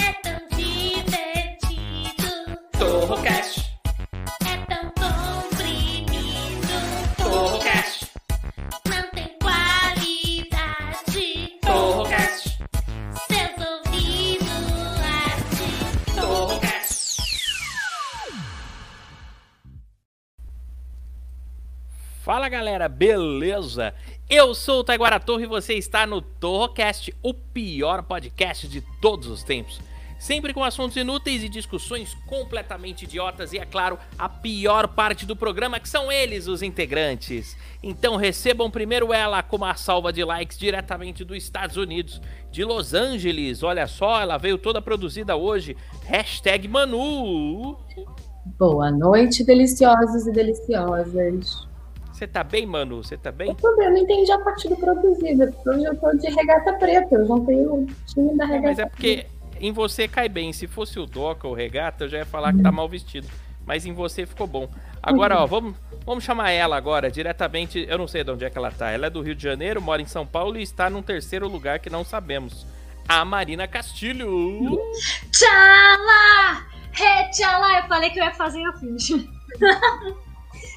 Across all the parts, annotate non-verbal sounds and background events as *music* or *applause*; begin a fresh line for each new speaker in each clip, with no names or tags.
É tão divertido,
Torrocast,
é tão comprimido,
Torrocast,
não tem qualidade.
Torrocast,
Seus ouvidos ardem.
Torrocast. Fala galera, beleza? Eu sou o Taiguara Torre e você está no Torrocast, o pior podcast de todos os tempos. Sempre com assuntos inúteis e discussões completamente idiotas e, é claro, a pior parte do programa que são eles, os integrantes. Então recebam primeiro ela com uma salva de likes diretamente dos Estados Unidos, de Los Angeles. Olha só, ela veio toda produzida hoje. Hashtag Manu.
Boa noite, deliciosos e deliciosas.
Você tá bem, Manu? Você tá bem?
Eu também não entendi a parte do produzido, porque hoje eu tô de regata preta, eu juntei o time da regata
Mas é porque em você cai bem. Se fosse o Doca ou o Regata, eu já ia falar que tá mal vestido. Mas em você ficou bom. Agora, ó, vamos, vamos chamar ela agora, diretamente. Eu não sei de onde é que ela tá. Ela é do Rio de Janeiro, mora em São Paulo e está num terceiro lugar que não sabemos. A Marina Castilho.
Tchala! Hey, tchala! Eu falei que eu ia fazer e eu fiz. *laughs*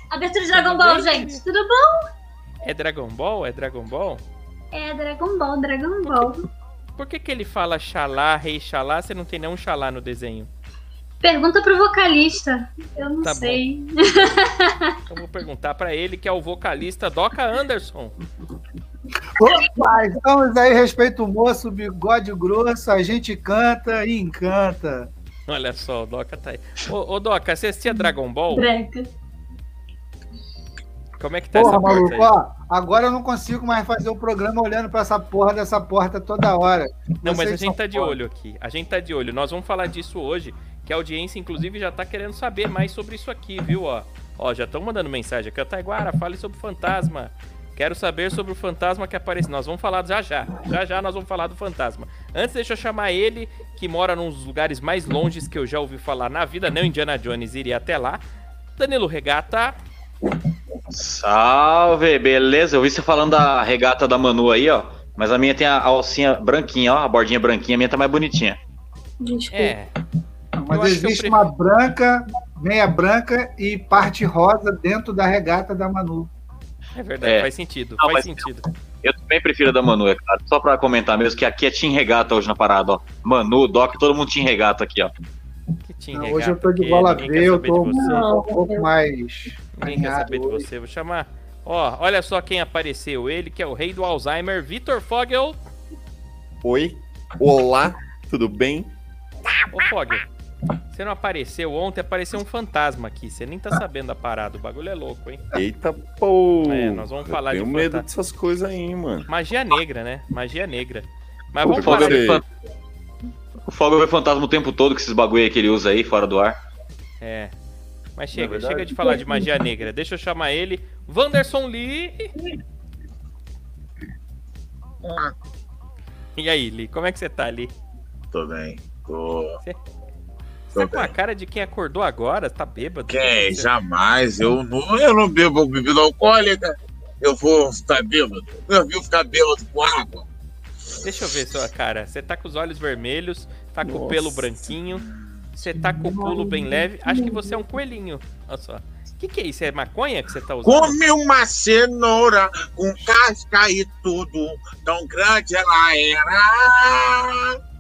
Abertura de Dragon Ball,
bem,
gente. Tudo bom?
É Dragon Ball? É Dragon Ball?
É, Dragon Ball, Dragon Ball.
Por que, que ele fala Xalá, Rei Xalá, se não tem nenhum Xalá no desenho?
Pergunta pro vocalista. Eu não
Tá bom.
sei.
Então, Eu vou perguntar pra ele, que é o vocalista Doca Anderson. *laughs*
Opa, estamos Ah, então, aí, respeito o moço, bigode grosso, a gente canta e encanta.
Olha só, o Doca tá aí. Ô, ô Doca, você assistia Dragon Ball?
Branca.
Como é que tá
Porra,
essa porta
maluco, Ah,
aí?
ó, agora eu não consigo mais fazer o programa olhando pra essa porra dessa porta toda hora.
Não, mas
Vocês
a gente
são
tá de
foda.
olho aqui. A gente tá de olho. Nós vamos falar disso hoje, que a audiência, inclusive, já tá querendo saber mais sobre isso aqui, viu? Ó, ó já estão mandando mensagem aqui. Ó, Taiguara, fale sobre o fantasma. Quero saber sobre o fantasma que apareceu. Nós vamos falar já já. Já já nós vamos falar do fantasma. Antes, deixa eu chamar ele, que mora num dos lugares mais longes que eu já ouvi falar na vida. Não, Indiana Jones iria até lá. Danilo Regata.
Salve, beleza? Eu vi você falando da regata da Manu aí, ó. Mas a minha tem a alcinha branquinha, ó. A bordinha branquinha, a minha tá mais bonitinha.
Desculpa.
É. eu acho
Mas
que eu
existe
prefiro-
uma branca, meia branca e parte rosa dentro da regata da Manu.
É verdade,
É.
faz sentido.
Não,
faz
mas-
sentido.
Eu também prefiro a da Manu, é claro. Só pra comentar mesmo que aqui é Team Regata hoje na parada, ó. Manu, Doc, todo mundo Team Regata aqui, ó.
Que tinha
Não,
regata,
hoje eu tô de
porque
bola
ninguém quer
V, eu
saber de
tô um,
você.
Não,
pouco
eu-
mais.
Ninguém quer saber de
acanhado hoje.
você. Vou chamar. Ó, olha só quem apareceu. Ele que é o rei do Alzheimer, Vitor Fogel.
Oi, olá, tudo bem?
Ô, Fogel, você não apareceu ontem, apareceu um fantasma aqui. Você nem tá sabendo a parada. O bagulho é louco, hein?
Eita, pô!
É, nós vamos falar
eu tenho
de
medo
fantasma.
dessas coisas aí, mano.
Magia negra, né? Magia negra. Mas
O
vamos
Fogel
falar.
é-
de-
vê fan- O Fogo vê fantasma o tempo todo com esses bagulho aí que ele usa aí, fora do ar.
É. Mas
Na
chega,
verdade-
chega de
então-
falar de magia negra. Deixa eu chamar ele. Wanderson Lee. E aí, Lee, como é que você tá, Lee?
Tô bem. Tô...
Você tá
Tô
com a
bem.
cara de quem acordou agora? Tá bêbado?
Quem? Jamais. Eu não, eu não bebo bebida alcoólica. Eu vou ficar bêbado. Eu vou ficar bêbado com água.
Deixa eu ver sua cara. Você tá com os olhos vermelhos, tá com o
Nossa.
pelo branquinho, você tá com o pulo bem leve. Acho que você é um coelhinho. Olha só. O que, que é isso? É maconha que você tá usando?
Come uma cenoura com casca e tudo. Tão grande ela era.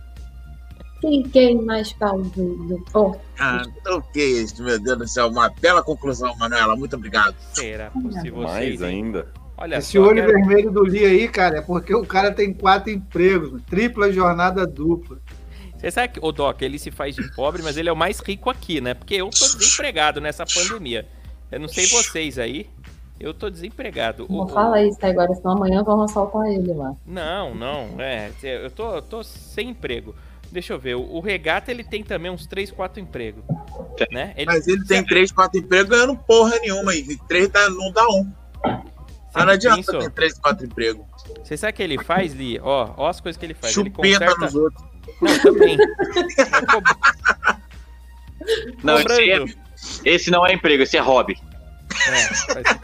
Fiquei mais pausudo. Oh,
Ah, o que é isso, meu Deus do céu? Uma bela conclusão, Manuela. Muito obrigado.
Será possível
Mais
vocês, hein?
ainda.
Olha
Esse
só. né?
olho
quero-
vermelho do Lee aí, cara, é porque o cara tem quatro empregos, mano, tripla jornada dupla.
Você sabe que o Doc, ele se faz de pobre, mas ele é o mais rico aqui, né? Porque eu tô desempregado nessa pandemia. Eu não sei vocês aí. Eu tô desempregado. O-
não
o-
fala isso tá, agora, senão amanhã vão assaltar ele lá.
Não, não, é. Eu tô, eu tô sem emprego. Deixa eu ver. O o regata ele tem também uns 3, 4 empregos. Né? Ele,
Mas ele tem três, quatro empregos ganhando porra nenhuma. E três dá, não dá um. Mas não adianta ter três, quatro empregos.
Você sabe o que ele faz, Li? Ó, ó as coisas que ele faz.
Chupeta
ele conserta.
nos outros.
Não,
*laughs*
também. Mas co-
Não, é esse,
cobrando.
esse não é emprego, esse é hobby.
É, faz sentido.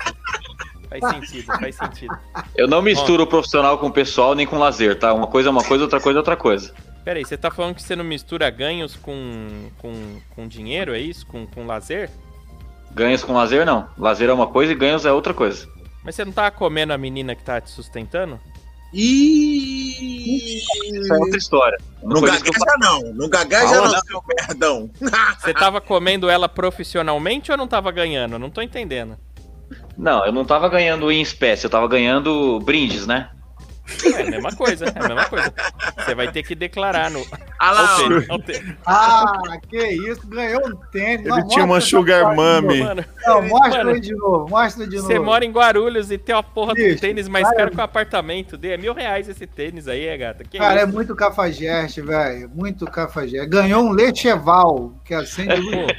Faz sentido, faz sentido.
Eu não misturo o profissional com o pessoal nem com o lazer, tá? Uma coisa é uma coisa, outra coisa é outra coisa.
Peraí, você tá falando que você não mistura ganhos com, com, com dinheiro, é isso? Com, com lazer?
Ganhos com lazer, não. Lazer é uma coisa e ganhos é outra coisa.
Mas você não tá comendo a menina que tá te sustentando?
Ih!
Isso é outra história.
Não
Foi isso que eu
gagueja não, não gagueja
Fala,
não, seu merdão.
Você tava comendo ela profissionalmente ou não tava ganhando? Eu não tô entendendo.
fa- Não, eu não tava ganhando em espécie, eu tava ganhando brindes, né?
É a mesma coisa, é a mesma coisa. Você vai ter que declarar no.
Ah lá, ó.
Ou seja, não tem-
Ah, que isso, ganhou um tênis.
Ele
Não,
tinha uma
mostra essa
sugar
foto aí de
mami.
Mano,
novo. Não, mostra
Mano.
aí de novo, mostra de novo.
você mora em Guarulhos e tem uma porra de um
Bicho,
tênis mais
cara-
caro que o apartamento dele. É mil reais esse tênis aí, é, gata. Que
Cara, é
isso?
muito cafajeste, velho. Muito cafajeste. Ganhou um lecheval, que é assim *laughs* acende luz.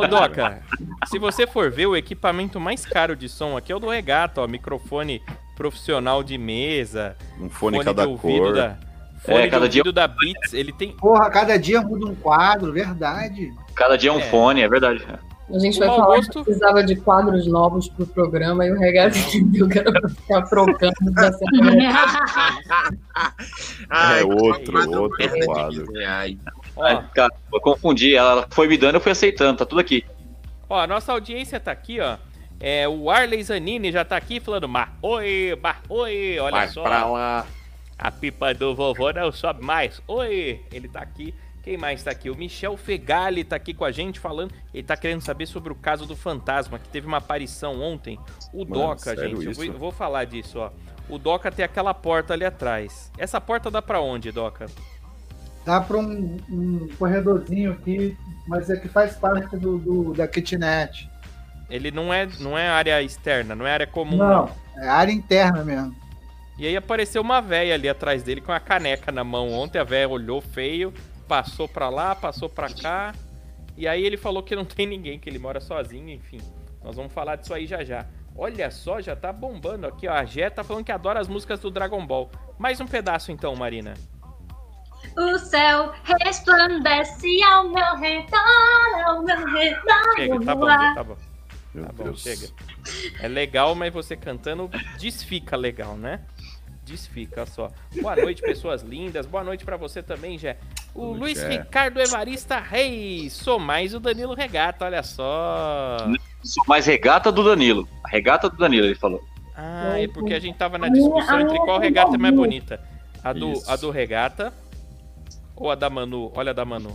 Ô, Doca, se você for ver, o equipamento mais caro de som aqui é o do Regato, ó. Microfone profissional de mesa,
Um fone,
fone,
cada
de ouvido
cor.
da. Fone
É, cada
de
dia-
ouvido da Beats, ele tem
Porra, cada dia muda um quadro, verdade.
Cada dia é um
É.
fone, é verdade.
A gente
O
vai
mau
falar
gosto-
que precisava de quadros novos pro programa e o regado entendeu que era pra ficar trocando
*laughs*
da semana.
Ai,
É outro,
quadro
outro
merda de
quadro.
15 reais.
Ó,
Cara, eu confundi, ela foi me dando, eu fui aceitando, tá tudo aqui.
ó, a nossa audiência tá aqui, ó. É, o Arley Zanini já tá aqui falando, "Ma- oi, ma- oi, olha
Vai
só.
pra lá.
A pipa do vovô não sobe mais. Oi, ele tá aqui. Quem mais tá aqui? O Michel Fegali tá aqui com a gente falando. Ele tá querendo saber sobre o caso do fantasma, que teve uma aparição ontem. O
Mano,
Doca,
sério
gente, eu vou,
isso?
eu vou falar disso, ó. O Doca tem aquela porta ali atrás. Essa porta dá pra onde, Doca?
Dá pra um, um corredorzinho aqui, mas é que faz parte do, do- da kitnet.
Ele não é, não é área externa, não é área comum.
Não, é área interna mesmo.
E aí apareceu uma véia ali atrás dele com a caneca na mão ontem. A véia olhou feio, passou pra lá, passou pra cá. E aí ele falou que não tem ninguém, que ele mora sozinho, enfim. Nós vamos falar disso aí já já. Olha só, já tá bombando aqui, ó. A Jé tá falando que adora as músicas do Dragon Ball. Mais um pedaço então, Marina.
O céu resplandece ao meu redor, ao meu redor.
Chega, tá bom,
lá.
já tá bom.
Meu
Tá bom,
Deus.
chega. É legal, mas você cantando desfica legal, né? Desfica só. Boa noite, pessoas lindas. Boa noite pra você também, Jé. O
Boa noite,
Luiz
Jé.
Ricardo Evarista Reis. Sou mais o Danilo Regata, olha só.
Sou mais regata do Danilo. A regata do Danilo, ele falou.
Ah, é porque a gente tava na
A minha-
discussão
a
entre
minha
qual
tá
regata é mais
novinha.
bonita. A do,
Isso.
a do regata ou a da Manu? Olha a da Manu.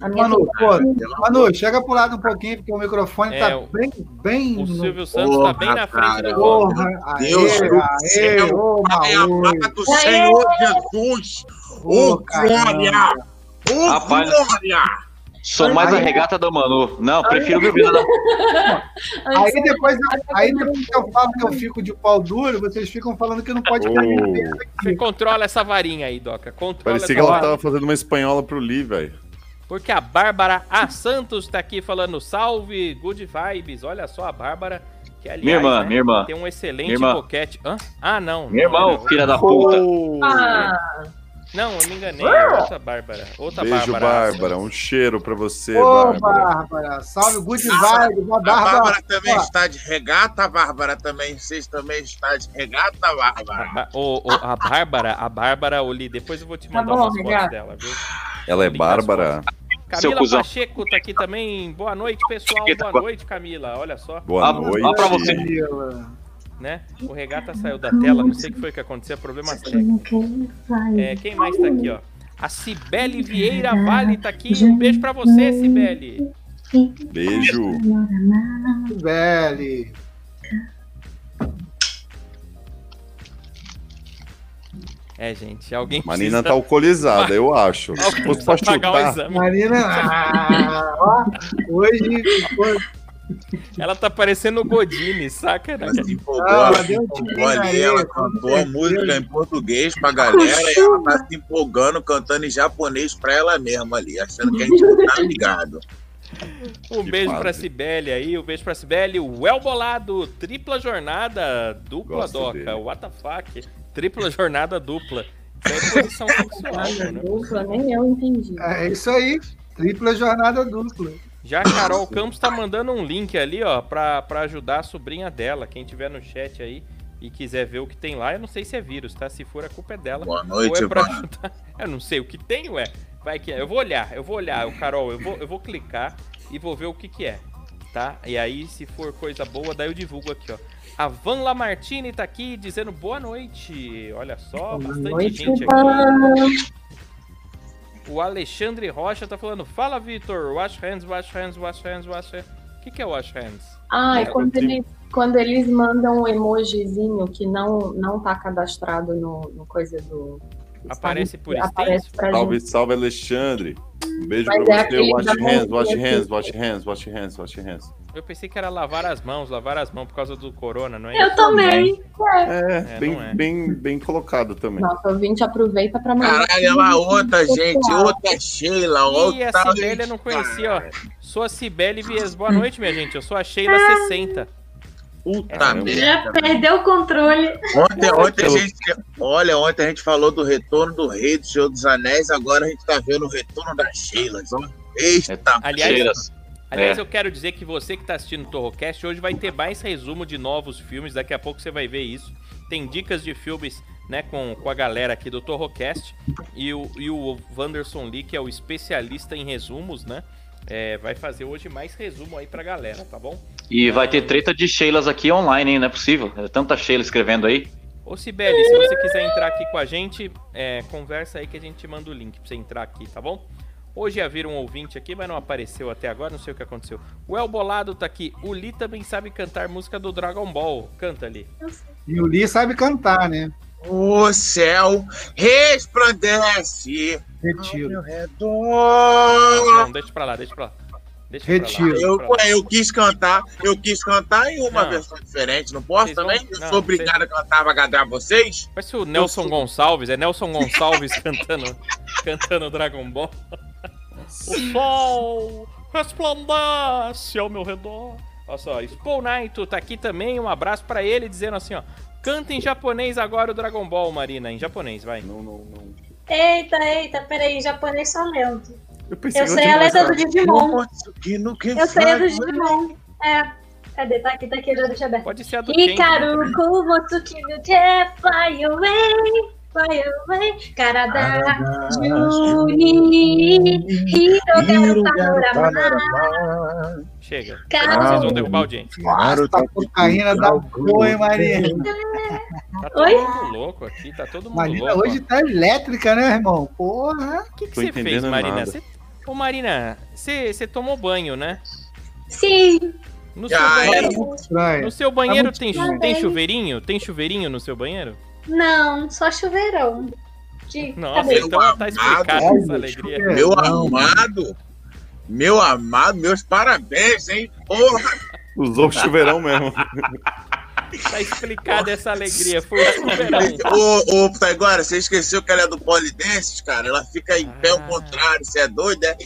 A minha
Manu, pô,
Pelo
Manu, chega pro lado um pouquinho, porque o microfone
É,
tá
o-
bem, bem.
O
no-
Silvio Santos tá bem na frente
cara.
do Doca.
Porra, aê,
Deus do
aê,
céu,
Ah,
é
ô,
Pai
Mauro,
amado Senhor Jesus, ô
ô,
glória,
caramba.
ô
Rapaz.
glória.
Sou mais a regata da Manu. Não, prefiro o meu vida. *laughs*
Aí depois, aí depois que eu falo que eu fico de pau duro, vocês ficam falando que não pode ficar de pé.
Oh,
Você controla essa varinha aí, Doca. Controla
parecia
essa
que ela
varinha.
tava fazendo uma espanhola pro Lee, velho.
Porque a Bárbara A. Santos tá aqui falando salve, good vibes. Olha só a Bárbara, que aliás,
Minha irmã,
né,
minha irmã.
tem um excelente
Minha irmã.
boquete. Hã? Ah, não.
Meu
não,
irmão,
não,
filha da puta.
Ah,
Não, eu me enganei. é Outra Bárbara. Outra
Beijo,
Bárbara.
Bárbara. Um cheiro pra você,
Ô,
Bárbara.
Bárbara, salve, good vibe, boa
A Ah, Bárbara,
Bárbara.
também
ó.
está de regata, Bárbara também. Vocês também estão de regata, Bárbara.
Ba- ô, ô, a Bárbara, a Bárbara, Oli, depois eu vou te
Tá
mandar
bom,
umas fotos
obrigada.
dela, viu?
Ela é Bárbara?
Seu
Camila
cuzão. tá
Pacheco tá aqui também. Boa noite, pessoal. Boa noite, Camila. Olha só,
Boa
Ah,
noite.
ah, pra você.
né? O regata saiu da tela, não sei o que foi que aconteceu, problemas técnicos. É, quem mais tá aqui, ó? A Cibele Vieira Vale tá aqui. Um beijo pra você, Cibele.
Beijo.
Velho.
É, gente, alguém
Marina tá
precisa...
alcoolizada, eu acho. Se
*laughs* Alguém
fosse pra
precisa pagar o
tá- chutar,
exame.
Marina, ah, ó, hoje, hoje
Ela tá parecendo o Godini, saca? né?
Ela se empolgou,
Ah,
ela se
Deus
empolgou
te
ali,
tenha,
ela
Deus.
cantou a música em português pra galera e ela tá se empolgando, cantando em japonês pra ela mesma ali, achando que a gente não tá ligado.
Um
Que
beijo
padre.
pra Cibele aí, um beijo pra Cibele. O El Bolado, tripla jornada, dupla
Gosto
doca.
dele.
What the fuck? Tripla jornada dupla. Isso é posição funcional,
Olha,
né?
dupla, nem eu entendi.
é isso aí, tripla jornada dupla.
Já a Carol Campos tá mandando um link ali, ó, pra, pra ajudar a sobrinha dela. Quem tiver no chat aí e quiser ver o que tem lá, eu não sei se é vírus, tá? Se for, a culpa é dela.
Boa
Ou
noite,
é pra
Ivan.
ajudar. Eu não sei o que tem, ué. Vai que é. Eu vou olhar, eu vou olhar, ô, Carol, eu vou, eu vou clicar e vou ver o que que é, tá? E aí, se for coisa boa, daí eu divulgo aqui, ó. A Van Lamartine tá aqui dizendo boa noite. Olha só, bastante gente aqui. O Alexandre Rocha tá falando, fala Vitor, wash hands, wash hands, wash hands, wash hands. O que, que é wash hands?
Ah,
É,
e quando
eu tenho-
eles, quando eles mandam um emojizinho que não, não tá cadastrado no, no coisa do.
Aparece por
Aparece
extenso?
pra
Salve,
gente.
salve, Alexandre. Um beijo
Mas
pra
é
você.
aquele
Watch
da
hands, watch
mãozinha
hands,
aqui.
watch hands, watch hands, watch hands.
Eu pensei que era lavar as mãos, lavar as mãos por causa do corona, não é?
Eu também.
É,
É,
bem,
não é.
bem, bem colocado também.
Nossa, ouvinte, aproveita pra mandar. um
Caralho, olha lá outra, gente. Outra Sheila.
E a
Outra.
Cibele eu não conhecia, ó. Sou a Cibele Vies. Boa noite, minha gente. Eu sou a Sheila 60.
É.
Puta
Caramba.
merda.
Já perdeu o controle.
Ontem, ontem a gente. Olha, ontem a gente falou do retorno do rei do Senhor dos Anéis, agora a gente tá vendo o retorno da Sheila. Então, Eita,
Aliás,
Cheiras.
Aliás,
É.
eu quero dizer que você que tá assistindo o Torrocast, hoje vai ter mais resumo de novos filmes, daqui a pouco você vai ver isso. Tem dicas de filmes, né, com, com a galera aqui do Torrocast. E o, e o Wanderson Lee, que é o especialista em resumos, né? é, vai fazer hoje mais resumo aí pra galera, tá bom?
E vai ter treta de Sheilas aqui online, hein? Não é possível. É tanta Sheila escrevendo aí.
Ô Sibeli, se você quiser entrar aqui com a gente, é, conversa aí que a gente te manda o link pra você entrar aqui, tá bom? Hoje ia vir um ouvinte aqui, mas não apareceu até agora, não sei o que aconteceu. O El Bolado tá aqui. O Lee também sabe cantar música do Dragon Ball. Canta ali.
E o Lee sabe cantar, né?
É.
o céu resplandece ao
Retiro.
meu redor.
Não, deixa pra lá, deixa pra lá. Deixa
Retiro.
Pra lá, deixa
Eu,
pra lá.
ué, eu quis cantar, eu quis cantar em uma
Não.
versão diferente, não posso
Vocês
também?
vão-
Eu
não,
sou obrigado a cantar pra agradar vocês?
Parece o Nelson
eu sou-
Gonçalves. É Nelson Gonçalves *laughs* cantando, cantando Dragon Ball. O sol resplandece ao meu redor. Olha só, Spoon Naito tá aqui também. Um abraço pra ele, dizendo assim, ó. Canta em japonês agora o Dragon Ball, Marina. Em japonês, vai.
Não, não, não.
Eita, eita, peraí, japonês só lento.
Eu pensei
é
Eu sei a letra do Digimon.
Que no que
Eu sei a do
faz-
Digimon. É. Cadê? Tá aqui, tá aqui, já deixa aberto.
Pode ser a do Ken.
Hikaru, Kumotsuki no Te, fly away, fly away, Karada, Juni, Hirogaru, Tanurama,
Chega. Vocês
Karada.
vão derrubar a audiência.
Nossa, tá cocaína da boa, hein, Marina?
Tá todo
Oi?
mundo louco aqui, tá todo mundo
Marina
louco.
hoje tá elétrica, né, irmão? Porra!
O que, que
Tô
você fez,
entendendo
Marina?
nada.
Você... Ô, Marina, você você tomou banho, né?
Sim,
No seu,
Ah,
banheiro,
Estranho.
no seu banheiro
Tá muito Tá
tem, chu-
estranho.
tem chuveirinho? Tem chuveirinho no seu banheiro?
não, só chuveirão. De
Nossa,
cabeça.
então tá explicada
amado.
essa alegria.
é.
Meu amado, meu amado, meus parabéns, hein? Porra,
Usou o chuveirão mesmo.
Tá explicada essa alegria. Foi o chuveirão.
ô, ô, agora, você esqueceu que ela é do Polidenses, cara? Ela fica em pé ao
Ah.
contrário, você é doido, é?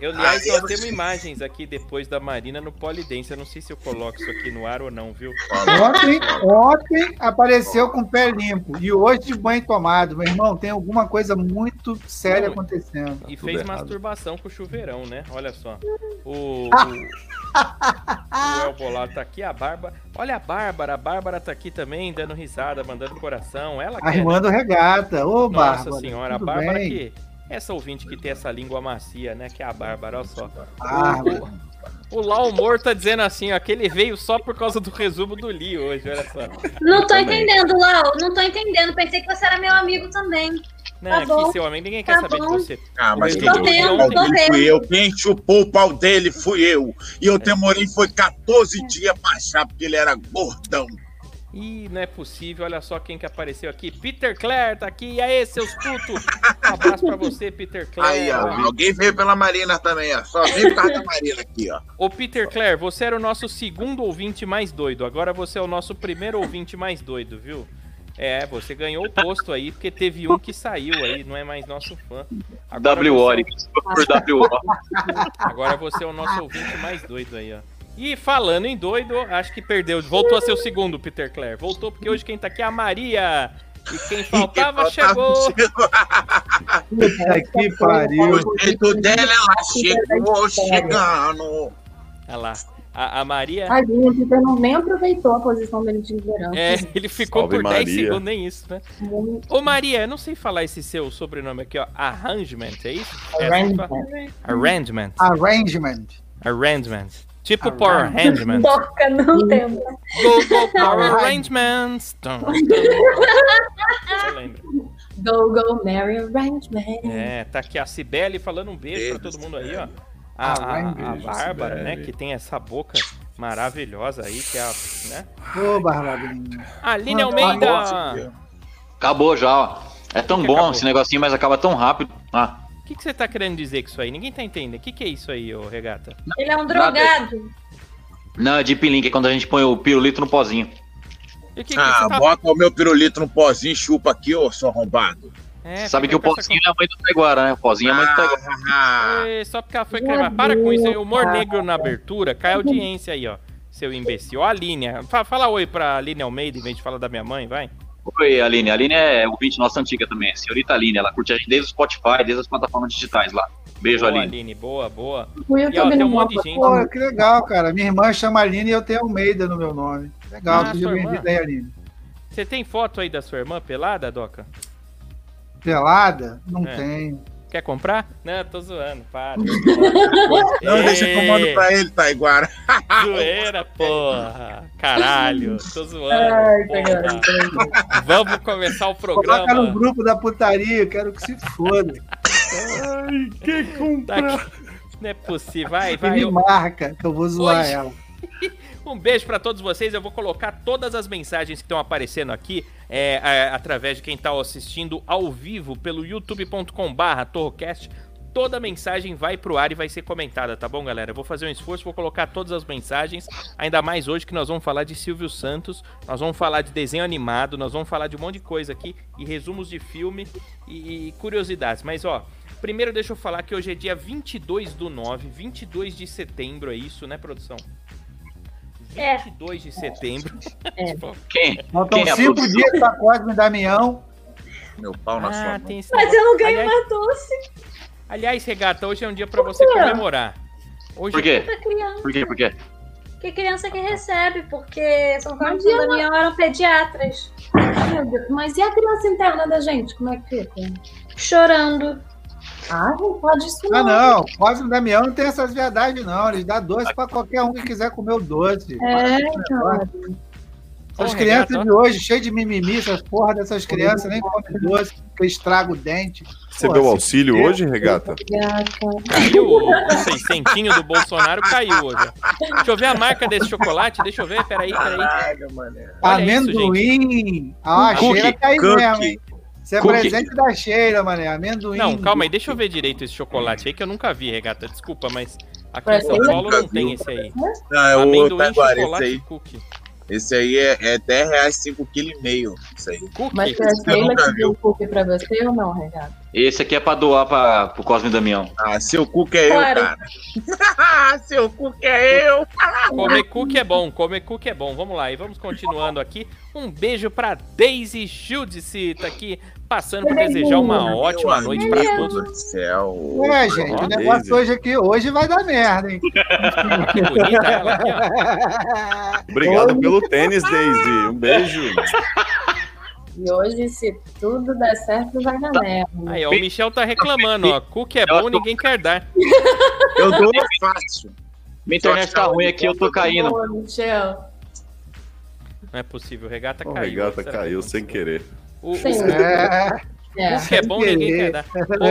Eu, aliás,
Ai,
nós
eu-
temos imagens aqui depois da Marina no Polidense. Eu não sei se eu coloco isso aqui no ar ou não, viu?
Tá
Ontem, ontem apareceu com o pé limpo e hoje de banho tomado. Meu irmão, tem alguma coisa muito séria acontecendo.
E
tudo
fez
errado.
masturbação com o chuveirão, né? Olha só. O. o... O El Bolado tá aqui, a Bárbara. Olha a Bárbara, a Bárbara tá aqui também, dando risada, mandando coração. Ela
A
quer, né?
irmã do regata. Ô,
Nossa
Bárbara.
senhora, a
tudo
Bárbara
bem?
que. Essa ouvinte que tem essa língua macia, né? Que é a Bárbara, olha só.
Bárbara.
O Lau Mor tá dizendo assim, ó, que ele veio só por causa do resumo do Lee hoje, olha só.
Não tô
Também.
entendendo, Lau, não tô entendendo. Pensei que você era meu amigo também.
Não,
Tá bom,
Né, aqui, seu amigo, ninguém quer
tá
saber
bom.
de você.
Ah, mas
Eu
quem
tô
chupou
vendo,
o pau
tô
dele
vendo.
fui eu. Quem chupou o pau dele fui eu. E eu demorei, foi 14 dias pra achar, porque ele era gordão.
Ih, não é possível, olha só quem que apareceu aqui. Peter Clare tá aqui, e aí, seus putos? Um abraço pra você, Peter
Aí,
Clare.
ó, alguém veio pela Marina também, ó. Só veio por causa da Marina aqui, ó.
Ô, Peter Clare, você era o nosso segundo ouvinte mais doido, agora você é o nosso primeiro ouvinte mais doido, viu? É, você ganhou o posto aí, porque teve um que saiu aí, não é mais nosso fã. Agora você é o
W.O. por W.O.
Agora você é o nosso ouvinte mais doido aí, ó. E falando em doido, acho que perdeu. Voltou a ser o segundo, Peter Clare. Voltou porque hoje quem tá aqui é a Maria. E
*laughs*
quem faltava
Quem
chegou.
chegou.
Puta que pariu.
O jeito
um
dela, ela chegou chegando.
Olha lá. A, a Maria.
Tadinho, o Peter não nem aproveitou a posição dele de liderança.
é, ele ficou
Salve,
por 10
Maria.
segundos, nem isso, né?
Muito
Ô Maria, eu não sei falar esse seu sobrenome aqui, ó. Arrangement, é isso? É assim que fala?
Arrangement.
Arrangement. Ah.
Arrangement.
Arrangement. Tipo Power Arrangement.
Toca, não temos.
Go, go, Power Arrangement. Você *laughs* lembra?
Go, go, Mary Arrangement.
É, tá aqui a Cibele falando um beijo pra todo mundo aí, ó. A, a, a
Beijo,
Bárbara, né,
Cibele.
que tem essa boca maravilhosa aí, que é a, né? um
Ô, Barbarinha.
Aline Ah, Almeida!
Acabou já, ó. É tão
Que
bom
acabou?
esse negocinho, mas acaba tão rápido. Ah,
O que, que você tá querendo dizer com isso aí? Ninguém tá entendendo. O que, que é isso aí, ô regata?
Ele é um
Nada.
drogado.
não, é Deep Link, é quando a gente põe o pirulito no pozinho.
E o que, que
Ah,
você tá...
bota o meu pirulito no pozinho e chupa aqui, ô, seu arrombado.
É,
Sabe que
fica
o
com essa
pozinho é a mãe do Taiguara, né? O pozinho é a mãe do Taiguara.
Ah,
Ê, só porque ela foi
Meu
cremar. Para com isso aí, humor
Deus,
negro na abertura. Cai a audiência aí, ó. Seu imbecil. Ó, a Aline. Fa- Fala oi pra Aline Almeida em vez de falar da minha mãe, vai.
Oi, Aline. A Aline é ouvinte nossa antiga também, é a senhorita Aline. Ela curte a gente desde o Spotify, desde as plataformas digitais lá. Beijo,
boa,
Aline.
Boa, boa.
O
E, ó,
YouTube
tem um
não
monte de
mostra
gente.
como.
Pô, que legal, cara. Minha irmã chama Aline e eu tenho Almeida no meu nome. Legal,
Ah,
seja
sua irmã.
bem-vinda aí, Aline.
Você tem foto aí da sua irmã pelada, Doca?
Pelada? Não
É.
tenho.
Quer comprar? Não, tô zoando, para.
não deixa que eu mando pra ele, Taiguara.
Zoeira, porra. Caralho, tô zoando. porra. Vamos começar o
Coloca no
programa.
grupo da putaria, eu quero que se foda.
Ai, que
Tá
comprar.
aqui. Não é possível, vai,
E
vai.
me marca, que eu vou zoar
Hoje-
ela.
Um beijo pra todos vocês. Eu vou colocar todas as mensagens que estão aparecendo aqui é, a- através de quem tá assistindo ao vivo pelo youtube.com/barra torrocast. Toda mensagem vai pro ar e vai ser comentada, tá bom, galera? Eu vou fazer um esforço, vou colocar todas as mensagens, ainda mais hoje que nós vamos falar de Silvio Santos, nós vamos falar de desenho animado, nós vamos falar de um monte de coisa aqui, e resumos de filme e, e curiosidades. Mas, ó, primeiro deixa eu falar que hoje é dia 22 do 9, 22 de setembro, é isso, né, produção?
É.
22 de setembro. Tipo,
Quem?
Faltam
Quem é a
tá um cinco
produção?
dias pra Cosme e Damião.
Meu pau na sua
ah,
mão.
tem esse
Mas eu não ganho
aliás,
mais doce.
aliás, regata, hoje é um dia pra você comemorar. Hoje
Por quê?
Pra criança.
Por quê? Por quê?
Que criança que recebe, porque São Carlos e Damião eram pediatras.
Meu Deus, Mas e a criança interna da gente? Como é que fica?
Chorando.
Ah, não pode isso
Ah,
não.
não. Cosme e Damião não tem essas verdades, não. Eles dão doce pra qualquer um que quiser comer o doce.
É, então.
As
Ô,
crianças
regata, ó.
de hoje, cheias de mimimi, essas porra dessas crianças, nem comem doce, porque estraga o dente.
Você
Pô,
deu
assim,
auxílio
eu-
hoje, regata?
Caiu o, o seiscentinho do Bolsonaro, caiu hoje. ó. Deixa eu ver a marca desse chocolate, deixa eu ver, peraí, peraí.
Caralho, mané.
Olha isso,
Amendoim! ah, a
Cookie,
Sheila tá aí
cookie.
mesmo, hein? Isso é
Cookie.
presente da Sheila, mané. Amendoim.
Não, calma aí, deixa eu ver direito esse chocolate aí que eu nunca vi, regata. Desculpa, mas aqui em
Parece
São
que
Paulo
nunca
não tem
viu.
esse aí.
Não, é o
Amendoim,
Taiguara, esse
chocolate
aí.
e cookie.
Esse aí é, é R$ 10 reais, 5 kg e meio. Isso aí.
Cookie?
Mas foi a Sheila
nunca
que deu o cookie pra você ou não, Renato?
Esse aqui é pra doar pra, pro Cosme e Damião.
Ah, seu cu que é
Claro.
eu, cara. *laughs* seu cu que é eu.
Comer cookie é bom, comer cookie é bom. Vamos lá, e vamos continuando aqui. Um beijo pra Daisy Schultz, tá aqui passando pra desejar uma ótima
Meu
noite pra
amigo
todos.
do céu.
Ué, gente, o negócio
Beleza.
hoje aqui, hoje vai dar merda, hein?
Que bonita ela aqui, ó.
Obrigado pelo tênis, Daisy. Um beijo.
E hoje, se tudo der certo, vai
Tá
dar merda.
Aí, ó, o Michel tá reclamando, ó. Cookie é bom, ninguém quer dar.
Eu dou fácil.
Minha internet tá ruim aqui, eu tô caindo.
Ô, Michel.
Não é possível, o regata
O
caiu. né?
regata
Será que
caiu
aconteceu?
sem querer.
O, o,
Sim.
É,
É.
o que é bom, ninguém quer
querer.
dar.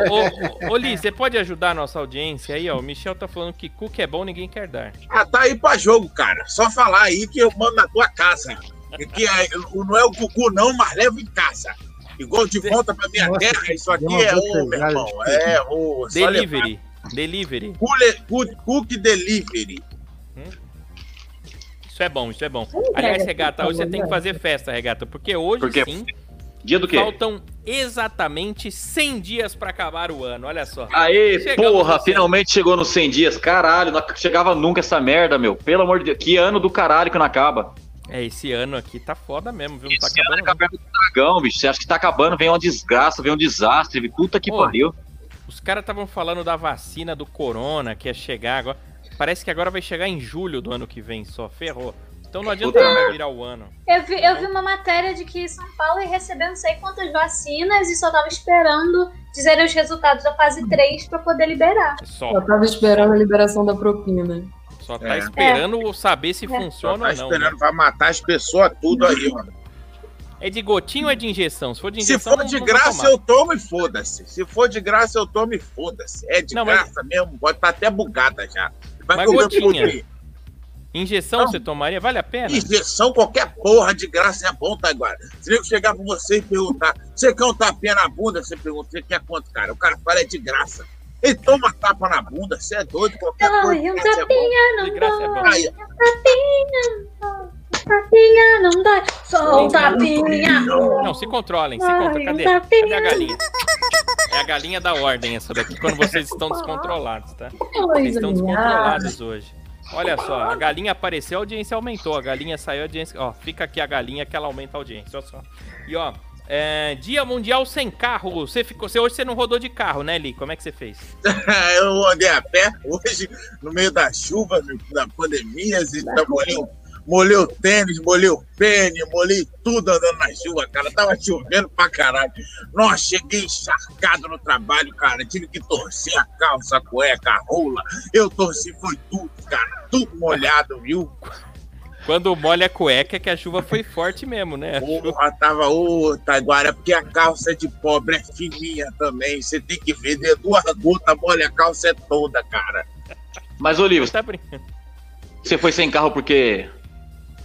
Ô, ô, ô, ô, Liz, você pode ajudar a nossa audiência aí, ó? O Michel tá falando que cookie é bom, ninguém quer dar.
Ah, tá aí pra jogo, cara. Só falar aí que eu mando na tua casa. E que é- o- não é o Gugu, não, mas levo em casa. Igual de volta pra minha
Nossa,
terra, isso
deu
aqui
uma
é o, meu
bocejada
irmão.
de-
É o. só levar.
Delivery. Delivery.
Cule- cu- Cook Delivery.
Isso é bom, isso é bom.
entrega,
Aliás,
por
regata, hoje
favor,
você tem que
né?
fazer festa, regata, porque hoje
Por quê?
sim
Dia do quê?
faltam exatamente 100 dias pra acabar o ano, olha só.
Aê,
Chegamos no
porra,
cem.
finalmente chegou nos 100 dias. Caralho, não chegava nunca essa merda, meu. Pelo amor de Deus. Que ano do caralho que não acaba.
É, esse ano aqui tá foda mesmo, viu? Não tá
Esse ano é
acabando. não.
Caverna do Dragão, bicho. Você acha que tá acabando, vem uma desgraça, vem um desastre. Puta que
Pô.
pariu.
Os caras estavam falando da vacina do corona que ia chegar agora. Parece que agora vai chegar em julho do ano que vem só. Ferrou. Então não adianta
Puta
nada
merda.
virar o ano.
Eu vi, eu vi uma matéria de que São Paulo ia receber não sei quantas vacinas e só tava esperando dizerem os resultados da fase 3 pra poder liberar.
Só,
Eu tava esperando a liberação da propina.
só tá
É.
esperando saber
É.
se funciona
tá
ou não. né?
esperando pra matar as pessoas tudo aí, ó.
É de gotinho ou é de injeção? Se for de
Se
injeção,
for
não-
de
não vou
graça,
tomar.
eu tomo e foda-se. Se for de graça, eu tomo e foda-se. É de
Não, mas-
graça mesmo, pode estar até bugada já. Vai
Mas
comer
gotinha.
pudim.
Injeção
Não.
você tomaria? Vale a pena?
Injeção, qualquer porra de graça é bom, Taiguara. Se eu chegar pra você e perguntar, você quer um tapinha na bunda? Você pergunta, você quer quanto, cara? O cara fala, é de graça. Ele toma tapa na bunda, você é doido, qualquer
Ai,
coisa. de
um
graça é bom.
Tapinha
De
não
graça é
dói,
bom.
Aí,
tapinha não dói, só um tapinha.
Não, se controlem, se
Ai,
controlem. Cadê?
tá
Cadê a galinha? É a galinha da ordem essa daqui, quando
*laughs*
vocês estão descontrolados, tá? Vocês estão descontrolados hoje. Olha só, a galinha apareceu, a audiência aumentou. A galinha saiu, a audiência. Ó, fica aqui a galinha que ela aumenta a audiência, olha só. E ó, é, Dia Mundial Sem Carro. Você ficou. Você, hoje você não rodou de carro, né, Li? Como é que você fez?
*laughs* eu andei a pé hoje, no meio da chuva, no- da pandemia, assim, tá, molhei, o- molhei o tênis, molhei o pênis, molhei tudo andando na chuva, cara. Tava chovendo pra caralho. Nossa, cheguei encharcado no trabalho, cara. Tive que torcer a calça, a cueca, a rola. Eu torci, foi tudo, cara. Tudo molhado, viu?
Quando molha a cueca, é que a chuva foi forte mesmo, né?
Porra, tava ô, Taiguara, porque a calça de pobre é fininha também. Você tem que ver, deu duas gotas, molha a calça é toda, cara.
Mas, Olívio,
Tá brincando.
você foi sem carro porque.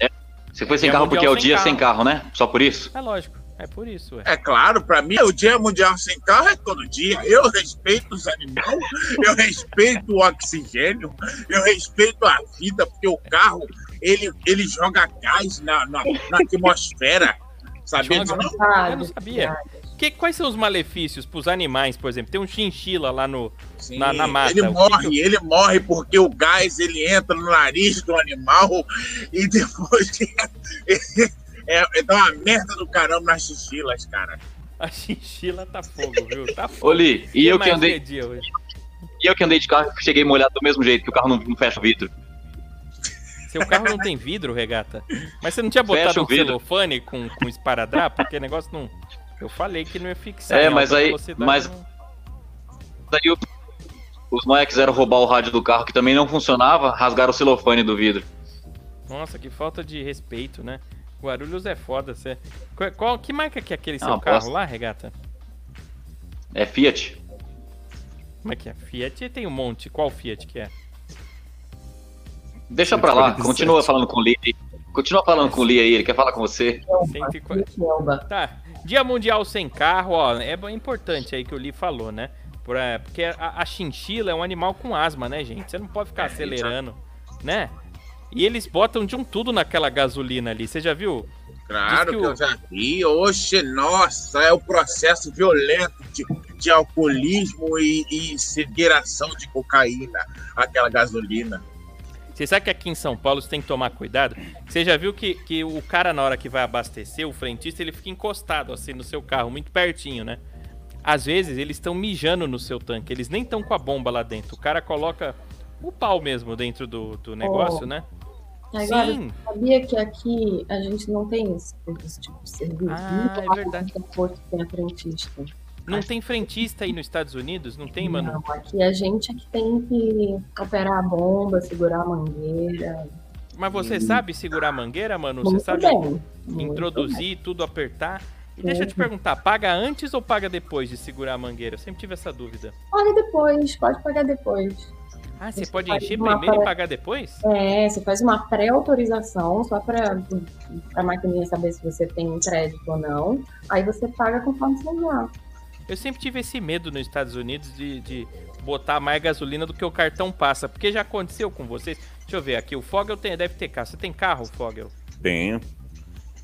é, Você foi sem
Dia
carro porque é o
Mundial
dia
sem
sem carro, né? Só por isso?
É lógico, é por isso, ué.
É claro, pra mim o Dia Mundial Sem Carro é todo dia. Eu respeito os animais, eu respeito o oxigênio, eu respeito a vida, porque o carro ele, ele joga gás na, na, na atmosfera.
Tá
Sabia disso?
Joga.
Não,
Eu não sabia. Que, quais são os malefícios pros animais, por exemplo? Tem um chinchila lá no.
Sim,
Na- na mata, é
Ele
o que
morre, ele morre porque o gás ele entra no nariz do animal e depois *laughs* é, é- dá uma merda do caramba nas chichilas, cara.
A chinchila tá fogo, viu? Tá fogo.
Ô, Li, e eu que
mais
andei.
fedia hoje?
E eu que andei de carro cheguei molhado do mesmo jeito, que o carro não, não fecha o vidro.
Seu carro não tem vidro, regata. Mas você não tinha botado
Fecha o
um
vidro.
celofane com, com esparadrapo? Porque o negócio não. Eu falei que não ia fixar.
É,
em alta
mas aí-
velocidade,
mas-
não.
Daí o- os moleques quiseram roubar o rádio do carro, que também não funcionava, rasgaram o celofane do vidro.
Nossa, que falta de respeito, né? Guarulhos é foda, você. Qual, qual- que marca que é aquele seu
Ah,
carro
bosta.
lá, regata?
É Fiat?
Como é que é? Fiat tem um monte. Qual Fiat que é?
Deixa pra lá, continua falando com o Lee aí. Continua falando com o Lee aí, ele quer falar com você.
140. Tá. Dia Mundial Sem Carro, ó, é bem importante aí que o Li falou, né? Pra- porque a, a chinchila é um animal com asma, né, gente? Você não pode ficar acelerando, né? E eles botam de um tudo naquela gasolina ali, você já viu? Diz
Claro que,
que o-
eu já vi. Oxe, nossa, é o processo violento de, de alcoolismo e, e segregação de cocaína, aquela gasolina.
Você sabe que aqui em São Paulo você tem que tomar cuidado? Você já viu que, que o cara, na hora que vai abastecer, o frentista, ele fica encostado assim no seu carro, muito pertinho, né? Às vezes eles estão mijando no seu tanque, eles nem estão com a bomba lá dentro. O cara coloca o pau mesmo dentro do, do negócio, né?
Oh. Agora,
Sim.
sabia que aqui a gente não tem esse, esse tipo de serviço?
Ah,
Muito
é
lá
verdade.
no aeroporto tem a frentista.
Não tem frentista aí nos Estados Unidos? Não tem, mano?
Não, aqui a gente é que tem que operar a bomba, segurar a mangueira.
Mas você sabe segurar a mangueira, mano? Você
Muito
sabe
bem. Uhum. Muito
introduzir, tudo apertar? E deixa eu te perguntar, paga antes ou paga depois de segurar a mangueira? Eu sempre tive essa dúvida.
Paga depois, pode pagar depois.
Ah, você
Isso
pode
faz
encher
uma
primeiro e
pare-
pagar depois?
É, você faz uma pré-autorização só para a maquininha saber se você tem um crédito ou não. Aí você paga conforme você usar.
Eu sempre tive esse medo nos Estados Unidos de, de botar mais gasolina do que o cartão passa. Porque já aconteceu com vocês. Deixa eu ver aqui, o Fogel tem, deve ter carro. Você tem carro, Fogel?
Tenho.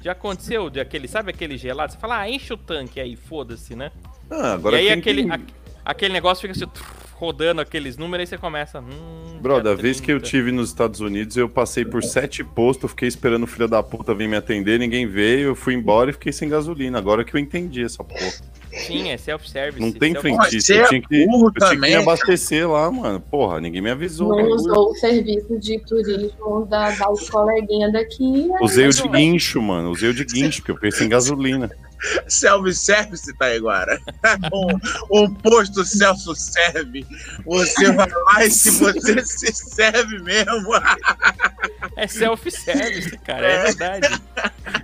Já aconteceu de aquele, sabe aquele gelado? Você fala, ah, enche o tanque aí, foda-se, né?
Ah, agora
e aí
tem
aquele,
que-
aque- aquele negócio fica assim. trrr, rodando aqueles números, aí você começa. Hum,
Bro, da
dia
vez que eu
30.
tive nos Estados Unidos, eu passei por sete postos, fiquei esperando o filho da puta vir me atender, ninguém veio, eu fui embora e fiquei sem gasolina. Agora que eu entendi essa porra.
Sim, é self-service.
Não tem
self-
frentista,
Você
eu
é
tinha que,
burro
eu tinha que
também,
me
cara.
abastecer lá, mano. Porra, ninguém me avisou.
Não
cara.
usou o serviço de turismo da, da coleguinha daqui. aí
Usei o de
resolveu.
guincho, mano. Usei o de guincho, porque eu pensei em gasolina.
Self-service, Taiguara. um, um posto self-serve. Você vai lá e se você se serve mesmo.
É self-service, cara, é verdade.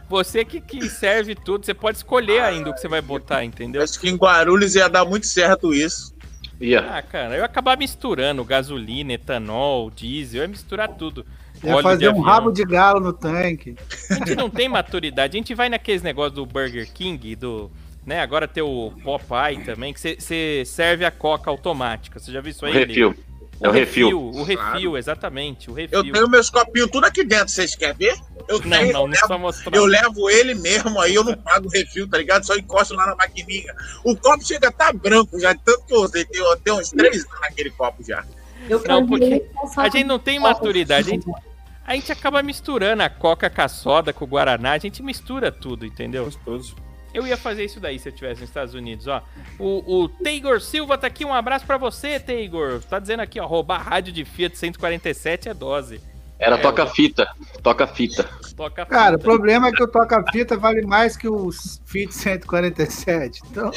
Você que, que serve tudo, você pode escolher ainda o que você vai botar, entendeu?
Acho que em Guarulhos ia dar muito certo isso.
Ia.
Ah, cara, eu ia acabar misturando gasolina, etanol, diesel, eu ia misturar tudo.
Ia fazer um rabo
né?
de galo no tanque.
A gente não tem maturidade, a gente vai naqueles negócios do Burger King, e do. Né, agora tem o Popeye também, que você- você serve a coca automática. Você já viu isso
O
aí?
refil.
Lê?
É o refil.
O refil, exatamente. O refil.
Eu tenho meus copinhos tudo aqui dentro, vocês querem ver? Eu
Não,
tenho,
não,
*laughs*
eu,
não
levo,
precisa mostrar.
eu levo ele mesmo, aí eu não pago o refil, tá ligado? Só encosto lá na maquininha. O copo chega tá branco já, de tanto que eu usei. Tem tem uns três anos naquele copo já.
Eu
Não, porque
transei com
A
saco
gente não tem
de
maturidade. A gente,
coca.
a gente acaba misturando a coca com a soda, com o guaraná. A gente mistura tudo, entendeu?
Gostoso.
Eu ia fazer isso daí se eu estivesse nos Estados Unidos, ó. O, o Taygor Silva tá aqui, um abraço pra você, Taygor. Tá dizendo aqui, ó, roubar rádio de Fiat 147 é dose.
Era
É,
toca-fita. Toca-fita.
Toca a
Cara, o
fruta.
problema é que o toca-fita vale mais que o Fit 147. Então,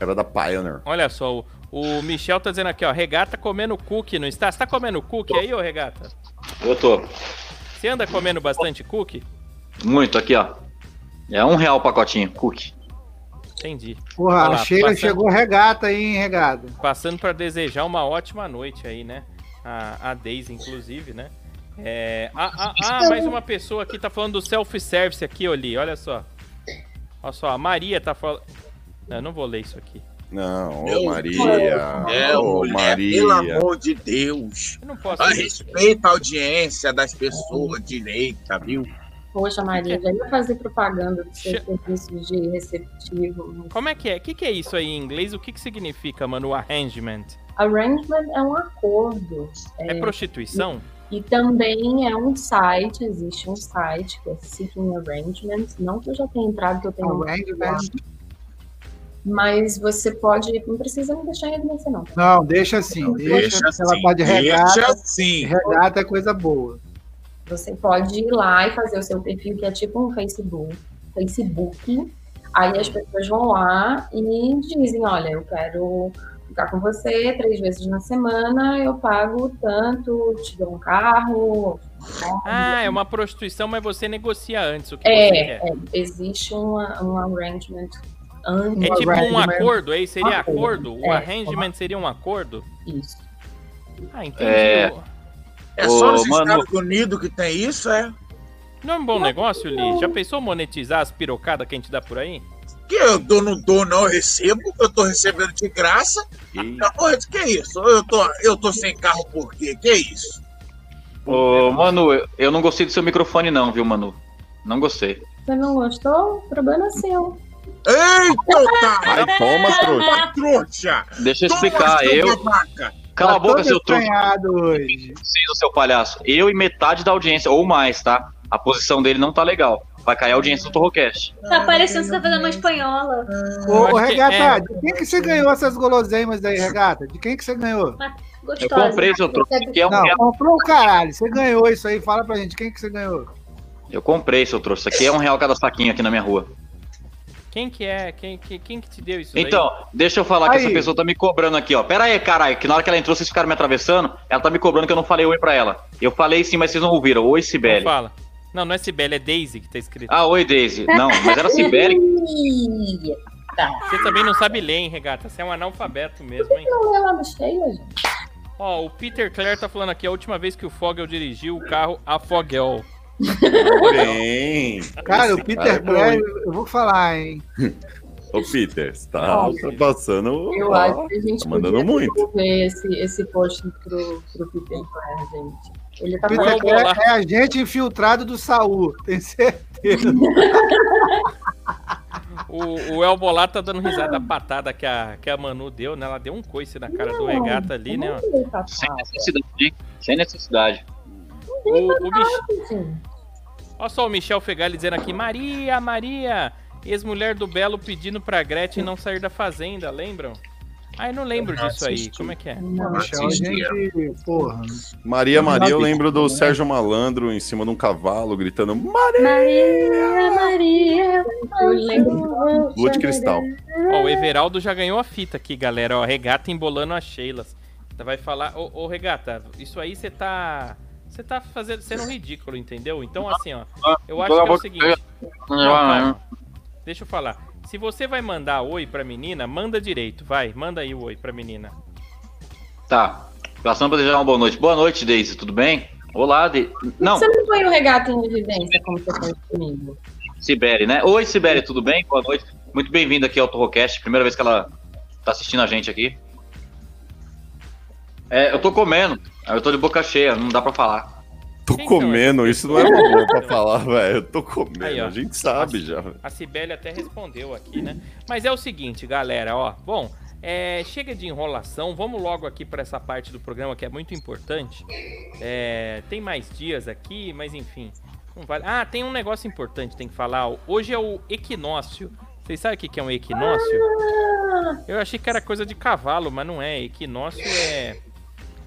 Era da Pioneer.
Olha só, o, o Michel tá dizendo aqui, ó, regata comendo cookie, não está? Você tá comendo cookie aí, ô regata?
Eu tô.
Você anda comendo bastante cookie?
Muito aqui, ó. É um real o pacotinho. Cookie.
Entendi.
porra,
Olha lá,
chega,
passa-
chegou regata aí, hein, regada.
Passando pra desejar uma ótima noite aí, né? A, a Daisy, inclusive, né? É, ah, ah, ah, mais uma pessoa aqui tá falando do self-service aqui, Oli, olha só. Olha só, a Maria tá falando... Não, eu não vou ler isso aqui.
Não,
Meu é,
ô Maria. Ô
pelo
Maria.
amor de Deus.
Eu não posso
Ah,
ler isso.
Respeita a audiência das pessoas direita, viu?
Poxa, Maria, já ia fazer propaganda do seu
Che-
serviço de receptivo.
Como é que é? O que, que é isso aí em inglês? O que, que significa, mano, o arrangement?
Arrangement é um acordo.
É prostituição?
E também é um site, existe um site que é Seeking Arrangements. Não que eu já tenha entrado, que eu tenho.
é
Mas você pode. Não precisa me deixar em evidência, não.
Não, deixa assim. Deixa, que ela tá de
deixa
regata.
assim.
Regata é coisa boa.
Você pode ir lá e fazer o seu perfil, que é tipo um Facebook. Facebook. Aí as pessoas vão lá e dizem, olha, eu quero ficar com você três vezes na semana, eu pago tanto, te dou um carro.
Ah, é uma prostituição, mas você negocia antes o que
É,
você quer.
Existe uma- um arrangement. um
É tipo um
arrangement,
acordo, aí seria
Acordo.
acordo? O
É.
arrangement seria um acordo?
Isso.
Ah, entendi.
É.
É só
Ô,
nos
mano.
Estados Unidos que tem isso, é?
Não é um bom negócio, Li? Já pensou monetizar as pirocadas que a gente dá por aí?
Que eu dou, não dou, não eu recebo. Eu tô recebendo de graça.
E-
Tá, porra, que isso? Eu tô, eu tô sem carro por quê? Que isso?
Ô, Manu, eu- eu não gostei do seu microfone, não, viu, Manu? Não gostei.
Você não gostou? Problema seu.
Eita, otário!
Vai, toma, trouxa.
Toma, trouxa!
Deixa eu
Toma,
explicar.
seu
Eu.
babaca!
Cala a
Tá
boca,
todo
seu truque.
estranhado hoje.
Vocês, o seu palhaço. Eu e metade da audiência, ou mais, tá? A posição dele não tá legal. Vai cair a audiência do Torrocast.
Tá parecendo que você tá fazendo uma espanhola.
Ô,
acho
ô,
que
Regata,
é.
de quem que você ganhou essas guloseimas aí, Regata? De quem que você ganhou?
Eu
Gostosa.
comprei seu truque, que é um
Não,
real.
comprou o caralho. Você ganhou isso aí. Fala pra gente, quem que você ganhou?
Eu comprei seu trouxa. Isso aqui é um real cada saquinho aqui na minha rua.
Quem que é? Quem que, quem que te deu isso daí?
Então, deixa eu falar que
Aí.
essa pessoa tá me cobrando aqui, ó. Pera aí, caralho, que na hora que ela entrou, vocês ficaram me atravessando, ela tá me cobrando que eu não falei oi pra ela. Eu falei sim, mas vocês não ouviram. Oi,
não
Sibeli.
fala. Não, não é Sibeli, é Daisy que tá escrito.
Ah, oi, Daisy. Não, mas era
*laughs*
Sibeli.
Ih,
Você também não sabe ler, hein, regata? Você é um analfabeto mesmo, hein?
Não é lá no cheio, gente.
Ó, o Peter Clare tá falando aqui, a última vez que o Fogel dirigiu o carro, a Fogel.
Bem.
Cara,
Esse
o Peter
cara é bom,
Clare,
hein?
eu vou falar, hein?
Ô, Peter, você tá
Ó,
ultrapassando.
Eu
ó,
acho que a gente
tá mandando muito.
devolver esse, esse post pro, pro Peter Pan, gente. Ele tá
Não,
Peter
falando
vou lá.
Clare é *laughs* agente infiltrado do Saul. Tem certeza.
O O, o El Bolar tá dando risada da patada que a, que a Manu deu, né? Ela deu um coice na cara do regata ali, né?
Não dei patada,
Sem necessidade, hein? Sem necessidade.
O, o bicho.
gente.
Olha só o Michel Fegali dizendo aqui: Maria, Maria, ex-mulher do Belo pedindo pra Gretchen não sair da fazenda, lembram? Ah, eu não lembro
Eu não
disso aí.
assisti.
Como é que é?
Não,
Michel, a gente. um Porra.
Maria Maria, eu lembro do Sérgio Malandro em cima de um cavalo gritando Maria!
Maria, Maria.
eu lembro.
Lua de cristal.
Ó, o Everaldo já ganhou a fita aqui, galera. Ó, regata embolando as Sheilas. Tá, Vai falar, ô, ô, regata, isso aí você tá. Você tá fazendo, sendo ridículo, entendeu? Então, assim, ó, eu acho que é o seguinte.
né?
Não, calma. Deixa eu falar. Se você vai mandar oi pra menina, manda direito, vai. Manda aí o oi pra menina.
Tá. Passando pra desejar uma boa noite. Boa noite, Deise, tudo bem? Olá, De... Não,
Você não põe o regato em evidência como você põe comigo.
Sibeli, né? Oi, Sibeli, tudo bem? Boa noite. Muito bem-vindo aqui ao Torrocast. Primeira vez que ela tá assistindo a gente aqui. É, eu tô comendo. Eu tô de boca cheia, não dá pra falar.
Tô
Quem são
comendo,
essas
isso não é uma boa pra
pessoas?
falar, velho. Eu tô comendo,
Aí, ó.
a gente sabe já. velho.
A Cibele até respondeu aqui, né? Mas é o seguinte, galera, ó. Bom, é, chega de enrolação, vamos logo aqui para essa parte do programa que é muito importante. É, tem mais dias aqui, mas enfim. Não vale. Ah, tem um negócio importante, tem que falar. Hoje é o equinócio. Vocês sabem o que que é um equinócio? Eu achei que era coisa de cavalo, mas não é. Equinócio é,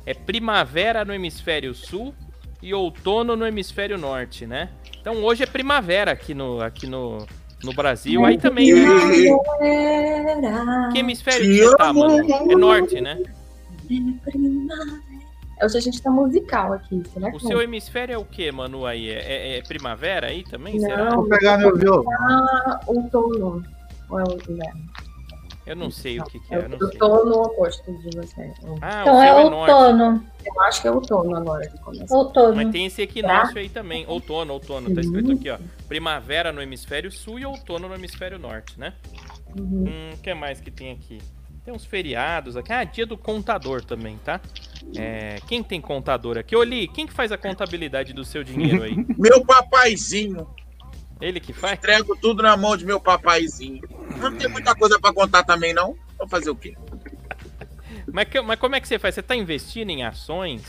é primavera no hemisfério sul e outono no hemisfério norte, né? Então hoje é primavera aqui no, aqui no, no Brasil. Aí também.
Uhum.
né?
Primavera,
Que hemisfério que você tá, mano? É norte, né?
primavera. Hoje a gente tá musical aqui, será que
O seu hemisfério é o que, Manu? Aí é, é- é primavera aí também? Será?
Não.
Vou pegar meu violão.
tá outono? Ou é o inverno?
Eu não sei o que, que é.
É
eu
o
Não sei.
outono oposto de você.
Ah,
Então
o
é
seu é norte.
outono.
Eu acho que é outono agora que começa.
Mas
Outono.
tem esse equinócio aí também. Outono, outono. Tá escrito aqui, ó. Primavera no hemisfério sul e outono no hemisfério norte, né?
Uhum.
Hum, o que mais que tem aqui? Tem uns feriados aqui. Ah, dia do contador também, tá? É, quem tem contador aqui? Oli, quem que faz a contabilidade do seu dinheiro aí?
*laughs* Meu papaizinho.
Ele que faz?
Entrego tudo na mão de meu papaizinho. Não tem muita coisa pra contar também, não? Vou fazer o quê?
Mas, que- mas como é que você faz? Você tá investindo em ações?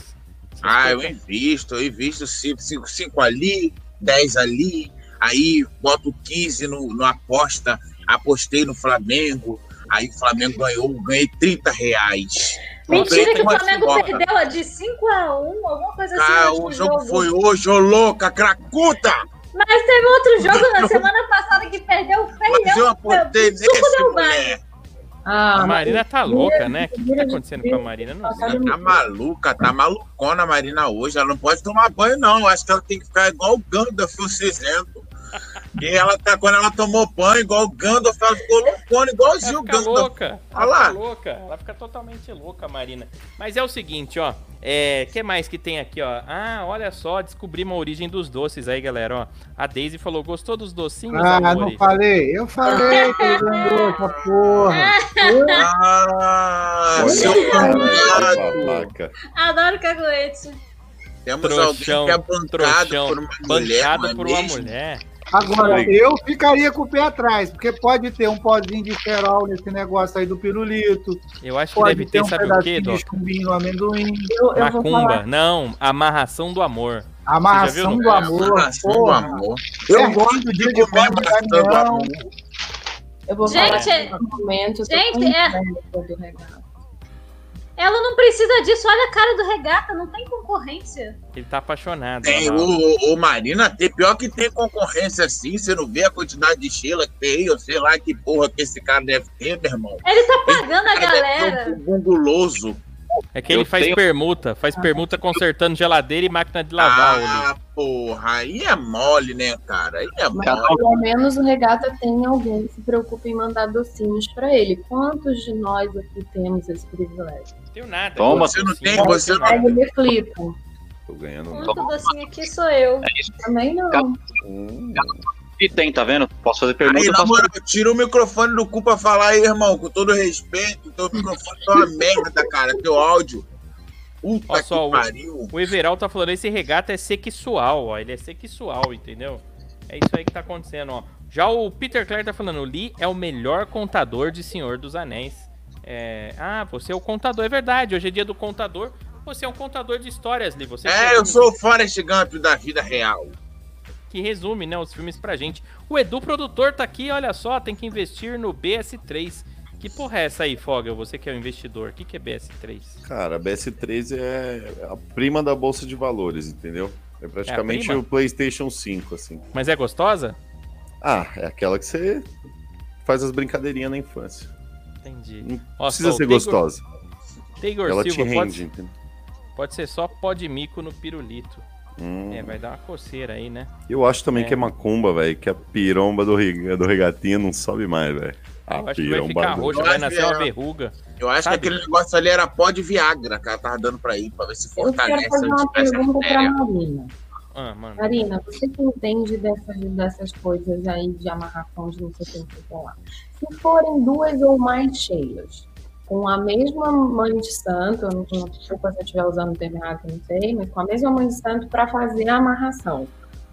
Essas
Ah, eu
coisas?
invisto, eu invisto 5 ali, 10 ali, aí boto 15 no, no aposta, apostei no Flamengo, aí o Flamengo ganhou, ganhei 30 reais.
Mentira
Ganhei
que o
uma
Flamengo
chibota.
perdeu ó, de 5 a 1 alguma coisa assim.
Ah,
no último
o jogo foi hoje, ô louca, cracuta!
Mas teve outro jogo na semana passada que perdeu
Mas
feio.
eu apontei
Suco
nesse,
Del Valle.
mulher.
Ah,
A Marina tá louca, né? O que, que tá
Primeira de
acontecendo com a Marina? Não sei.
Ela tá maluca, tá malucona a Marina hoje. Ela não pode tomar banho, não. Eu Acho que ela tem que ficar igual o Gandalf, o cinzento. E ela tá, quando ela tomou banho, igual o Gandalf, ela ficou loucona, igualzinho
Ela
o
fica
Gandalf.
louca. Ela
Olha
fica
lá.
louca. Ela fica totalmente louca, a Marina. Mas é o seguinte, ó. É, que mais que tem aqui, ó? Ah, olha só, descobrimos a origem dos doces aí, galera, ó. A Daisy falou: "Gostou dos docinhos,
Ah,
amores?"
não falei. Eu falei, Fernando, essa porra.
Ah,
Olha
seu
que
bancado.
babaca.
Adoro caguete.
Temos
Trouxão,
alguém que é bancado
trouxão,
por uma mulher,
bancado
não é
por uma
mesmo?
mulher.
Agora, eu ficaria com o pé atrás, porque pode ter um pozinho de cerol nesse negócio aí do pirulito.
Eu acho que
Pode
deve
ter
ter,
um
sabe o quê,
pedacinho de
Doc?
chumbinho no amendoim.
eu, eu vou falar.
Macumba. Não, amarração do amor.
Amarração
Você
do
já
amor.
É, Amarração do
porra.
tá amor. É, Eu
Certinho
gosto de
de
comer
comer
amarração do
caminhão.
amor.
Eu vou falar
Gente,
em algum momento. eu tô
gente,
com
é-
inveja do regato.
Ela não precisa disso. Olha a cara do regata, não tem concorrência.
Ele tá apaixonado.
Tem um
olha
o,
lá, ó.
o- o Marina, tem pior que tem concorrência assim, você não vê a quantidade de Sheila que tem, ou sei lá que porra que esse cara deve ter, meu irmão.
Ele tá pagando a
Ele deve ter
galera.
um bumbum guloso.
É que ele
Eu
faz
tenho-
permuta, faz permuta consertando geladeira e máquina de lavar. Oli.
Ah, porra, aí é mole, né, cara? Aí é
Mas
mole.
pelo menos o regata tem alguém que se preocupa em mandar docinhos pra ele. Quantos de nós aqui temos esse privilégio?
Não tenho nada.
Toma,
Você não
Sim,
tem, você não
Aí eu reflito.
Tô ganhando
Muito Um docinho aqui sou eu.
Também não.
E tem, tá vendo? Posso fazer pergunta?
Aí, na
posso-
moral, tira o microfone do cu pra falar aí, irmão, com todo respeito. Teu microfone tá uma merda, cara, teu áudio. Puta
Olha só, o-
que pariu.
O Everal tá falando, esse regata é sexual, ó. Ele é sexual, entendeu? É isso aí que tá acontecendo, ó. Já o Peter Clare tá falando, o Lee é o melhor contador de Senhor dos Anéis. É, Ah, você é o contador, é verdade. Hoje é dia do contador. Você é um contador de histórias, Lee. Você um
É, eu
resume-
sou o Forrest Gump da vida real.
que resume né, os filmes pra gente. O Edu Produtor tá aqui, olha só, tem que investir no BS3. Que porra é essa aí, Fogel? Você que é o investidor, o que, que é BS3?
Cara, a BS3 é a prima da bolsa de valores, entendeu? É praticamente
prima?
o PlayStation 5, assim.
Mas é gostosa?
Ah, é aquela que você faz as brincadeirinhas na infância.
Entendi.
Não
Nossa,
precisa
o
ser
Taylor-
gostosa.
Taylor
Ela te
Silva,
rende,
pode,
entendeu?
pode ser só pó de mico no pirulito.
Hum.
É, vai dar uma coceira aí, né?
Eu acho também
É.
que é macumba, velho, que a piromba do, reg- do regatinho não sobe mais, velho.
Eu
A
acho que vai
piromba
ficar
do...
roxa,
Eu
vai
acho
nascer
que é-
uma verruga.
Eu acho
Sabe?
que aquele negócio ali era pó de Viagra, cara. Tava dando pra ir pra ver se
Eu quero
fortalece
fazer
a
uma
espécie
pergunta
artéria.
pra Marina.
Ah, mano.
Marina, você que entende dessas, dessas coisas aí de amarração de não sei o que, não sei o que lá. Se forem duas ou mais cheias, com a mesma mãe de santo, eu não tenho desculpa se eu estiver usando o termo errado, eu não sei, mas com a mesma mãe de santo para fazer a amarração.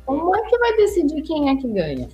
Como é que vai decidir quem é que ganha?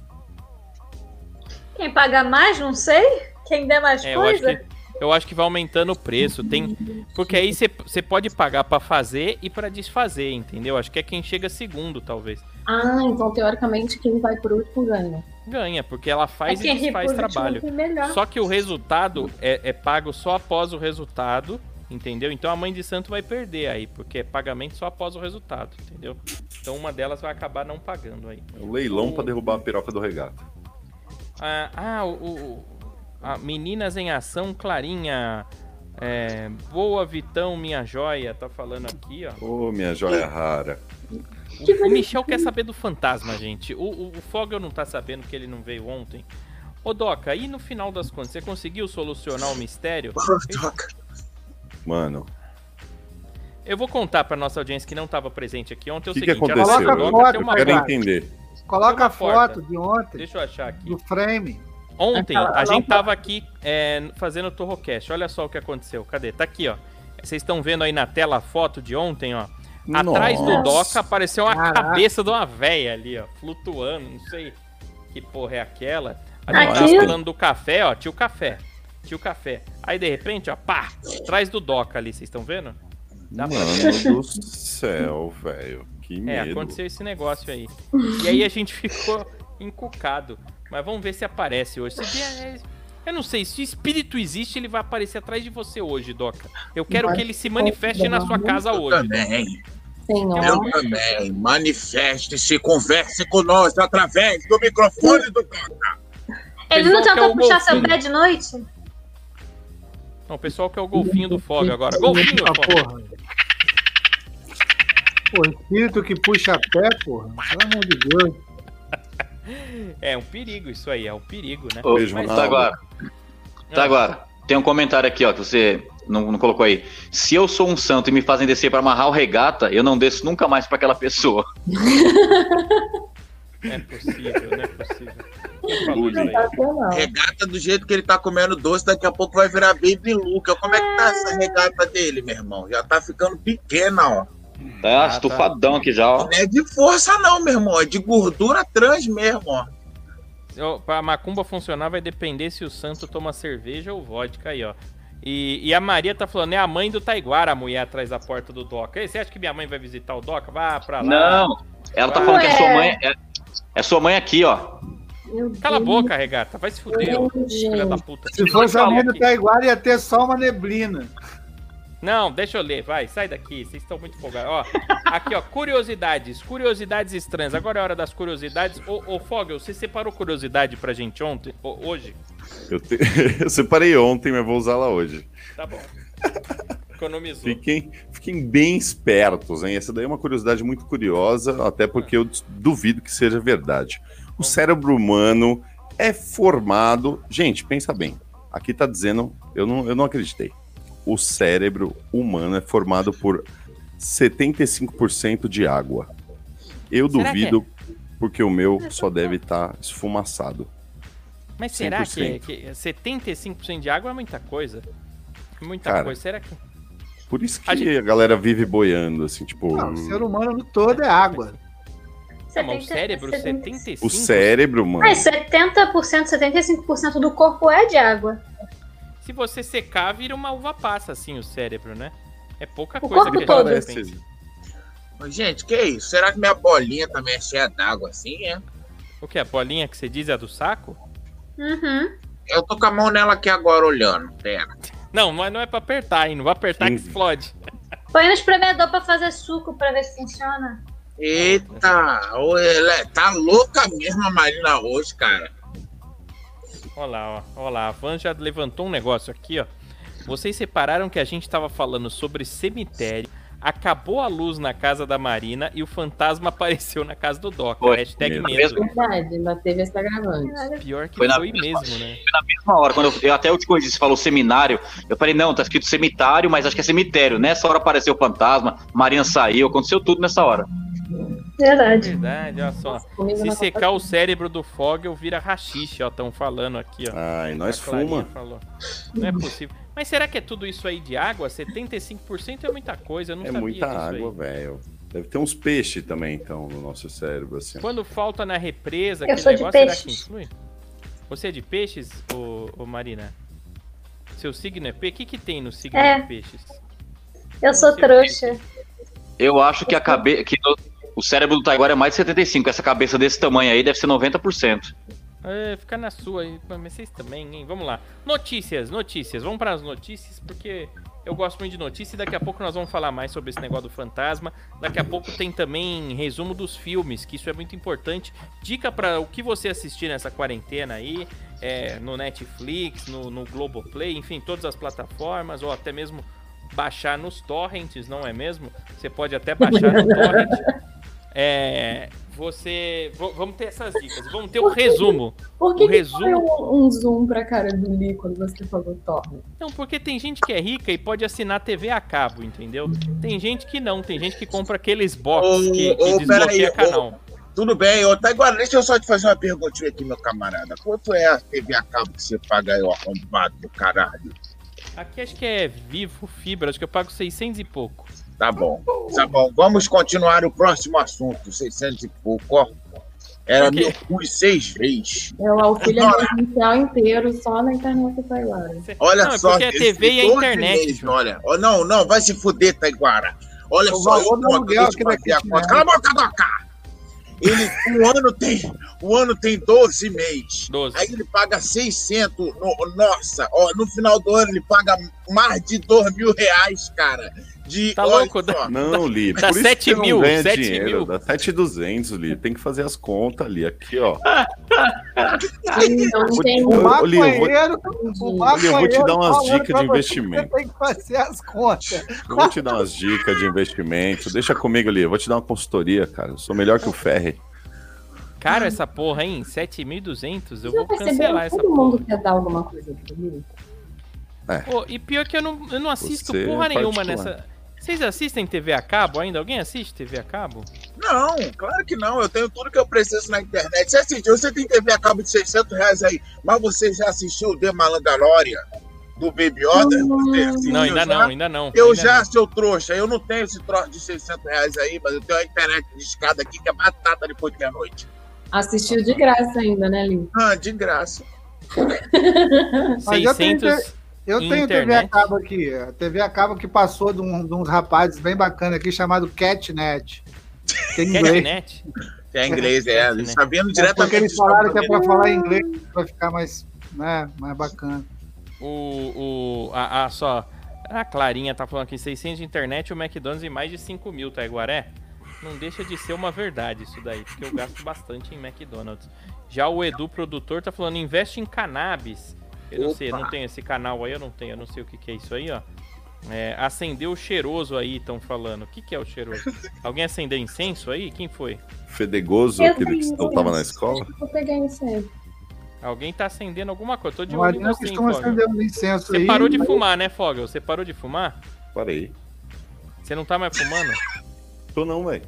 Quem paga mais, não sei. Quem der mais
É, eu acho,
coisa.
que, eu acho que vai aumentando o preço. Tem, porque aí você- você pode pagar pra fazer e pra desfazer, entendeu? Acho que é quem chega segundo, talvez.
Ah, então teoricamente quem vai por último ganha.
Ganha, porque ela faz
É quem
e desfaz
reproduz
trabalho.
muito melhor.
Só que o resultado é, é pago só após o resultado, entendeu? Então a mãe de santo vai perder aí, porque é pagamento só após o resultado, entendeu? Então uma delas vai acabar não pagando aí.
É um leilão pra derrubar a piroca do regato.
Ah, ah, o, o- o- a Meninas em Ação, Clarinha. é, boa Vitão, minha joia, tá falando aqui, ó.
Ô, minha joia rara.
O Michel quer saber do fantasma, gente. O, o, o Fogel não tá sabendo porque ele não veio ontem. Ô, Doca, e no final das contas, você conseguiu solucionar o mistério?
Crotoca.
Mano,
Eu vou contar pra nossa audiência que não tava presente aqui ontem. é O
Que que
seguinte,
aconteceu?
a nossa
Coloca
Doca tem
foto,
uma
quero
cara.
foto.
entender.
Coloca
Uma
a foto
porta.
de ontem,
Deixa eu achar aqui.
do frame.
Ontem,
Aquela-
a gente tava aqui é, fazendo o Torrocast. Olha só o que aconteceu. Cadê? Tá aqui, ó. Vocês estão vendo aí na tela a foto de ontem, ó. Atrás do Doca apareceu uma
Caraca.
cabeça de uma véia ali, ó, flutuando, não sei que porra é aquela. A gente
Aquilo?
tava falando do café, ó, tinha o café, tinha o café. Aí de repente, ó, pá, atrás do Doca ali, vocês estão vendo? Dá pra
Mano do céu, velho. Que
É,
medo.
aconteceu esse negócio aí. E aí a gente ficou encucado. Mas vamos ver se aparece hoje. Se vier, é- eu não sei, se o espírito existe, ele vai aparecer atrás de você hoje, Doca. Eu quero
Vai
que ele se manifeste na sua casa
Eu
hoje.
também, eu
Senhor,
também. Manifeste-se, converse conosco através do microfone do
Ele não
Eles vão
tentou
ter um o
puxar seu
golfinho.
pé de noite?
Não, o pessoal quer o golfinho do Fog agora. Golfinho,
Ah,
Fog.
porra. Pô, espírito que puxa pé, porra. Pelo amor de Deus.
É um perigo isso aí, é um perigo, né?
Ô,
Beijo, Ronaldo.
tá agora. Tá agora. Tem um comentário aqui, ó, que você não, não colocou aí. Se eu sou um santo e me fazem descer pra amarrar o regata, eu não desço nunca mais pra aquela pessoa.
É possível, não é possível. Quem falou isso
tá
aí?
sensacional.
regata do jeito que ele tá comendo doce, daqui a pouco vai virar Baby Luca. Como é que tá essa regata dele, meu irmão? Já tá ficando pequena, ó.
Tá
Ah, tá.
estufadão aqui já, ó.
Não é de força, não, meu irmão. É de gordura trans mesmo, ó.
Ó, Pra macumba funcionar vai depender se o santo toma cerveja ou vodka aí, ó. E, e a Maria tá falando, é a mãe do Taiguara, a mulher atrás da porta do Doca. Ei, Você acha que minha mãe vai visitar o Doca? Vá pra lá.
Não, ela tá falando que é sua mãe. É, é sua mãe aqui, ó.
Meu
Cala a
Deus.
boca, regata. Vai se fuder, ô, filha da puta.
Se fosse a
Falou
mãe do
aqui.
Taiguara, ia ter só uma neblina.
Não, deixa eu ler, vai, sai daqui, vocês estão muito empolgados. Ó, aqui, ó, curiosidades, curiosidades estranhas. Agora é a hora das curiosidades. Ô, ô Fogel, você separou curiosidade pra gente ontem? Ô, hoje?
Eu, te- *laughs* eu separei ontem, mas vou usá-la hoje.
Tá bom. Economizou.
Fiquem, fiquem bem espertos, hein? Essa daí é uma curiosidade muito curiosa, até porque eu des- duvido que seja verdade. O cérebro humano é formado. Gente, pensa bem. Aqui tá dizendo, eu não, eu não acreditei. O cérebro humano é formado por 75% de água. Eu
Será que é?
duvido, porque o meu só deve estar esfumaçado.
Mas será
100%.
que, que 75% de água é muita coisa? É Muita
Cara.
coisa. Será que.
Por isso que
A
a,
gente-
galera vive boiando, assim, tipo.
Não, o ser humano todo é água.
Não, mas o cérebro, 75%.
O cérebro, mano.
Mas 70%, 75% do corpo é de água.
Se você secar, vira uma uva passa, assim, o cérebro, né? É pouca
O
coisa
corpo
que a
todo.
gente
Parece.
tem.
Ô, Gente, que isso? Será que minha bolinha também é cheia d'água assim, é?
O que? A bolinha que você diz é a do saco?
Uhum.
Eu tô com a mão nela aqui agora olhando, pera.
Não, mas não é pra apertar, hein? Não vai apertar que
Sim.
explode.
Põe no espremedor pra fazer suco pra ver se funciona.
Eita, ô, ela é- tá louca mesmo a Marina hoje, cara.
Olha lá, ó. Olha lá, a Van já levantou um negócio aqui, ó. Vocês separaram que a gente tava falando sobre cemitério, acabou a luz na casa da Marina e o fantasma *laughs* apareceu na casa do Doc.
Foi.
Hashtag
Mesmo.
mesmo.
Verdade, ainda teve esse agravante.
Pior que
Foi na-
foi mesmo, né?
Uma hora, quando eu, eu até eu te corrigi, você falou seminário. Eu falei, não, tá escrito cemitério, mas acho que é cemitério. Nessa hora apareceu o fantasma, Marina saiu, aconteceu tudo nessa hora.
Verdade.
Verdade, olha só.
Comigo
É. Se
não
secar o cérebro do Fogel, vira rachixe, ó. Estão falando aqui, ó.
Ai, nós
A Clarinha
fuma.
falou. Não é possível. Mas será que é tudo isso aí de água? 75% é muita coisa, eu não
É
sabia
muita
disso aí.
água, velho. Deve ter uns peixes também, então, no nosso cérebro, assim.
Quando falta na represa,
Eu
aquele
sou de
negócio, será que
peixes.
influi? Você é de peixes, ô, ô Marina? Seu signo é peixe? O que, que tem no signo
É.
de peixes?
Eu sou trouxa.
Eu acho que a cabeça. Que no- o cérebro do Taiguara é mais de 75. Essa cabeça desse tamanho aí deve ser 90%.
É, fica na sua aí, mas vocês também, hein? Vamos lá. Notícias, notícias. Vamos para as notícias, porque eu gosto muito de notícias e daqui a pouco nós vamos falar mais sobre esse negócio do fantasma. Daqui a pouco tem também resumo dos filmes, que isso é muito importante. Dica para o que você assistir nessa quarentena aí, é, no Netflix, no, no Globoplay, enfim, todas as plataformas, ou até mesmo baixar nos torrents, não é mesmo? Você pode até baixar no torrent. É, você. v- vamos ter essas dicas. Vamos ter o resumo.
Por que,
O
que
resumo-
foi um, um zoom pra cara do Lee quando você falou Thor?
Não, porque tem gente que é rica e pode assinar TV a cabo, entendeu? Tem gente que não, tem gente que compra aqueles box
Ô,
que, que
ô,
desbloqueia
peraí, ô.
canal.
Tudo bem, ô Taiguara, deixa eu só te fazer uma perguntinha aqui, meu camarada. Quanto é a TV a cabo que você paga aí, ó, arrombado do caralho?
Aqui acho que é Vivo Fibra, acho que eu pago 600 e pouco.
Tá bom, tá bom. Vamos continuar o próximo assunto, 600 e pouco, ó. Era
Ok.
meu cu seis vezes.
Eu auxílio emergencial inteiro só na internet da agora.
Olha
Não, é
só.
porque é
esse
TV e é
12
internet,
Mesmo,
Ju.
olha. Oh, não, não, vai se fuder, Taiguara. Olha
O
só, eu
valor do
conto,
aluguel
deixa eu
aqui né?
fazer
da
a conta.
kitnet.
Cala a boca, Doca! Ele, o, ano tem, o ano tem 12 meses.
12.
Aí ele paga 600. No, nossa, ó, no final do ano ele paga mais de 2 mil reais, cara. De,
Tá
olha
louco,
só.
dá-
Não, Li,
dá
por isso
sete
que você não
mil,
ganha
sete
dinheiro.
mil.
Dá 7,200, Li. Tem que fazer as contas ali. Aqui, ó.
Então, não tem
O
Ô, Lio, eu vou-
maconheiro, o
um
maconheiro
Olha, eu vou te dar umas
falando
dicas
pra
de
você
investimento.
que Você tem que fazer as contas.
Eu vou te dar umas dicas de investimento. Deixa comigo, Li. Eu vou te dar uma consultoria, cara. Eu sou melhor que o Ferre.
Cara, essa porra, hein? 7.200, eu
Já
vou
perceberam
cancelar
que
essa
todo mundo
porra.
quer dar alguma coisa pra mim?
Ô, e pior que eu não, eu não assisto
Você é
porra nenhuma
particular.
nessa... Vocês assistem TV a cabo ainda? Alguém assiste TV a cabo?
Não, claro que não. Eu tenho tudo que eu preciso na internet. Você assistiu, você tem TV a cabo de 600 reais aí, mas você já assistiu o The Malangalória do Baby Yoda? Você assistiu
Não, ainda
já?
não, ainda não.
Eu
ainda
já,
não.
seu trouxa, eu não tenho esse troço de 600 reais aí, mas eu tenho a internet de escada aqui que é batata depois de meia-noite.
Assistiu de graça ainda, né, Lee?
Ah, de graça.
Mas eu tenho
600...
Eu
E
tenho TV
internet?
a cabo aqui. A TV a cabo que passou de, um, de uns rapazes bem bacana aqui chamado Catnet. Tem inglês.
Catnet?
É inglês, é.
Sim, né?
Está vendo
É porque
diretamente.
eles
dos
falaram que é
Estados Unidos.
pra falar inglês, pra ficar mais, né, mais bacana.
O. o a, a só. A Clarinha tá falando aqui: 600 de internet, o McDonald's em mais de 5 mil, Taiguaré. Não deixa de ser uma verdade isso daí, porque eu gasto bastante em McDonald's. Já o Edu, produtor, tá falando: investe em cannabis. Eu não sei, eu não
Opa.
tenho esse canal aí, eu não tenho, eu não sei o que, que é isso aí, ó. É, acendeu o cheiroso aí, estão falando. O que, que é o cheiroso? Alguém acendeu incenso aí? Quem foi?
Fedegoso,
Eu
aquele que
tenho
eu tava na
Acho
escola.
que eu Vou pegar incenso.
Alguém tá acendendo alguma coisa. Tô de
O
olho em
Marina
você, hein,
costuma
Fogel.
acender um incenso
assim, Você
aí.
parou de
mas-
fumar, né, Fogel? Você parou de fumar?
Parei.
Você não tá mais fumando?
Tô não, velho.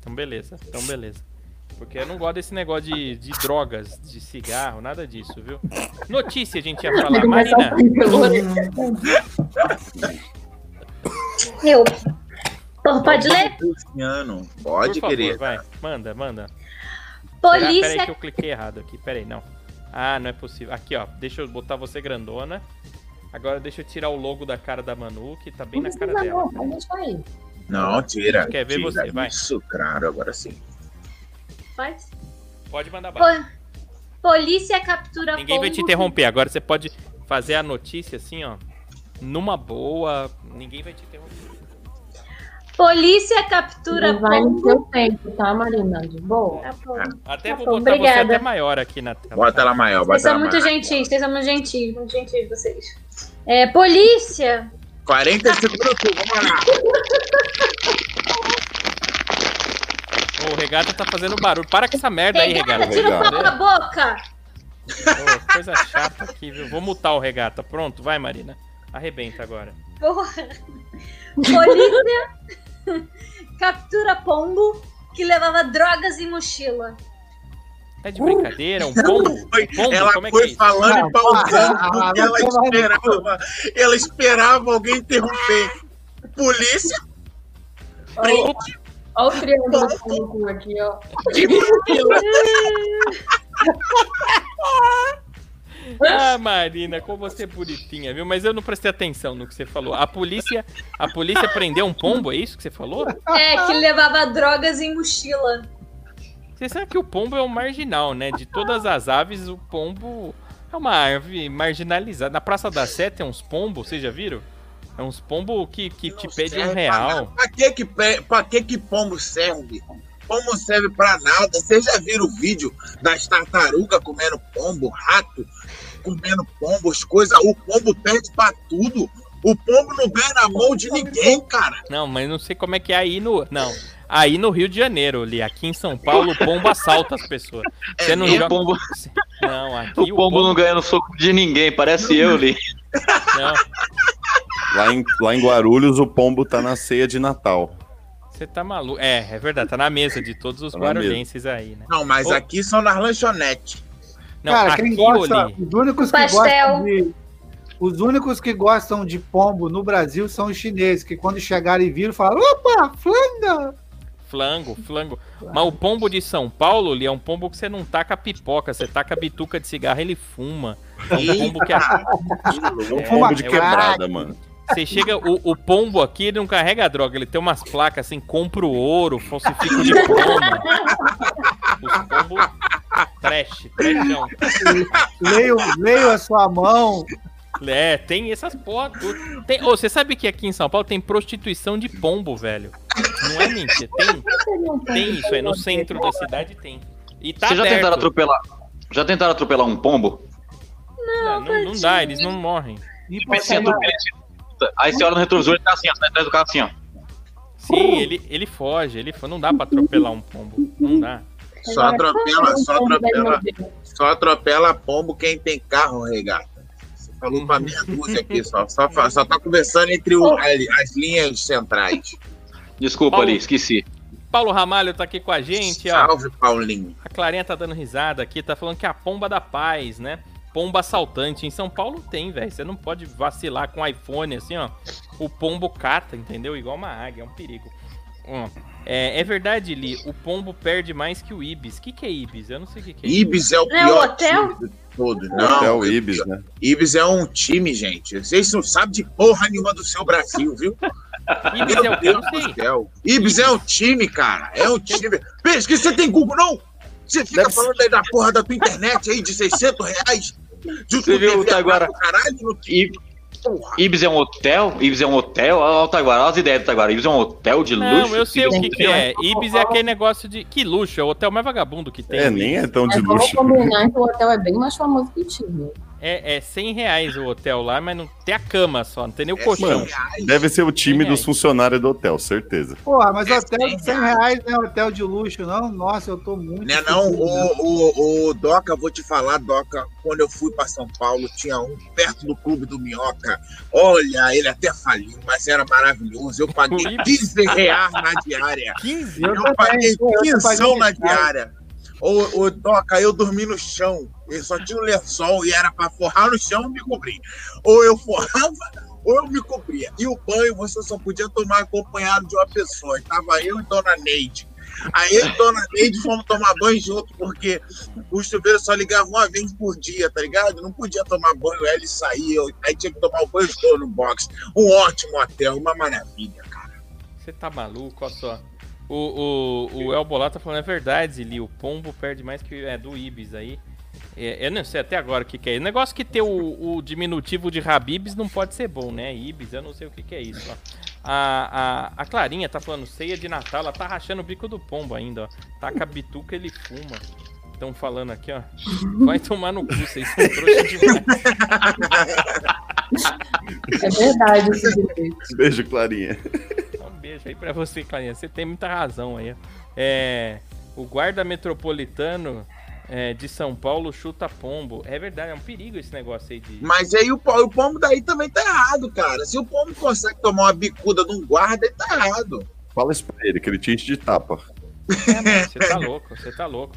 Então beleza, então beleza. Porque eu não gosto desse negócio de, de drogas, de cigarro, nada disso, viu? Notícia a gente ia falar.
Vai um começar
Marina,
o filme pelo-
Eu
Tá
Então, pode ler?
Luciano, pode,
Por favor,
querer.
vai. Manda, manda. Pera- Peraí
Polícia.
que eu cliquei errado aqui, peraí, não. Ah, não é possível. Aqui, ó, deixa eu botar você grandona. Agora deixa eu tirar o logo da cara da Manu, que tá bem
não
na cara
precisa
dela.
não, pode deixar aí.
Não, tira.
Quer ver
tira.
você, vai.
Isso, claro, agora sim.
Pode.
Pode mandar
Po-
bala.
Polícia captura
Ninguém vai te
pombo-
interromper. Agora você pode fazer a notícia assim, ó. Numa boa, ninguém vai te interromper.
Polícia captura
Não vai no
pombo.
seu tempo, tá, Marina? De boa.
Tá bom.
Até
Tá
vou
bom,
botar
obrigada.
você até maior aqui na tela. tá?
Bota ela maior, bota
Vocês
é
são
ela
muito
maior.
gentis, vocês são muito gentis, muito gentis vocês. É, polícia
45 minutos, vamos lá.
Ô, O regata tá fazendo barulho. Para com essa merda aí,
Regata,
regata.
tira o pau da boca!
Ô, coisa chata aqui, viu? Vou mutar o regata. Pronto, vai, Marina. Arrebenta agora.
Porra! Polícia *laughs* captura pombo que levava drogas em mochila.
É
Uh.
de brincadeira?
*laughs*
Um *laughs* pombo? Um
Foi-
pombo?
ela
Como é que é
foi
isso?
falando
Não,
e pausando
para,
porque
ah,
ela
vai tomar no
esperava. Ela esperava alguém interromper.
*laughs*
Polícia
Olha o triângulo cômico aqui, ó.
de mochila.
Ah, Marina, como você é bonitinha, viu? Mas eu não prestei atenção no que você falou. A polícia, a polícia prendeu um pombo, é isso que você falou?
É, que levava drogas em mochila.
Você sabe que o pombo é um marginal, né? De todas as aves, o pombo é uma árvore marginalizada. Na Praça da Sé tem uns pombos, vocês já viram? É uns pombo que, que te
Não
pede um
serve
real.
Pra, que, que, pe- pra que que pombo serve? Pombo serve pra nada. Vocês já viram o vídeo das tartarugas comendo pombo, rato comendo pombo, as coisas. O pombo perde pra tudo. O pombo não ganha na mão de ninguém, cara.
Não, mas não sei como é que é aí no... Não, aí no Rio de Janeiro, ali. Aqui em São Paulo, o pombo assalta as pessoas. Você não
É O
joga...
pombo,
Não, aqui
o pombo não ganha no soco de ninguém, parece eu, Li.
Não,
Lá em, lá em Guarulhos, o pombo tá na ceia de Natal.
você tá maluco. É, é verdade, tá na mesa de todos os
Tá na mesa.
guarulhenses aí, né?
Não, mas
Ô.
aqui são nas lanchonetes.
Não,
Cara,
aqui,
quem gosta,
Oli,
os únicos que
Pastel.
gostam de, os únicos que gostam de pombo no Brasil são os chineses, que quando chegaram e viram, falaram: "Opa, flanga!"
flango, flango. Mas o pombo de São Paulo, Li, é um pombo que você não taca pipoca, você taca bituca de cigarro, ele fuma. É um pombo que a- *laughs*
É,
É,
pombo de
é o-
quebrada, mano.
você chega, o, o pombo aqui, ele não carrega droga, ele tem umas placas assim, compra o ouro, falsifica o diploma. Os pombos trash, trashão.
Leio, leio a sua mão.
É, tem essas porra tudo. Tem, ô, você sabe que aqui em São Paulo tem prostituição de pombo, velho. Não é mentira, tem, tem isso aí, no centro da cidade tem. E tá
Vocês já tentaram
aberto.
atropelar? Já tentaram atropelar um pombo?
Não, É, não, não dá, eles não morrem.
E
Mas se atropela, ele se- Aí você olha no retrovisor, ele tá assim, ó, tá atrás do carro assim, ó.
Sim, ele, ele foge, ele fo- não dá pra atropelar um pombo, não dá.
Só atropela, só
é Pombo da
atropela,
Ilha
só atropela pombo quem tem carro, regata. Você falou pra meia dúzia aqui, só, só, fa- só tá conversando entre o- ali, as linhas centrais.
Desculpa,
Paulo.
ali, esqueci.
Paulo Ramalho tá aqui com a gente, ó.
Salve, Paulinho.
A Clarinha tá dando risada aqui, tá falando que é a pomba da paz, né? Pomba assaltante. Em São Paulo tem, velho. Você não pode vacilar com iPhone assim, ó. O pombo cata, entendeu? Igual uma águia, é um perigo. Ó, é, é verdade, Li, o pombo perde mais que o Ibis. O que, que é Ibis? Eu não sei o que, que é.
Ibis é o
Não é o
pior
hotel?
time de todos. Não,
Até o Ibis, né?
Ibis é um time, gente. Vocês não sabem de porra nenhuma do seu Brasil, viu?
Ibis é o que? Eu não sei.
do céu. Ibis é um time, cara. É um time. Pensa que você tem Google, não? Você fica
Deve ser.
falando aí da porra da tua internet aí de 600 reais? De um
Você viu
TV
o Taguara?
a cabo, Caralho, no que
I-
porra.
Ibis é um hotel? Ibis é um hotel? Olha o Taguara, olha as ideias do Taguara. Ibis é um hotel de luxo?
Não, eu sei o que, que é. Ibis é
São Paulo.
aquele negócio de. Que luxo, é o hotel mais vagabundo que tem.
É, nem é tão de
É, vamos
luxo.
combinar que o hotel é bem mais famoso que o time.
É, é 100 reais o hotel lá, mas não tem a cama só, não tem nem o
É
colchão.
100 reais.
Deve ser o time
Quem é?
dos funcionários do hotel, certeza.
Porra, mas hotel de 100 reais não é hotel de luxo, não? Nossa, eu tô muito.
Né, não,
fodido, né?
o, o, o Doca, vou te falar, Doca, quando eu fui pra São Paulo, tinha um perto do clube do Minhoca. Olha, ele até faliu, mas era maravilhoso. Eu paguei
Horrível.
15 reais na diária.
15?
Eu
Eu
também,
paguei
pô, eu tô
15
pagando
na
caro.
diária. Ô, ô, Doca, eu dormi no chão. Eu só tinha um lençol e era pra forrar no chão e me cobrir. Ou eu forrava, ou eu me cobria. E o banho você só podia tomar acompanhado de uma pessoa. Estava eu e Dona Neide. Aí eu e Dona Neide fomos tomar banho junto, porque os chuveiros só ligavam uma vez por dia, tá ligado? Não podia tomar banho, aí ele saía, aí tinha que tomar o banho todo no box. Um ótimo hotel, uma maravilha, cara.
Você tá maluco, olha só. O, o, o El Bolá tá falando, é verdade, Zili, o pombo perde mais que é do Ibis aí. É, eu não sei até agora o que, que é. O negócio que ter o, o diminutivo de Habibs não pode ser bom, né? Ibis, eu não sei o que, que é isso. Ó. A, a, a Clarinha tá falando ceia de Natal, ela tá rachando o bico do pombo ainda, ó. Taca a bituca, ele fuma. Estão falando aqui, ó. Vai tomar no cu, vocês são trouxa demais.
É verdade esse direito.
Beijo, Clarinha.
Um beijo aí pra você, Clarinha. Você tem muita razão aí. ó. É, o guarda metropolitano é, de São Paulo chuta pombo. É verdade, é um perigo esse negócio
*laughs*
aí de.
Mas aí o, po- o pombo daí também tá errado, cara. Se o pombo consegue tomar uma bicuda de um guarda, ele tá errado.
Fala isso pra ele, que ele te enche de tapa.
É, Você tá louco, você tá louco.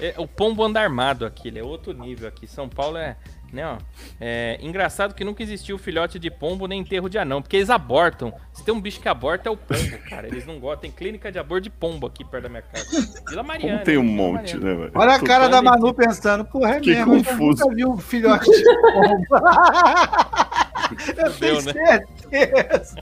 É, o pombo anda armado aqui, ele é outro nível aqui. São Paulo é. Né, ó, é engraçado que nunca existiu filhote de pombo nem enterro de anão, porque eles abortam. Se tem um bicho que aborta, é o pombo, cara. Eles não gostam. Tem clínica de aborto de pombo aqui perto da minha casa. Vila Mariana.
Como tem um
Vila
monte,
Mariana.
né, velho?
Olha a cara da
Tupã,
Manu pensando, porra, é
Que
mesmo, eu
confuso.
nunca vi um filhote de pomba. *laughs* Eu
Fudeu,
tenho
né?
certeza.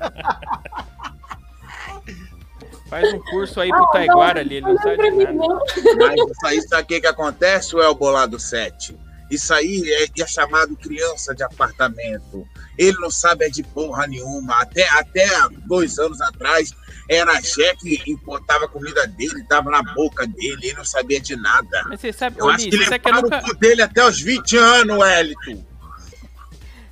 Faz um curso aí pro
Ah,
Taiguara ali, ele não sabe de nada.
Mas isso aí sabe o que que acontece, o El Bolado 7? Isso aí é, é chamado criança de apartamento. Ele não sabe é de porra nenhuma. Até, até dois anos atrás, era chefe e botava a comida dele, dava na boca dele, ele não sabia de nada.
Mas você sabe,
Eu
ô,
acho
Li,
que
você
ele
quer
para
nunca.
o cu dele até os 20 anos, Hélito.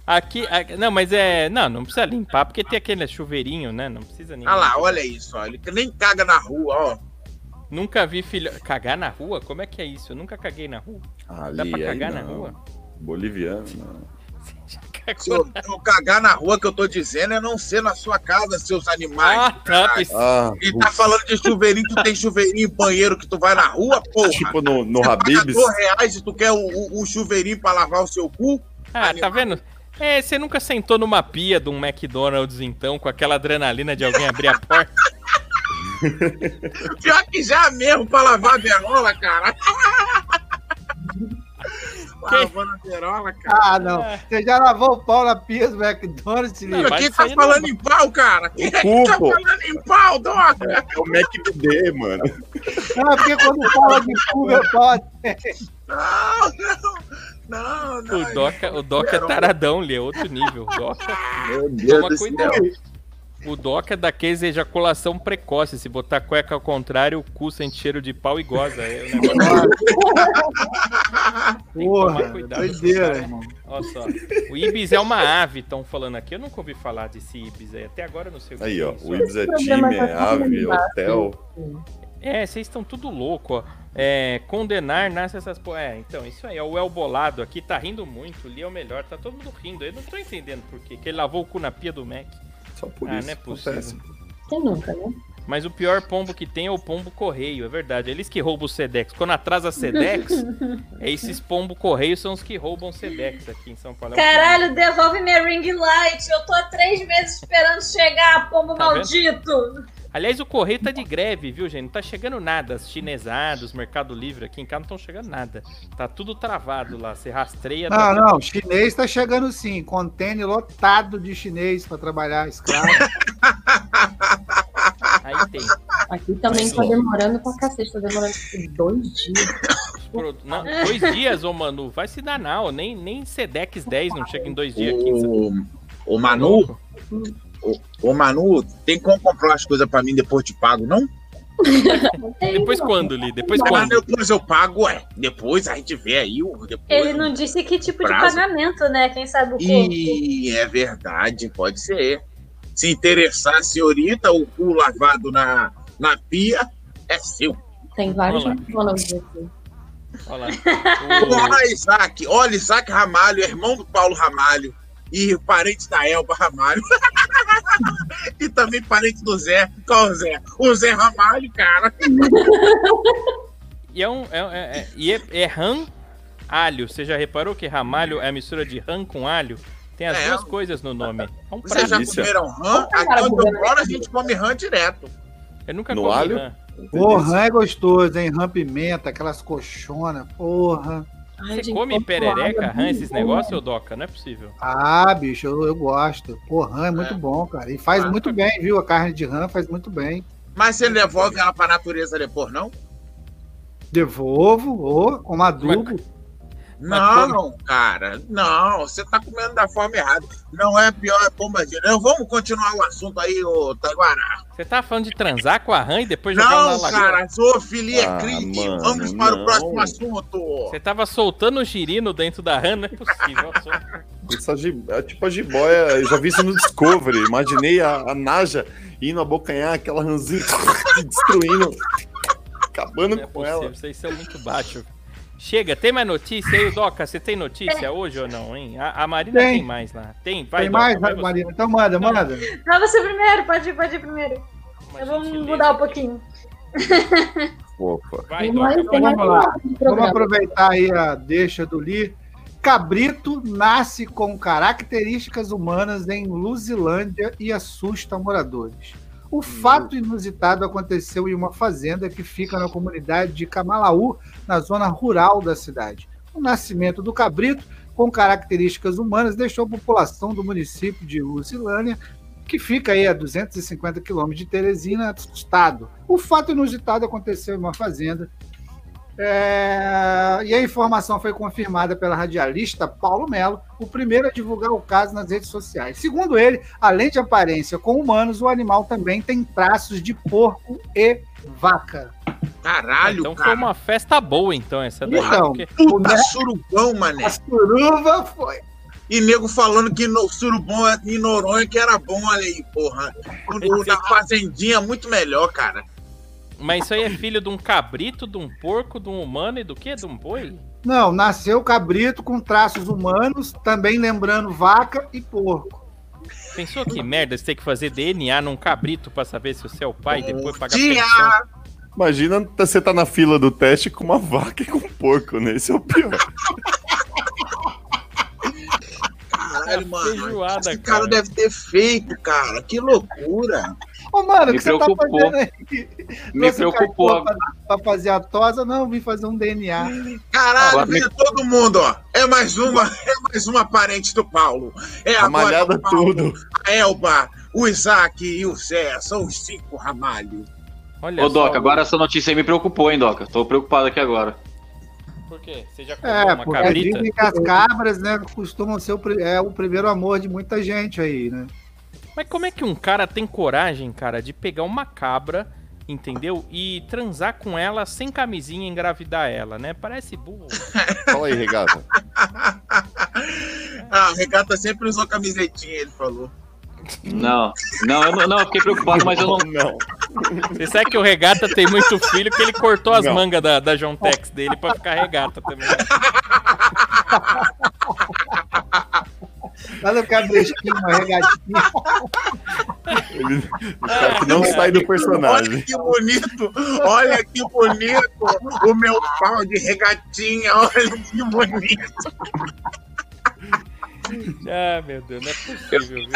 Aqui, aqui- Não, mas é. Não, não precisa limpar, porque tem aquele chuveirinho, né? Não precisa nem.
Olha Ah lá, olha isso, ó. ele nem caga na rua, ó.
Nunca vi filhote. Cagar na rua? Como é que é isso? Eu nunca caguei na rua.
Ali,
Dá pra cagar
Ah, aí
na
não.
rua?
Boliviano, não.
Você já cagou
Se eu, eu cagar na rua, que eu tô dizendo é não ser na sua casa, seus animais.
Ah, tá. pois-
Ah,
Ele tá falando de chuveirinho, tu tem chuveirinho em banheiro que tu vai na rua, porra.
tipo no, no
Você paga
Habibs.
dois reais e tu quer o, o- o chuveirinho pra lavar o seu cu?
Ah, tá vendo? É, você nunca sentou numa pia de um McDonald's, então, com aquela adrenalina de alguém abrir a
*laughs*
porta?
Pior que já é mesmo pra lavar a berola,
*laughs*
cara. Tá Lavando a berola, cara.
Ah, não. Você já lavou o pau na pia do McDonald's?
Não,
Lili?
mas
Quem
isso
tá
aí não-
falando em pau, cara? Quem é que tá
cu, pô.
falando em pau, Doca?
É o MacD, mano.
Não, é porque quando fala de cu, meu pau
Não, não, não,
O
não.
Doca, o Doca é taradão, Lê, é outro nível. O Doca,
Meu Deus
toma cuidado. O Doca é daqueles ejaculação precoce. Se botar a cueca ao contrário, o cu sente cheiro de pau e goza. É um negócio que tomar
Porra,
cuidado.
doideira, irmão.
Olha só. O Ibis é uma ave, estão falando aqui. Eu nunca ouvi falar desse Ibis aí. Até agora eu não sei o que
Aí,
é
ó.
isso,
O Ibis é
Esse
time,
programa tá
é
tudo
ave,
embaixo.
hotel.
É, vocês estão tudo louco, ó. É, condenar nasce essas po... É, então, isso aí, ó, o El Bolado aqui tá rindo muito, o Lee é o melhor, tá todo mundo rindo. Eu não tô entendendo por quê, que ele lavou o cu na pia do Mac.
Só por
Ah,
isso.
não é possível.
Acontece.
Quem nunca, né?
Mas o pior pombo que tem é o pombo correio, é verdade. Eles que roubam o Sedex. Quando atrasa Sedex, é esses pombo correio são os que roubam o Sedex aqui em São Paulo. É um
Caralho, devolve minha ring light. Eu tô há três meses esperando chegar, pombo
Tá vendo?
maldito.
Aliás, o correio tá de greve, viu, gente? Não tá chegando nada. As chinesadas, Mercado Livre aqui em casa não estão chegando nada. Tá tudo travado lá. Você rastreia.
Não,
tá-
não, o chinês tá chegando sim. Contêiner lotado de chinês pra trabalhar escravo.
Aí tem.
Aqui também tá demorando pra cacete, tá demorando tipo, dois dias.
Pro- não, dois dias, ô Manu. Vai se danar, ó. Nem, nem Sedex 10 não chega em dois dias aqui. tá em São
O, o Manu, o, o Manu, tem como comprar umas coisas pra mim depois te pago, não?
Depois quando, Li? Depois
Mas
quando?
depois eu pago, ué. Depois a gente vê aí. o- Depois
Ele não disse que tipo de
Prazo.
pagamento, né? Quem sabe o corpo.
E é verdade, pode ser. Se interessar a senhorita, o cu lavado na, na pia é seu.
Tem vários
Vamos lá.
McDonald's aqui.
Olha lá.
É.
Olha, Isaac. Olha, Isaac Ramalho, irmão do Paulo Ramalho. E parente da Elba Ramalho. *laughs* e também parente do Zé. Qual é o Zé? O Zé Ramalho, cara.
O- e é um. É, é, é- e é, é ram alho. Você já reparou que ramalho é a mistura de ram com alho? Tem as
É.
duas coisas no nome. É um
Vocês
prato.
já
Delícia.
comeram rã?
Cara,
Aqui onde eu
né?
comida
moro, a
é
gente come rã direto.
Eu nunca
No
comi
alho?
rã.
Porra, é gostoso, hein? Rã pimenta, aquelas coxonas, porra.
Ai,
Você
gente,
come
tô
perereca,
suada,
rã, esses
bom.
negócios, ô Doca? Não é possível.
Ah, bicho, eu, eu gosto. Porra, é muito bom, cara. E faz
Ah.
muito bem, viu? A carne de rã faz muito bem.
Mas você não devolve ela pra natureza depois, não?
Devolvo, ô, como adubo.
Não, cara, não, você tá comendo da forma errada. Não é pior, é bombadinha. Não, vamos continuar o assunto aí, ô Taguara.
Você tá falando de transar com a rã e depois jogar
Não,
na lagoa?
cara, zoofilia
Ah,
é crime.
mano,
vamos para
não.
o próximo assunto.
Você tava soltando o girino dentro da rã, não é possível. eu sou-
Essa gi- é tipo a jiboia, eu já vi isso no Discovery. Imaginei a, a Naja indo abocanhar aquela ranzinha *laughs* destruindo, acabando
Não é
com
possível,
ela.
vocês são muito baixos. Chega, tem mais notícia aí, Doca? Você tem notícia hoje ou não, hein? A, a Marina tem.
Tem.
mais lá. Tem, vai,
Tem
Doca,
mais,
vai
vai,
você.
Marina? Então manda, manda.
Não, você primeiro, pode ir, pode ir primeiro.
Uma
Eu vou
gentileza
mudar um
aqui.
pouquinho.
Opa.
Vai, Doca,
Mas tem
pode
vamos
um mais
lá.
parte do
Vamos
programa.
aproveitar aí a deixa do Lee. Cabrito nasce com características humanas em Luzilândia e assusta moradores. O fato inusitado aconteceu em uma fazenda que fica na comunidade de Camalaú, na zona rural da cidade. O nascimento do cabrito com características humanas deixou a população do município de Luzilândia que fica aí a 250 quilômetros de Teresina, assustado. O fato inusitado aconteceu em uma fazenda. É, E a informação foi confirmada pela radialista Paulo Melo, o primeiro a divulgar o caso nas redes sociais. Segundo ele, além de aparência com humanos, o animal também tem traços de porco e vaca.
Caralho,
Então foi
cara.
uma festa boa, então, essa daí.
Então,
porque-
o
Puta
Melo-
surubão, mané.
a suruba foi.
E nego falando que no surubom é- em Noronha que era bom, olha aí, porra. O, o da fazendinha é muito melhor, cara.
Mas isso aí é filho de um cabrito, de um porco, de um humano e do quê? De um boi?
Não, nasceu cabrito com traços humanos, também lembrando vaca e porco.
Pensou que merda você tem que fazer DNA num cabrito pra saber se você é o pai e depois pagar
Dia!
pensão?
Imagina t- você tá na fila do teste com uma vaca e com um porco, né? Esse é o pior.
Caralho, mano.
Feijoada,
Esse cara
cara.
deve ter feito, cara. Que loucura.
Ô, mano, o
Me
que você tá
preocupou.
fazendo aí?
Me
Trouxe o
preocupou
cachorro Pra, pra fazer a tosa, não, vim fazer um DNA.
Caralho,
Agora
veio todo mundo, ó. É mais uma, *laughs* é mais uma parente do Paulo. É
A
agora
Tá malhada
o Paulo,
tudo.
A Elba, o Isaac e o Zé, são os cinco ramalho.
Olha
Ô,
só, um
Doca, agora essa notícia aí me preocupou, hein, Doca? Tô preocupado aqui agora.
Por quê? Você já comprou
É,
uma
porque
cabrita?
dizem que as cabras, né, costumam ser o, pri- é, o primeiro amor de muita gente aí, né?
Mas como é que um cara tem coragem, cara, de pegar uma cabra, entendeu? E transar com ela sem camisinha e engravidar ela, né? Parece burro.
Fala aí, regata.
*laughs* ah, o Regata sempre usou camisetinha, ele falou.
Não, não, eu não, não, eu fiquei preocupado, mas eu não.
Você sabe que o regata tem muito filho que ele cortou as
Não.
mangas da, da John Tex dele pra ficar regata também. né?
Lá no cabresquinho, uma regatinha.
Ele, o cara que não
É
sai do
Olha
personagem.
que bonito, olha que bonito o meu pau de regatinha, *laughs* olha que bonito.
Ah, meu Deus, não é possível, viu?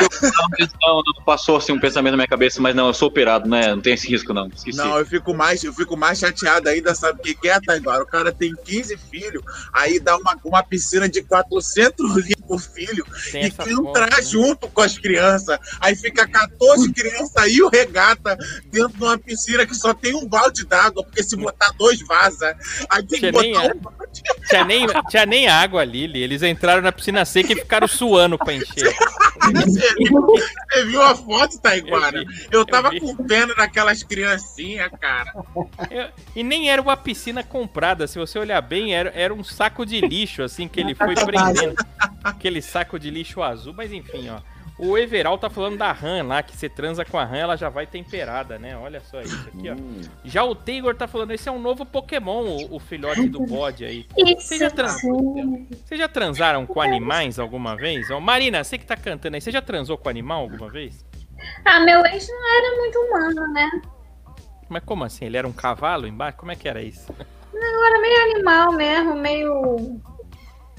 Não, não passou assim um pensamento na minha cabeça, mas não, eu sou operado, né? Não tem esse risco, não. Esqueci.
é,
Não, eu fico mais, eu fico mais chateado ainda, sabe o que, que é, Taiguara? O cara tem 15 filhos, aí dá uma, uma piscina de 400 *laughs* litros por filho
Tem
e
essa
filho
foto,
traz
né?
junto com as crianças. Aí fica 14 crianças e o regata dentro de uma piscina que só tem um balde d'água, porque se botar dois vaza. Aí tem que
Que nem
botar
é.
um balde.
Tinha nem, tinha nem água ali, Li. eles entraram na piscina seca e ficaram suando pra encher.
Você viu, você viu a foto,
Eu
Taiguara?
vi,
Eu tava
vi.
com pena daquelas criancinhas, cara.
Eu- e nem era uma piscina comprada, se você olhar bem, era, era um saco de lixo, assim, que ele foi prendendo. Aquele saco de lixo azul, mas enfim, ó. O Everal tá falando da RAM lá, que você transa com a RAM, ela já vai temperada, né? Olha só isso aqui, ó. Já o Taylor tá falando, esse é um novo Pokémon, o, o filhote do bode aí.
Isso.
Vocês já, tá tran- vocês já transaram com animais alguma vez? Ó, Marina, você que tá cantando aí, você já transou com animal alguma vez?
Ah, meu ex não era muito humano, né?
Mas como assim? Ele era um cavalo embaixo? Como é que era isso?
Eu era meio animal mesmo, meio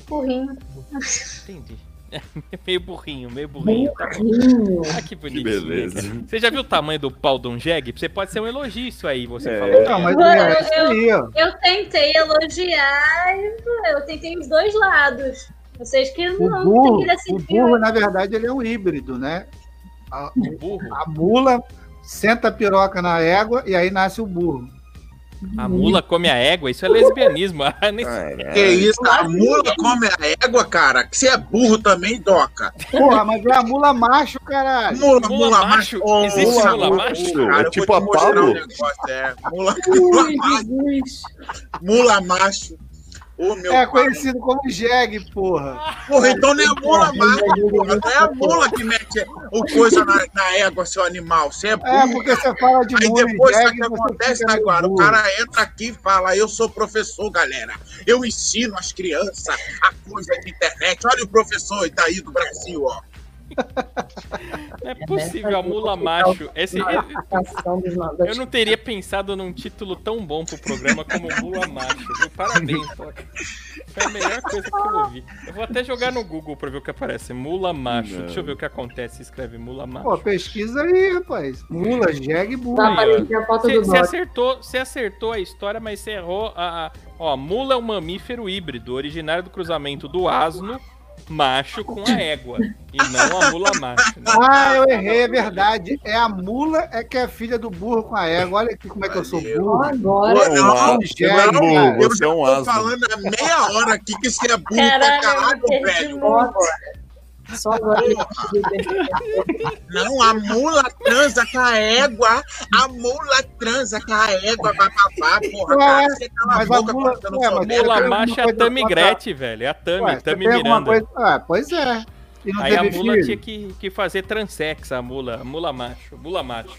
burrinho.
*laughs* Entendi. É Meio burrinho, meio burrinho.
Burrinho.
Ah,
Que
que bonitinho.
beleza.
cara. Você já viu o tamanho do pau de um jegue? Você pode ser um elogio isso aí, você
É.
falou.
Não, mas
Eu-
é isso aí, ó.
Eu tentei elogiar, eu tentei os dois lados. Vocês que
O
não
burro,
conseguiram
o
sentir.
burro, na verdade, ele é um híbrido, né? A,
um Burro.
a mula senta a piroca na égua e aí nasce o burro.
A mula come a égua, isso é lesbianismo. *laughs* Ah, nem-
Caralho.
Que isso, a mula come a égua, cara. Que você é burro também, Doca.
Porra, mas é a mula macho, caralho.
Mula, mula,
Mula macho?
macho. Ô,
Existe mula macho?
cara,
É
eu
tipo
vou te
a
mostrar
Pablo?
um negócio, é. Mula, mula
Ui,
macho.
Jesus.
Mula macho. Ô, meu
É
pai.
conhecido como jegue, porra.
Porra, então não é a mula macho, porra. Não é a mula que mete o coisa na, na égua, seu animal. Você é
É,
burro.
porque você fala de
Aí
mula
depois,
e
sabe o
jegue,
que
você
acontece,
fica meio
agora? O
burro.
cara entra aqui e fala: Eu sou professor, galera. Eu ensino as crianças a coisa de internet. Olha o professor daí do Brasil, ó.
Não é possível, a mula macho. Esse,
A cação tá dos no-
eu
das-
não teria pensado num título tão bom pro programa como mula macho. viu? Parabéns, Toca. Foi a melhor coisa que eu ouvi. Eu vou até jogar no Google pra ver o que aparece. Mula macho.
Não.
Deixa eu ver o que acontece. Escreve mula macho.
Pô, pesquisa aí, rapaz. Mula, jegue, burro.
Dá pra ver a foto do
Você
Dora.
acertou, cê acertou a história, mas você errou a, a- Ó, mula é um mamífero híbrido, originário do cruzamento do asno macho com a égua. E não a mula macho.
*laughs*
né?
Ah, eu errei, é verdade. É a mula é que é filha do burro com a égua. Olha aqui como é que eu sou burro.
Agora.
Não, não,
você é
burro,
cara.
eu
você
já
é um
tô
asno.
falando há meia hora aqui que você é burro pra
Caralho,
caralho,
eu perdi
velho.
muito.
Só agora que eu consegui
Não, a mula transa com a égua. A mula transa com a égua, bababá, porra,
Ué,
cara. Você cala a
mas a
boca
mula-
quando eu não
ué,
sou
mas-
merda.
Mula
alguma
macho é a
coisa
Tami
contra-
Gretchen, velho. É a Tami,
Ué, você
Tami
tem alguma
Miranda.
coisa- Ah, pois é. E não
Aí a
teve
mula
filho?
tinha que, que fazer transex, a mula. A mula macho. Mula macho.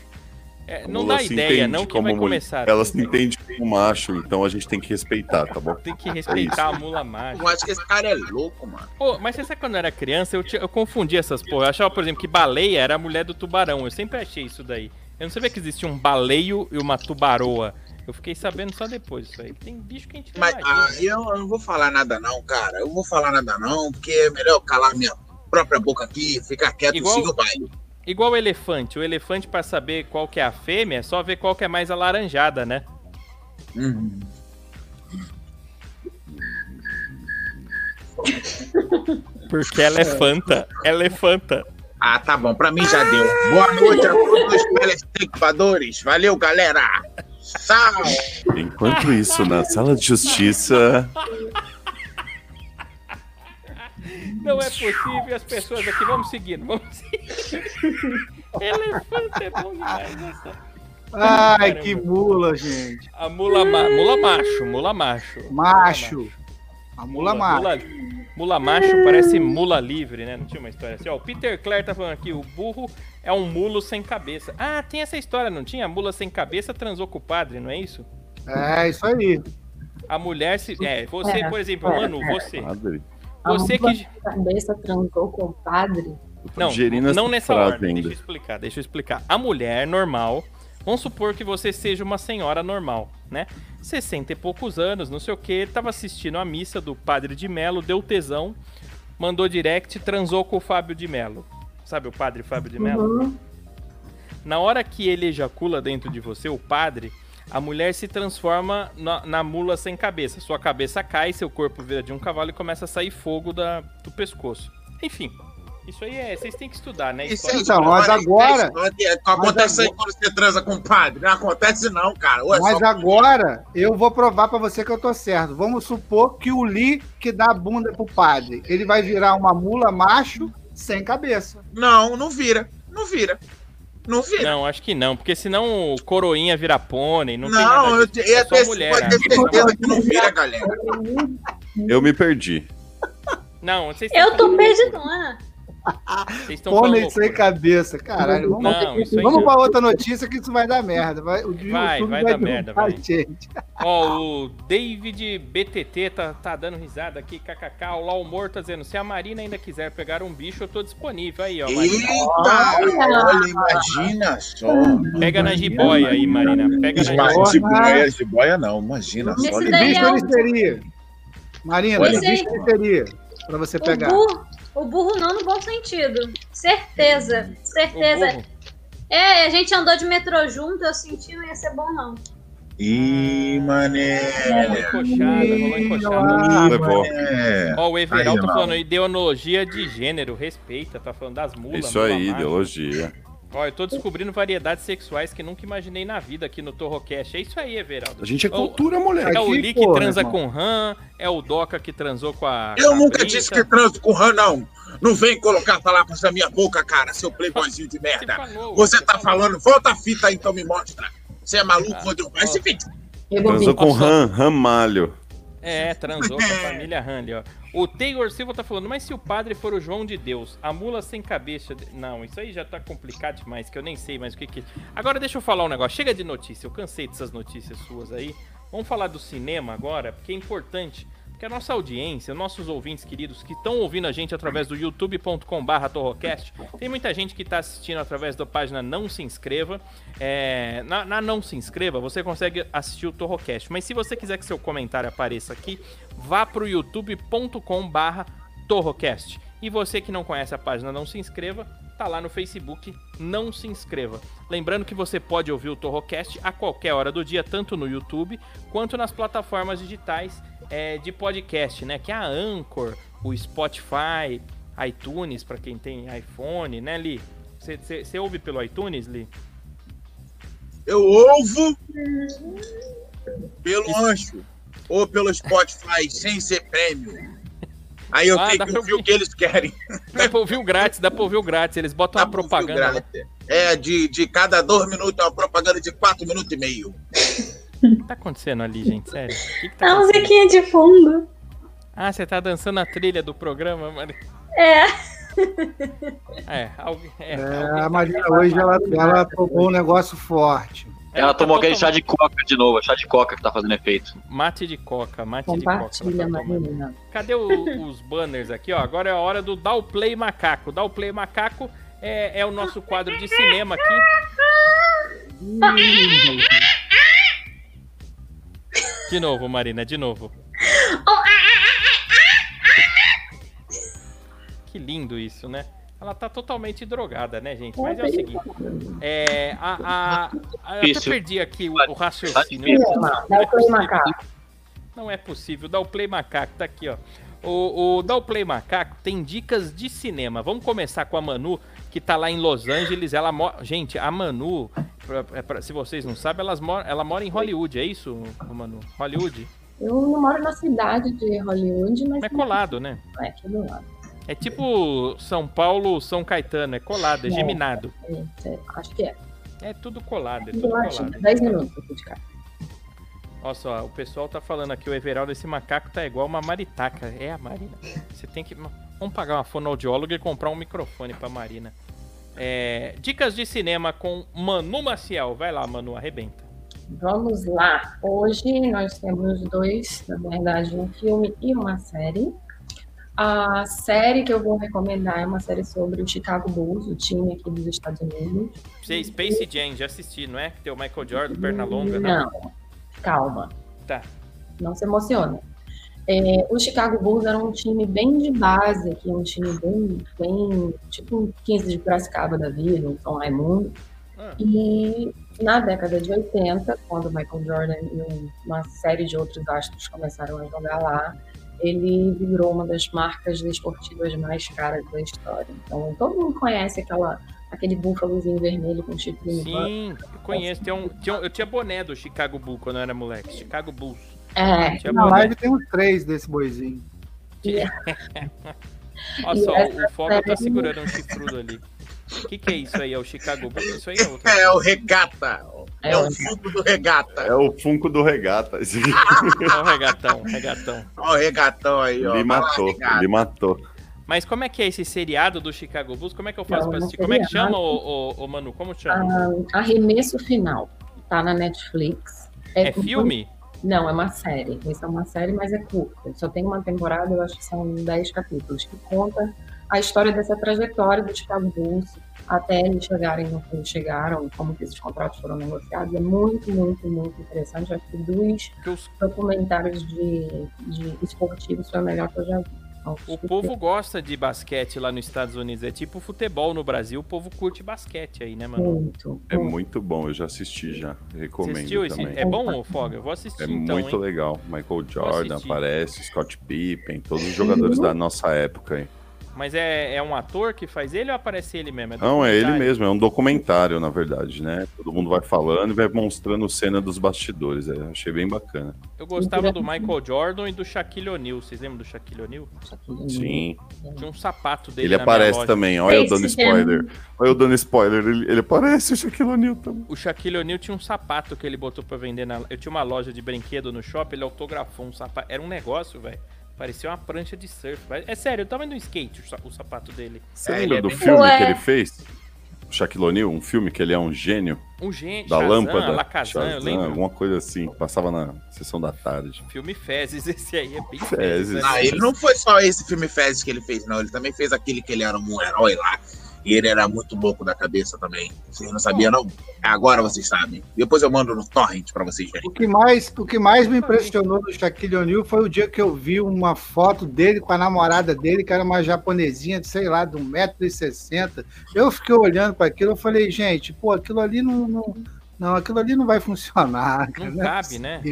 É, não
Lula
dá
se
ideia,
entende
não, que
como
vai
mulher.
começar.
Ela se entende como macho, então a gente tem que respeitar, tá bom?
Tem que respeitar a mula macho.
Eu acho que esse cara é louco, mano.
Pô, mas você sabe que quando eu era criança, eu, tinha- eu confundia essas porra. Eu achava, por exemplo, que baleia era a mulher do tubarão. Eu sempre achei isso daí. Eu não sabia que existia um baleio e uma tubaroa. Eu fiquei sabendo só depois isso aí. Tem bicho que a gente não
Mas ah,
imagina.
eu, eu não vou falar nada, não, cara. Eu não vou falar nada, não, porque é melhor eu calar minha própria boca aqui, ficar quieto
Igual-
e siga o baile.
Igual o elefante. O elefante, pra saber qual que é a fêmea, é só ver qual que é mais alaranjada, né?
Uhum.
Porque ela é fanta. Ela é fanta.
Ah, tá bom, pra mim já deu. Boa noite a todos os telespectadores. Valeu, galera. Salve.
Enquanto isso, na sala de justiça.
Não é possível. As pessoas aqui, vamos seguindo, vamos seguindo. *laughs* elefante é bom demais. né? um
Ai, que mula, gente.
A mula, ma mula macho, mula macho.
Macho. A mula, macho.
Mula, mula macho parece mula livre, né? Não tinha uma história assim. Ó, o Peter Clare tá falando aqui, o burro é um mulo sem cabeça. Ah, tem essa história, não tinha? A mula sem cabeça transou com o padre, não é isso?
É, isso aí.
A mulher se... É, você, por exemplo, Manu, você.
Padre,
Você que...
A cabeça trancou com o padre.
eu tô
Não,
digerindo essa
não nessa
frase
ordem,
ainda.
deixa eu explicar, deixa eu explicar. A mulher normal, vamos supor que você seja uma senhora normal, né? 60 e poucos anos, não sei o que, tava assistindo a missa do padre de Melo, deu tesão, mandou direct, transou com o Fábio de Melo. Sabe o padre Fábio de Melo?
Uhum.
Na hora que ele ejacula dentro de você, o padre, a mulher se transforma na, na mula sem cabeça. Sua cabeça cai, seu corpo vira de um cavalo e começa a sair fogo da- do pescoço. Enfim, isso aí é. Vocês têm que estudar, né?
Isso
História.
é
Então, mas
história,
agora-
isso é história. Acontece
mas
aí quando você transa com o padre. Não acontece, não, cara. Ou é
Mas
só-
agora eu vou provar pra você que eu tô certo. Vamos supor que o Lee que dá a bunda pro padre, ele vai virar uma mula macho sem cabeça.
Não, não vira. Não vira. Não vira.
Não, acho que não, porque senão o coroinha vira pônei, não,
Não,
tem nada
eu,
disso.
eu
é só
tenho-
mulher.
pode
né?
ter certeza que não vira, galera.
Eu me perdi.
Não, vocês estão
Eu tô é?
falando loucura.
perdidona.
Vocês estão falando
Pônei sem
loucura.
cabeça, caralho. Vamos,
Não, isso aí
vamos
não.
pra outra notícia que isso vai dar merda. Vai, o
Vai,
YouTube
vai dar
derrubar
merda,
a
vai.
gente.
Ó, o David BTT tá, tá dando risada aqui, kkk. O Lau Mor tá dizendo: se a Marina ainda quiser pegar um bicho, eu tô disponível. Aí, ó, Marina.
Eita! Olha, imagina só.
Pega na jiboia aí, Marina. Pega na jiboia.
Esma- jiboia-
jiboia não, imagina
só. Esse daí
Que né? bicho
é um-
ele seria? Marina,
Olha.
que bicho ele seria? Pra você
é O
pegar.
burro, O burro não no bom sentido. Certeza.
O
Certeza.
burro.
É, a gente andou de metrô junto, eu senti, não ia ser bom, não.
Ih, mané.
Rolou encoxada, rolou encoxada.
Ah,
Levou.
É.
Ó, o Everal
Aí,
tá
Mauro.
falando ideologia de gênero, respeita, tá falando das mulas.
Isso
mula
aí,
macho.
ideologia.
Ó, eu tô descobrindo variedades sexuais que nunca imaginei na vida aqui no Torrocast. É isso aí, Everaldo.
A gente é
Ô,
cultura, moleque.
É o
Aqui,
Lee que
pô,
transa
irmão.
com Ram, é o Doca que transou com a. com
Eu
a
nunca
Brita.
disse que transo com Han, não. Não vem colocar palavras na minha boca, cara, seu playboyzinho de
Você
merda.
falou,
Você
você
tá
falou.
falando, volta a fita aí, então me mostra. Você é maluco,
Ah,
Rodrigo? Vai se fita.
Transou
Resolvi.
com Ram, Ramalho.
É, transou com a família Hanley, ó. O Taylor Silva tá falando, mas se o padre for o João de Deus, a mula sem cabeça. de- Não, isso aí já tá complicado demais, que eu nem sei mais o que que. Agora deixa eu falar um negócio. Chega de notícia, eu cansei dessas notícias suas aí. Vamos falar do cinema agora, porque é importante. Porque a nossa audiência, os nossos ouvintes queridos que estão ouvindo a gente através do youtube.com/barra torrocast, tem muita gente que está assistindo através da página Não Se Inscreva. É, na, na Não Se Inscreva, você consegue assistir o Torrocast. Mas se você quiser que seu comentário apareça aqui, vá para o youtube.com/barra Torrocast. E você que não conhece a página Não Se Inscreva, tá lá no Facebook Não Se Inscreva. Lembrando que você pode ouvir o Torrocast a qualquer hora do dia, tanto no YouTube quanto nas plataformas digitais é, de podcast, né? Que é a Anchor, o Spotify, iTunes, para quem tem iPhone, né, Li? Você ouve pelo iTunes, Li?
Eu ouvo pelo ancho ou pelo Spotify sem ser prêmio. Aí eu
Ah, dá
tenho que
pra
ouvir
ouvir.
o que eles querem.
Dá pra ouvir o grátis, dá pra ouvir o grátis. Eles botam
Dá
uma
pra ouvir o
Tá propaganda né? lá.
grátis. É, de, de cada dois minutos é uma propaganda de quatro minutos e meio.
O que tá acontecendo ali, gente? Sério? O que, que tá
Tá
é
uma
acontecendo?
musiquinha de fundo.
Ah, você tá dançando a trilha do programa, mano.
É.
É, alguém. É, alguém
É, a
tá-
Marina hoje ela, ela tomou um negócio forte.
Ela
tá
tomou aquele chá
totalmente-
de coca de novo, é chá de coca que tá fazendo efeito.
Mate de coca, mate de coca.
Compartilha,
ela tá tomando.
Marina.
Cadê o- os banners aqui, ó? Agora é a hora do Dá o Play Macaco. Dá o Play Macaco é, é o nosso quadro de cinema aqui. De novo, Marina, de novo. Que lindo isso, né? Ela tá totalmente drogada, né, gente? Mas é o seguinte. É, a, a- a- eu até
Difícil.
perdi aqui o, o raciocínio.
difícil.
Dá
é
o play macaco.
Não é possível. Dá o play macaco, tá aqui, ó. O, o Dá o Play Macaco tem dicas de cinema. Vamos começar com a Manu, que tá lá em Los Angeles. Ela mora. Gente, a Manu, pra- é pra- se vocês não sabem, elas mor... ela mora em Hollywood, é isso, ô Manu? Hollywood?
Eu não moro na cidade de Hollywood, mas
É colado, né?
é aqui do lado.
É tipo São Paulo, São Caetano, é colado, é
Não.
geminado.
É, acho que é.
É tudo colado, é tudo
Tudo
colado.
latino. 10 minutos aqui de casa.
Olha só, o pessoal tá falando aqui, o Everaldo, esse macaco tá igual uma maritaca. É a Marina. Você tem que. Vamos pagar uma fonoaudióloga e comprar um microfone pra Marina. É, dicas de cinema com Manu Maciel. Vai lá, Manu, arrebenta.
Vamos lá. Hoje nós temos dois, na verdade, um filme e uma série. A série que eu vou recomendar é uma série sobre o Chicago Bulls, o time aqui dos Estados Unidos.
Você, é Space Jam, já assisti, não é? Que tem o Michael Jordan, perna longa. né?
Não, calma.
Tá.
Não se emociona. É, o Chicago Bulls era um time bem de base aqui, um time bem, bem tipo um 15 de Piracicaba da vida, um São Raimundo.
Ah.
E na década de 80, quando Michael Jordan e um- uma série de outros astros começaram a jogar lá, ele virou uma das marcas esportivas mais caras da história. Então todo mundo conhece aquela, aquele búfalozinho vermelho com chifrinho branco.
Sim, eu conheço. Tem um, tinha um- eu tinha boné do Chicago Bulls quando eu era moleque. Chicago Bulls.
É,
Tinha
Na
boné.
live tem uns três desse boizinho.
Olha
E
só,
essa
o Fogo tá
série- é
segurando um chifrudo ali. O que, que é isso aí? É o Chicago Bulls? Isso aí é outro.
É o regata. É,
é
o fundo do regata.
É o Funko do Regata. Esse aqui
É o regatão, regatão.
Ó, o regatão aí, ó.
Ele
Vai lá,
matou,
regata.
ele matou.
Mas como é que é esse seriado do Chicago Bulls? Como é que eu faço
Não,
pra
é um
assistir? Como é que
seriado.
chama, ô, ô, ô, Manu? Como chama?
Ah, Arremesso Final. Tá na Netflix.
é
tipo
filme?
Não, é uma série. Isso é uma série, mas é curta. Só tem uma temporada, eu acho que são 10 capítulos, que conta a história dessa trajetória do Chicago Bulls até eles chegarem no que eles chegaram, como que esses contratos foram negociados. É muito, muito, muito interessante. Acho que dos
Que os-
documentários de, de esportivos foi o melhor que eu já vi.
O povo gosta de basquete lá nos Estados Unidos. É tipo futebol no Brasil. O povo curte basquete aí, né, mano?
Muito.
É muito bom, eu já assisti já.
Você
Recomendo
assistiu esse?
também.
É bom, ô, Foga? Eu vou assistir
É
então,
muito
hein?
legal. Michael Jordan
assistir.
aparece, Scott Pippen, todos os jogadores da nossa época aí.
Mas é, é um ator que faz ele ou aparece ele mesmo?
Não, é ele
documentário?
mesmo, é um documentário, na verdade, né? Todo mundo vai falando e vai mostrando cena dos bastidores. é, achei bem bacana.
Eu gostava do Michael Jordan e do Shaquille O'Neal. Vocês lembram do Shaquille O'Neal?
Sim.
Tinha um sapato dele
Ele
Hum, na minha
aparece
loja.
também, olha eu dando
Space Jam.
spoiler. Olha eu dando spoiler, ele, ele aparece, o Shaquille O'Neal também.
O Shaquille O'Neal tinha um sapato que ele botou pra vender na... Eu tinha uma loja de brinquedo no shopping, ele autografou um sapato. Era um negócio, velho. Parecia uma prancha de surf. velho. É sério, eu tava indo skate o sa- o sapato dele.
Você
É,
lembra
ele é
do
bem-
filme
Ué.
que ele fez? O Shaquille O'Neal, um filme que ele é um gênio
Um gente,
da lâmpada?
Lacazan, eu
Shazam,
lembro.
alguma coisa assim, passava na sessão da tarde.
Filme Fezes, *laughs* esse aí é bem Fezes.
Fezes.
né?
Ah, ele não foi só esse filme Fezes que ele fez, não. Ele também fez aquele que ele era um herói lá. E ele era muito louco da cabeça também. Vocês não sabiam, não? Agora vocês sabem. Depois eu mando no torrent pra vocês verem.
O que mais, o que mais me impressionou do Shaquille O'Neal foi o dia que eu vi uma foto dele com a namorada dele, que era uma japonesinha de, sei lá, de 1,60m. Eu fiquei olhando para aquilo, eu falei, gente, pô, aquilo ali não, não, não, aquilo ali não vai funcionar. cara,
Não
né?
cabe, né?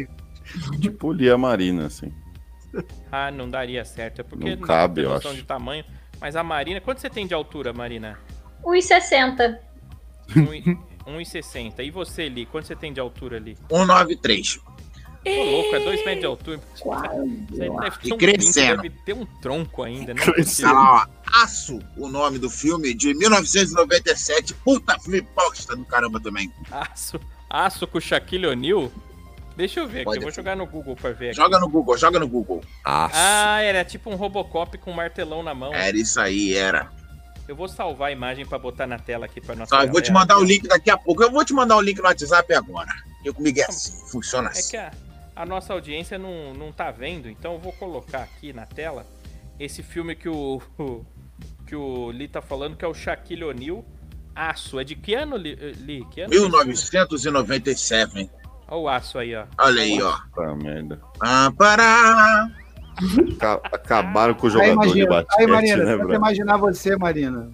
Tipo Lia Marina, assim.
Ah, não daria certo. É porque
Não cabe,
tem
eu
noção
acho.
de tamanho. Mas a Marina, quanto você tem de
*laughs*
altura, Marina?
1,60.
Um e- 1,60. E você, Li? Quanto você tem de altura, Li?
193.
Ô, louco, é 2 metros de altura. Isso aí deve ter
E
um
crescendo.
trinco, deve ter um tronco ainda, né?
Tá lá, ó. Aço, o nome do filme, de 1997. Puta filme bosta do caramba também.
Aço, aço com o Shaquille O'Neal? Deixa eu ver aqui,
Pode
eu vou
ser.
jogar no Google pra ver aqui.
Joga no Google, joga no Google.
Ah,
Ah, era tipo um Robocop com um martelão na mão.
Era isso aí, era.
Eu vou salvar a imagem pra botar na tela aqui pra nossa
Só, eu vou te
galera.
mandar o link daqui a pouco. Eu vou te mandar o link no WhatsApp agora. Eu comigo é assim, funciona
É que
assim.
a, a nossa audiência não, não tá vendo, então eu vou colocar aqui na tela esse filme que o, o- que o Lee tá falando, que é o Shaquille O'Neal. Aço, é de que ano, Li? Li? Que ano?
1997.
Olha o aço aí, ó.
Olha aí, ó.
tá, merda.
Ah, pará.
Ca-
Ah,
acabaram com o
Aí,
jogador de
imagina,
basquete,
aí, Marina,
né,
tenta
Bruno?
imaginar você, Marina.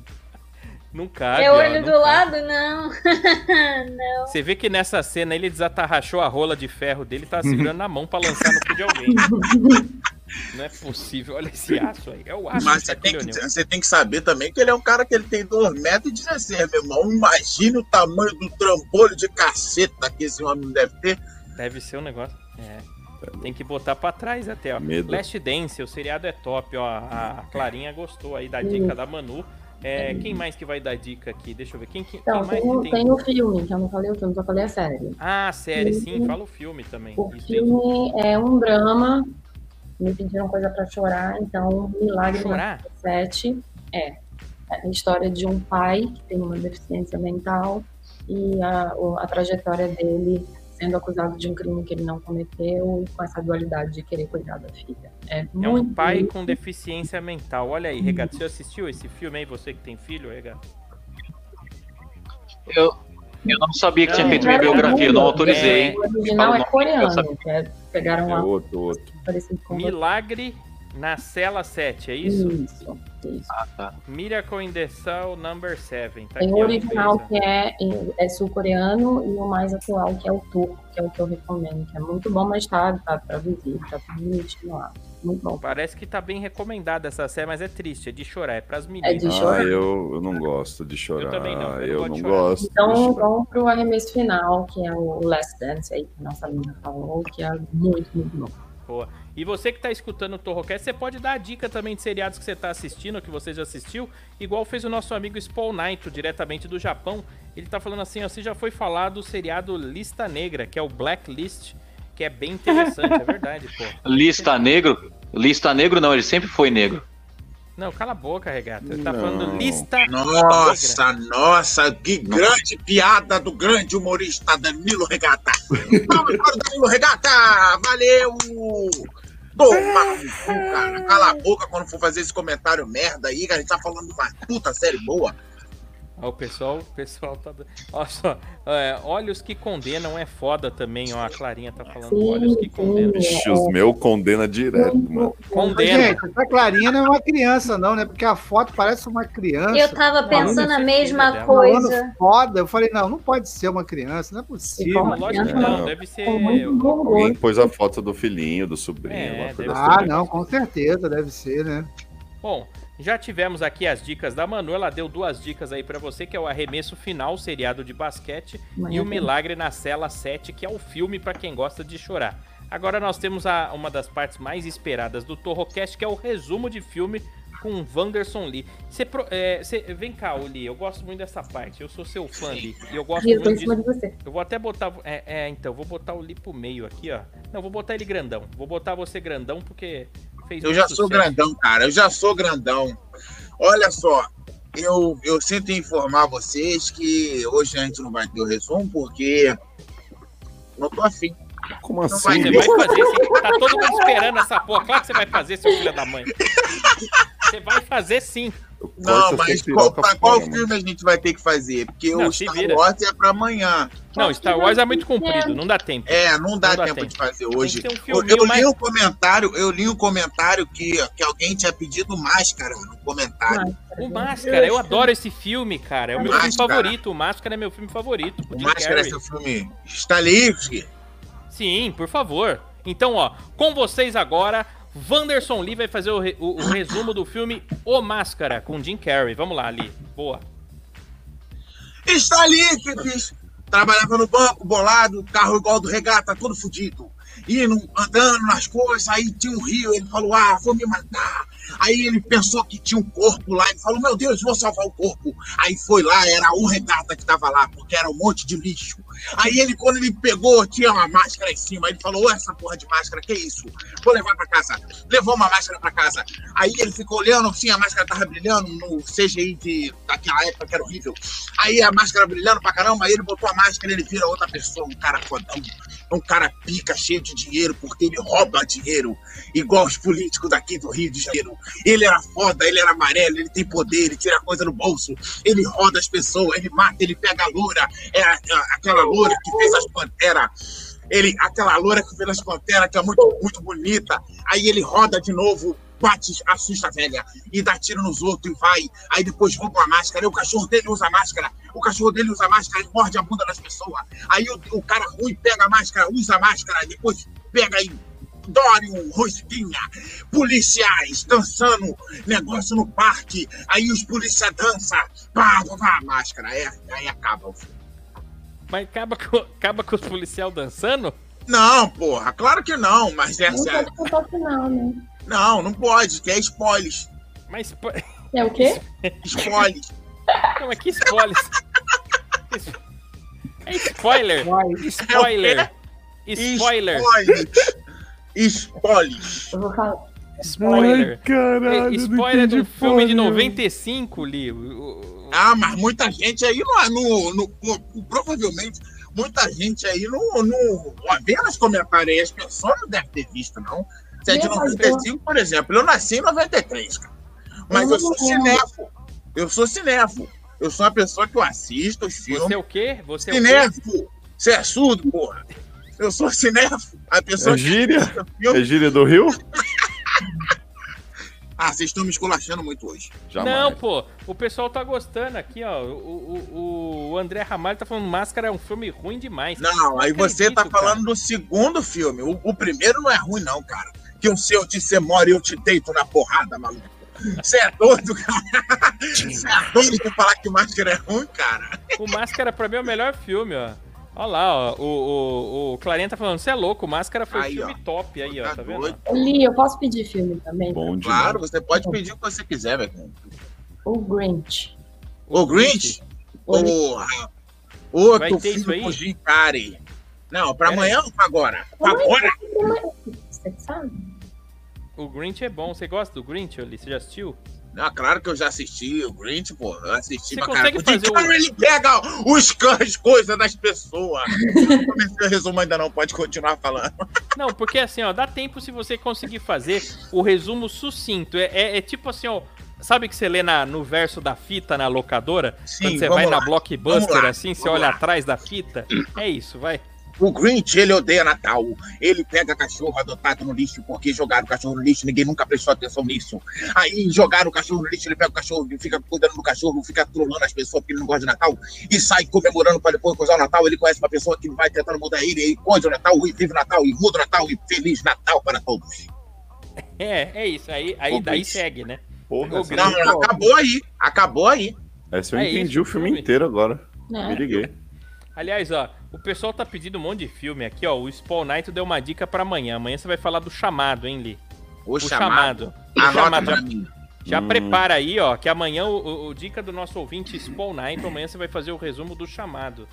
Não cabe,
É
ó,
olho
Ah, não tá.
do
cabe.
lado? Não.
Você vê que nessa cena ele desatarrachou a rola de ferro dele e tá segurando na mão pra lançar no cu de
*laughs*
alguém. Não é possível, olha esse aço aí. É né? o aço
Mas
do
você
Shaquille
tem, que,
O'Neal.
você tem que saber também que ele é um cara que ele tem 2,16m, meu irmão. Imagine o tamanho do trambolho de caceta que esse homem deve ter.
Deve ser um negócio. É. Tem que botar pra trás até, ó.
Medo.
Last Dance, o seriado é top, ó. A Clarinha gostou aí da dica da Manu. É, quem mais que vai dar dica aqui? Deixa eu ver. Quem, quem,
Então,
quem mais
tem,
um,
o-
que
tem o filme, que eu não falei o filme, só falei a série.
Ah,
um
série, sim. Fala o filme também.
O
Isso aí.
filme é um drama, me pediram coisa pra chorar, então Milagre na
Chorar?
7 é a história de um pai que tem uma deficiência mental e a, o- a trajetória dele sendo acusado de um crime que ele não cometeu com essa dualidade de querer cuidar da filha. É,
É
muito
um pai com deficiência mental. Olha aí, Regato. Você assistiu esse filme aí? Você que tem filho, Regato?
Eu, eu não sabia que tinha
Não,
feito minha
não,
biografia, eu não
não.
autorizei, hein?
é O original
Fala o
é
nome, eu
coreano,
sabia.
que é, pegaram
É
lá
outro, outro.
parecido com
Milagre na Cela 7, é isso?
isso. isso,
Miracle in the Cell Number 7. Tá
Tem
aqui
o
a
original
empresa.
que é, é sul-coreano e o mais atual que é o turco, que é o que eu recomendo, que é muito bom, mas tá, tá traduzido, tá tudo bonitinho lá. Muito bom.
Parece que tá bem recomendada essa série, mas é triste, é de chorar, é pras meninas.
É de
Ah,
chorar.
eu, eu não gosto de chorar. Eu,
também não, eu não gosto
não,
de chorar.
gosto.
Então
de chorar.
vamos pro arremesso final, que é o Last Dance aí, que a nossa linda falou, que é muito, muito bom.
E você que tá escutando o Torrocast, você pode dar a dica também de seriados que você tá assistindo, que você já assistiu, igual fez o nosso amigo Spawn Knight, diretamente do Japão. Ele tá falando assim, ó, se já foi falado o seriado Lista Negra, que é o Blacklist, que é bem interessante, é verdade, pô.
Lista negro? Lista negro não, ele sempre foi negro.
Não, cala a boca, regata. Ele tá
Não.
falando Lista Negra.
Nossa, nossa, que grande piada do grande humorista Danilo Regata. Vamos para o Danilo Regata, valeu! um Toma no cu, cara. Cala a boca quando for fazer esse comentário merda aí, que a gente tá falando de uma puta série boa.
Ó, O pessoal, o pessoal tá. do- Olha só. é, olhos que condenam é foda também, ó. A Clarinha tá falando.
Sim,
olhos que
sim. é,
condenam.
Ixi, os meus condena direto, mano.
Mas,
Condena.
gente, essa Clarinha não é uma criança, não, né? Porque a foto parece uma criança.
Eu tava
Falando
pensando a
isso,
mesma
filha
né?
dela.
coisa.
Falando foda. Eu falei, não, não pode ser uma criança, não é possível.
Não, lógico que não. Deve ser.
É muito bom
Alguém
gosto.
pôs a foto do filhinho, do sobrinho. assim.
É,
lá, foi
deve
da-
Ah, não, com certeza, deve ser, né?
Bom, já tivemos aqui as dicas da Manu. Ela deu duas dicas aí pra você, que é o arremesso final, seriado de basquete.
né?
E o Milagre na Cela 7, que é o filme pra quem gosta de chorar. Agora nós temos a, uma das partes mais esperadas do Torrocast, que é o resumo de filme com Wanderson Lee. Você pro- é, você- vem cá, ô Lee, eu gosto muito dessa parte. Eu sou seu fã, Lee. E eu gosto
E eu tô
muito
em cima
disso.
de você.
Eu vou até botar. É, é, então, vou botar o Lee pro meio aqui, ó. Não, vou botar ele grandão. Vou botar você grandão, porque fez
Eu
muito
já sou
sucesso.
grandão, cara. Eu já sou grandão. Olha só, eu, eu sinto informar vocês que hoje a gente não vai ter o resumo, porque não tô afim.
Como
Não
assim?
vai
Você
Lee?
vai fazer, sim. Tá todo mundo esperando essa porra. Claro que você vai fazer, seu filho da mãe. Você vai fazer sim.
Eu corto
Não,
essa
mas qual,
piroca
pra qual
fora, mano.
filme a gente vai ter que fazer? Porque
Não,
o
se
Star
vira.
Wars é pra amanhã.
Não, Star Wars é muito comprido, não dá tempo.
É, não dá,
Não dá
tempo,
tempo.
de fazer
que
hoje.
ser um
Eu-
filminho
eu, li
mais-
um comentário, eu li um comentário que, que alguém tinha pedido máscara no
tá
comentário.
O Máscara, eu adoro esse filme, cara. É o meu filme
Máscara.
favorito. O Máscara é meu filme favorito.
O
Jim
máscara é
Carrey.
seu filme. Está livre?
Sim, por favor. Então, ó, com vocês agora, Wanderson Lee vai fazer o, re- o- o resumo do filme O Máscara, com Jim Carrey. Vamos lá, Lee. Boa.
Está líquidos. Trabalhava no banco, bolado, carro igual do regata, todo fudido. Indo, andando nas coisas, aí tinha um rio, ele falou, ah, vou me matar. Aí ele pensou que tinha um corpo lá, ele falou, meu Deus, vou salvar o corpo. Aí foi lá, era o regata que tava lá, porque era um monte de lixo. Aí ele, quando ele pegou, tinha uma máscara em cima, ele falou, "Ô, essa porra de máscara, que é isso? Vou levar pra casa. Levou uma máscara pra casa. Aí ele ficou olhando, sim, a máscara tava brilhando no CGI de, daquela época que era horrível. Aí a máscara brilhando pra caramba, aí ele botou a máscara, ele vira outra pessoa, um cara fodão, um cara pica, cheio de dinheiro, porque ele rouba dinheiro, igual os políticos daqui do Rio de Janeiro. Ele era foda, ele era amarelo, ele tem poder, ele tira coisa do bolso, ele roda as pessoas, ele mata, ele pega a loura, é, a- a- aquela loura que fez as panteras. Ele, aquela loura que fez as panteras, que é muito, muito bonita. Aí ele roda de novo, bate, assusta a velha e dá tiro nos outros e vai. Aí depois rouba a máscara. E o cachorro dele usa a máscara. O cachorro dele usa a máscara e morde a bunda das pessoas. Aí o, o cara ruim pega a máscara, usa a máscara, depois pega e dorme um rosquinha. Policiais dançando, negócio no parque. Aí os policiais dançam, pá, pá, pá, a máscara. É, aí acaba o filme.
Mas acaba com, acaba com os policiais dançando?
Não, porra, claro que não, mas
Não
essa é.
pode contar o final, né?
Não, não pode, que é spoilers.
Mas, pô,
É o quê?
Spoilers.
não, é que spoiler. É spoiler. Spoiler. Spoiler.
Spoilers.
Eu vou falar.
Spoiler.
Caralho,
É,
não
spoiler de um
entendi
filme de
porra nenhuma.
95, Li. O- o-
Ah, mas muita gente aí não. não- não- não- provavelmente, muita gente aí não. não apenas comentário aí, as pessoas não devem ter visto, não. Se é de
Meu
95, por exemplo, eu nasci em 93, cara. Mas eu sou cinéfilo. Eu sou cinéfilo. Eu sou uma pessoa que eu assisto os
Você
filmes.
é o quê? Você é o quê?
Cinéfilo! Você é surdo, porra! Eu sou cinéfilo. A pessoa
É gíria?
que assiste
É
filme.
gíria do Rio?
*laughs* Ah, vocês estão me esculachando muito hoje.
Jamais.
Não, pô. O pessoal tá gostando aqui, ó. O, o- o- o André Ramalho tá falando Máscara é um filme ruim demais.
Não, aí você tá
acredito, cara.
falando do segundo filme. O, o primeiro não é ruim, não, cara. Que eu sei, eu te semoro e eu te deito na porrada, maluco. Você é doido, cara. Você é doido de falar que máscara é ruim, cara.
O Máscara pra mim é o melhor filme, ó. Olha lá, ó. O, o, o Clarinha tá falando, você é louco, Máscara foi
Aí,
um filme top aí, ó. Tá vendo?
doido.
Li, eu posso pedir filme também?
Bom demais.
Claro, você pode pedir o que você quiser, velho.
O Grinch.
O Grinch? Porra.
Vai
Outro
ter isso
filme
aí? É.
com Jim Carrey. Não, pra
Pera
amanhã ou pra agora? Pra
Amanhã.
agora?
Você que sabe?
O Grinch é bom. Você gosta do Grinch, Oli? Você já assistiu?
Não, claro que eu já assisti o Grinch, pô. Eu assisti
Você
pra
consegue
caralho. O Jim
fazer o-
Carrey, ele pega os, can- as coisas das pessoas. Eu não comecei o resumo ainda não, pode continuar falando.
Não, porque assim, ó, dá tempo se você conseguir fazer o resumo sucinto. É, é- é tipo assim, ó, Sabe que você lê na- no verso da fita na locadora?
Sim,
Quando você
vamos
vai na
lá,
Blockbuster
vamos lá,
assim, você
vamos
olha
lá.
atrás da fita? É isso, vai.
O Grinch, ele odeia Natal. Ele pega cachorro adotado no lixo, porque jogaram o cachorro no lixo, ninguém nunca prestou atenção nisso. Aí jogaram o cachorro no lixo, ele pega o cachorro, ele fica cuidando do cachorro, fica trolando as pessoas porque ele não gosta de Natal, e sai comemorando para depois coisar o Natal. Ele conhece uma pessoa que vai tentando mudar ele, e coisa o Natal, e vive o Natal, e muda o Natal, e feliz Natal para todos.
É, é isso. Aí,
Ô,
aí daí
Gris.
segue, né?
Porra,
Ô,
essa,
Não,
Grinch,
acabou aí, acabou aí.
essa eu
É
entendi
isso,
o filme
filme. É.
inteiro agora. Me
né?
liguei.
Aliás, ó, o pessoal tá pedindo um monte de filme aqui, ó. O Spawn Knight deu uma dica pra amanhã. Amanhã você vai falar do chamado, hein, Lee?
O,
O chamado.
chamado.
O
Anota
chamado.
pra mim.
Já
Hum.
prepara aí, ó, que amanhã o, o- o dica do nosso ouvinte Spawn Knight, amanhã você vai fazer o resumo do chamado.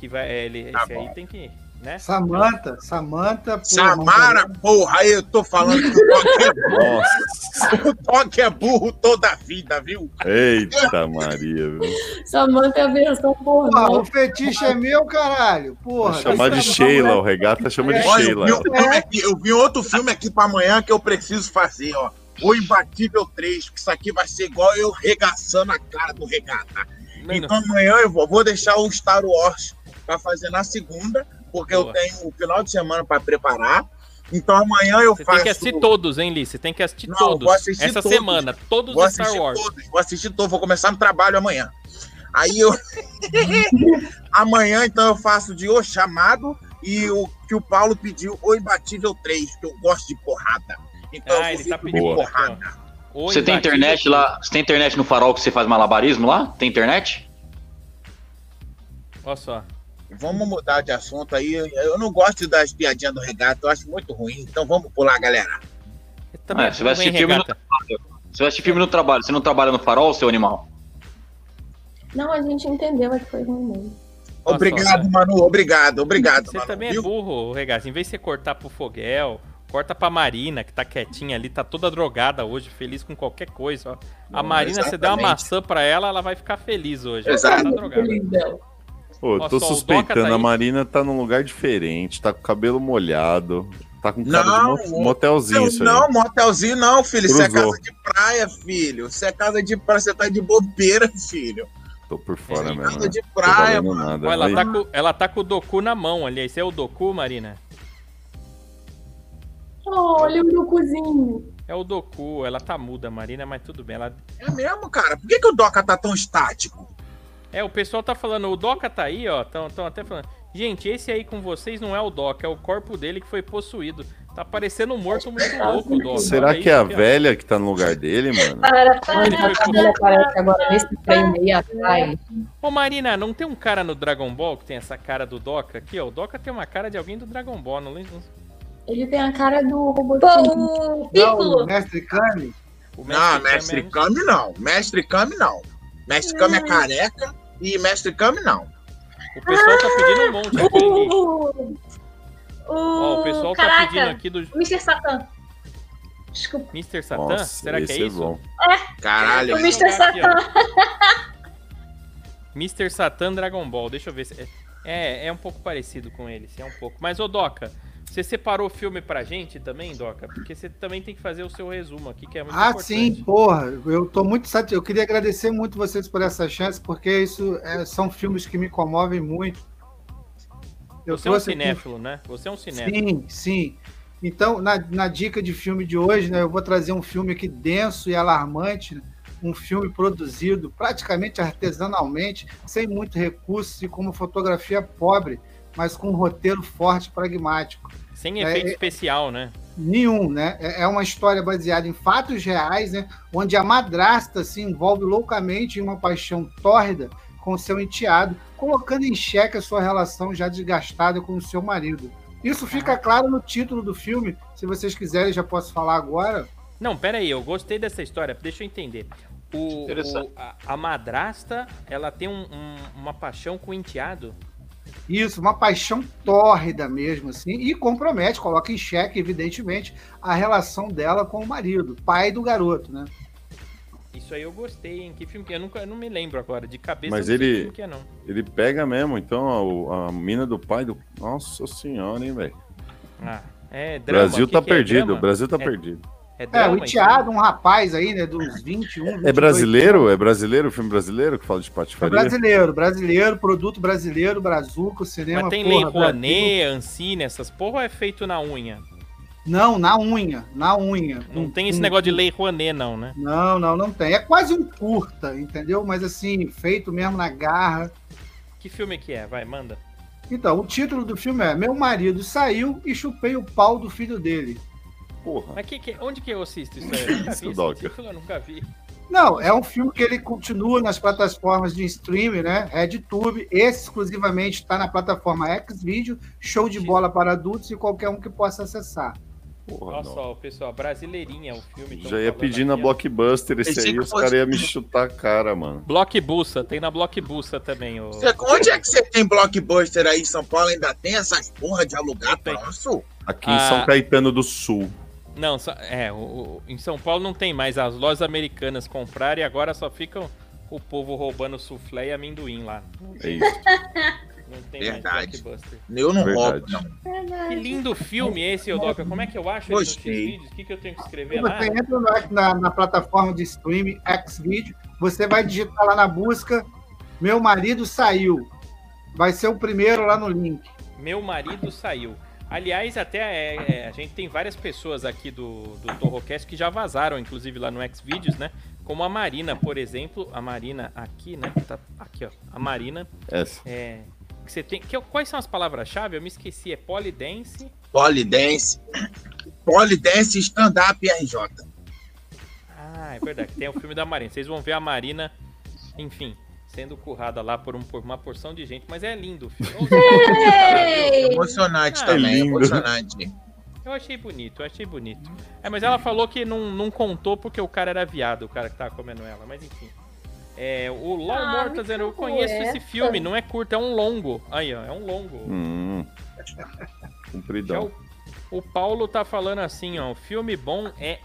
Que vai. é, ele,
Tá
esse aí
bom.
tem que. Né?
Samanta, Samanta. pô,
Samara, porra, aí eu tô falando que o toque é
Nossa.
burro, o toque é burro toda a vida, viu?
Eita Maria, viu?
Samanta é a versão
Porra,
pornô.
o fetiche é meu, caralho. Porra.
Chamar de
Samanta,
Sheila, o regata chama de
É.
Olha,
Sheila.
eu vi, um filme aqui, eu vi outro filme aqui pra amanhã que eu preciso fazer, ó. O Imbatível 3, que isso aqui vai ser igual eu regaçando a cara do regata.
Mano,
Então amanhã eu vou, vou deixar o Star Wars pra fazer na segunda, porque
Boa.
eu tenho o final de semana pra preparar. Então amanhã eu
você
faço.
tem que assistir todos, hein, Lee? Você tem que assistir
Não,
todos.
vou assistir
Essa
todos.
semana, todos
Vou
os Star
assistir
Wars.
todos, vou assistir todos, vou começar no trabalho amanhã. Aí eu. *laughs* amanhã, então, eu faço de O Chamado e o que o Paulo pediu, O Imbatível 3, que eu gosto de porrada. Então,
Ah,
eu
ele
vou
tá
sempre
pedindo
de
aqui,
porrada.
ó. O
Você tem
Imbatível-
internet lá? Você tem internet no farol que você faz malabarismo lá? Tem internet?
Olha só.
Ah,
Vamos mudar de assunto aí. Eu não gosto das piadinhas do regato, eu acho muito ruim. Então, vamos pular, galera.
Eu Também
É, você vai
tudo bem,
assistir filme no-
regata.
Você vai assistir filme no trabalho. Você não trabalha no farol, seu animal?
Não, a gente entendeu, é que foi ruim mesmo.
Nossa,
Obrigado,
olha.
Manu. Obrigado, obrigado.
Você
Manu,
também é
viu?
burro, regata. Em vez de você cortar pro Foguel, corta pra Marina, que tá quietinha ali, tá toda drogada hoje, feliz com qualquer coisa, ó. A
Não,
Marina, você der uma
exatamente.
maçã pra ela, ela vai ficar feliz hoje.
Exato.
Ela tá drogada.
Feliz dela.
Pô,
Ó,
tô
só, o Doca
suspeitando,
tá aí.
a Marina tá num lugar diferente, tá com o cabelo molhado, tá com cara
Não,
de
o-
mo- motelzinho
Eu
isso aí.
não, motelzinho não, filho. Isso é
Cruzou.
casa de praia, filho. Isso é casa de praia, você tá de bobeira, filho.
Tô por fora
Isso é
mesmo.
casa
né?
de
Tô
praia,
valendo nada.
Ó, ela,
Aí,
tá com, ela tá com o Doku na mão ali. Esse é o Doku, Marina?
Oh, olha o meu cozinho.
É o Doku. Ela tá muda, Marina, mas tudo bem. Ela...
É mesmo, cara? Por que, que o Doca tá tão estático?
É, o pessoal tá falando, o Doca tá aí, ó. Tão, tão até falando. Gente, esse aí com vocês não é o Doca, é o corpo dele que foi possuído. Tá parecendo um morto muito louco, o Doca.
Será
Olha aí,
que é a
piada.
velha que tá no lugar dele, mano?
Olha, a Camila aparece agora nesse frame aí atrás.
Ô, Marina, não tem um cara no Dragon Ball que tem essa cara do Doca aqui, ó? O Doca tem uma cara de alguém do Dragon Ball, não lembro.
Ele tem a cara do robotinho.
Pô, o
Não, é o
Piccolo.
mestre Kami.
O Kami
não,
é
Ah, mestre
um-
Kami não. Mestre Kami não. Mestre Kami é careca e mestre Kami não.
O pessoal tá pedindo um monte
*laughs*
aqui. Gui.
O.
Ó,
O.
o pessoal tá pedindo
Caraca,
aqui do
o Mr. Satan. Desculpa.
Mr. Satan.
Nossa,
Será que é
esse
isso?
bom.
Caralho.
O
Deixa
Mr.
eu jogar aqui,
Satan.
*laughs* Mr. Satan Dragon Ball, deixa eu ver se. É, é um pouco parecido com ele, sim, é um pouco. Mas, ô Doca, você separou o filme pra gente também, Doca? Porque você também tem que fazer o seu resumo aqui, que é muito
Ah,
importante.
sim, porra. Eu tô muito satisfeito. Eu queria agradecer muito vocês por essa chance, porque isso é, são filmes que me comovem muito. Eu
Você é um
aqui um
cinéfilo, né? Você é um cinéfilo.
Sim, sim. Então, na, na dica de filme de hoje, né, eu vou trazer um filme aqui denso e alarmante, né? um filme produzido praticamente artesanalmente, sem muito recurso e com uma fotografia pobre, mas com um roteiro forte e pragmático.
Sem
É,
efeito
é-
especial, né?
Nenhum, né? É é uma história baseada em fatos reais, né? Onde a madrasta se envolve loucamente em uma paixão tórrida com seu enteado, colocando em xeque a sua relação já desgastada com o seu marido. Isso fica claro no título do filme. Se vocês quiserem, já posso falar agora.
Não, pera aí, eu gostei dessa história, deixa eu entender. O,
Interessante.
o- a, a madrasta, ela tem um- um- uma paixão com o enteado?
Isso, uma paixão tórrida mesmo, assim, e compromete, coloca em xeque, evidentemente, a relação dela com o marido, pai do garoto, né?
Isso aí eu gostei, hein? Que filme que é? eu nunca eu não me lembro agora, de cabeça
Mas
eu não sei
ele-
que filme que é, não.
Ele pega mesmo, então, a- o- a, mina do pai do. Nossa senhora, hein, velho.
Ah, é
O
drama.
Brasil
que
tá
que é?
perdido,
Drama?
o Brasil tá
É-
perdido.
É, o
drama,
Itiado, um rapaz aí, né, dos 21. 22
É brasileiro? É brasileiro? Filme brasileiro que fala de
É
patifaria?
brasileiro, brasileiro, produto brasileiro, Brazuca, o cinema.
Mas tem
né, porra,
Lei
Brasil.
Rouanet, Ancine, essas porra ou é feito na unha?
Não, na unha, na unha.
Não
Um-
tem esse
um-
negócio de Lei Rouanet, não, né?
Não, não, não tem. É quase um curta, entendeu? Mas assim, feito mesmo na garra.
Que filme que é? Vai, manda.
Então, o título do filme é Meu marido saiu e chupei o pau do filho dele.
Porra.
Mas que, que- onde que eu assisto isso
*laughs*
aí? Eu nunca vi esse
Doc?
título, Eu nunca vi.
Não, é um filme que ele continua nas plataformas de streaming, né? RedTube, esse exclusivamente está na plataforma Xvideo, show de bola para adultos e qualquer um que possa acessar.
Porra,
Olha
não.
só, pessoal, brasileirinha é o filme. tão
Já ia
falando
pedir na
Então tá aqui, ó.
Blockbuster esse
Pensei
aí,
que
os
fosse-
caras iam me chutar a cara, mano.
Blockbusta, tem na Blockbusta também. O...
Você- onde é que você tem blockbuster aí em São Paulo? Ainda tem essas porra de alugar
Tem.
troço?
Aqui em
Ah.
São Caetano do Sul.
Não, só- é, o- o- em São Paulo não tem mais. As lojas americanas compraram e agora só ficam o povo roubando suflé e amendoim lá.
É isso.
Não tem
Verdade.
mais Blockbuster.
Eu não
Verdade.
roubo, não.
Que lindo filme esse, Eudoca. Como é que eu acho ele nos
Gostei.
vídeos? O que, que eu tenho que
Se
escrever lá?
você entra na, na- na plataforma de streaming Xvideo, você vai digitar lá na busca Meu marido saiu. Vai ser o primeiro lá no link.
Meu marido saiu. Aliás, até é, é, a gente tem várias pessoas aqui do, do Torrocast que já vazaram, inclusive lá no Xvideos, né? Como a Marina, por exemplo. A Marina aqui, né? Tá aqui, ó. A Marina.
Essa.
É, que você tem, que, quais são as palavras-chave? Eu me esqueci. É polidense.
Polidense. Polidense stand-up RJ.
Ah, é verdade. Tem o filme da Marina. Vocês vão ver a Marina, enfim, sendo currada lá por, um- por uma porção de gente. Mas é lindo o filme.
Emocionante
Ah,
também,
lindo.
emocionante.
Eu achei bonito, eu achei bonito. É, mas ela falou que não, não contou porque o cara era viado, o cara que tava comendo ela, mas enfim. É, o Law
Ah,
Mortas,
muito
eu conheço esse
essa.
filme, não é curto, é um longo. Aí, ó, é um longo.
Hum.
Já
Compridão.
o, o Paulo tá falando assim, ó, o filme bom é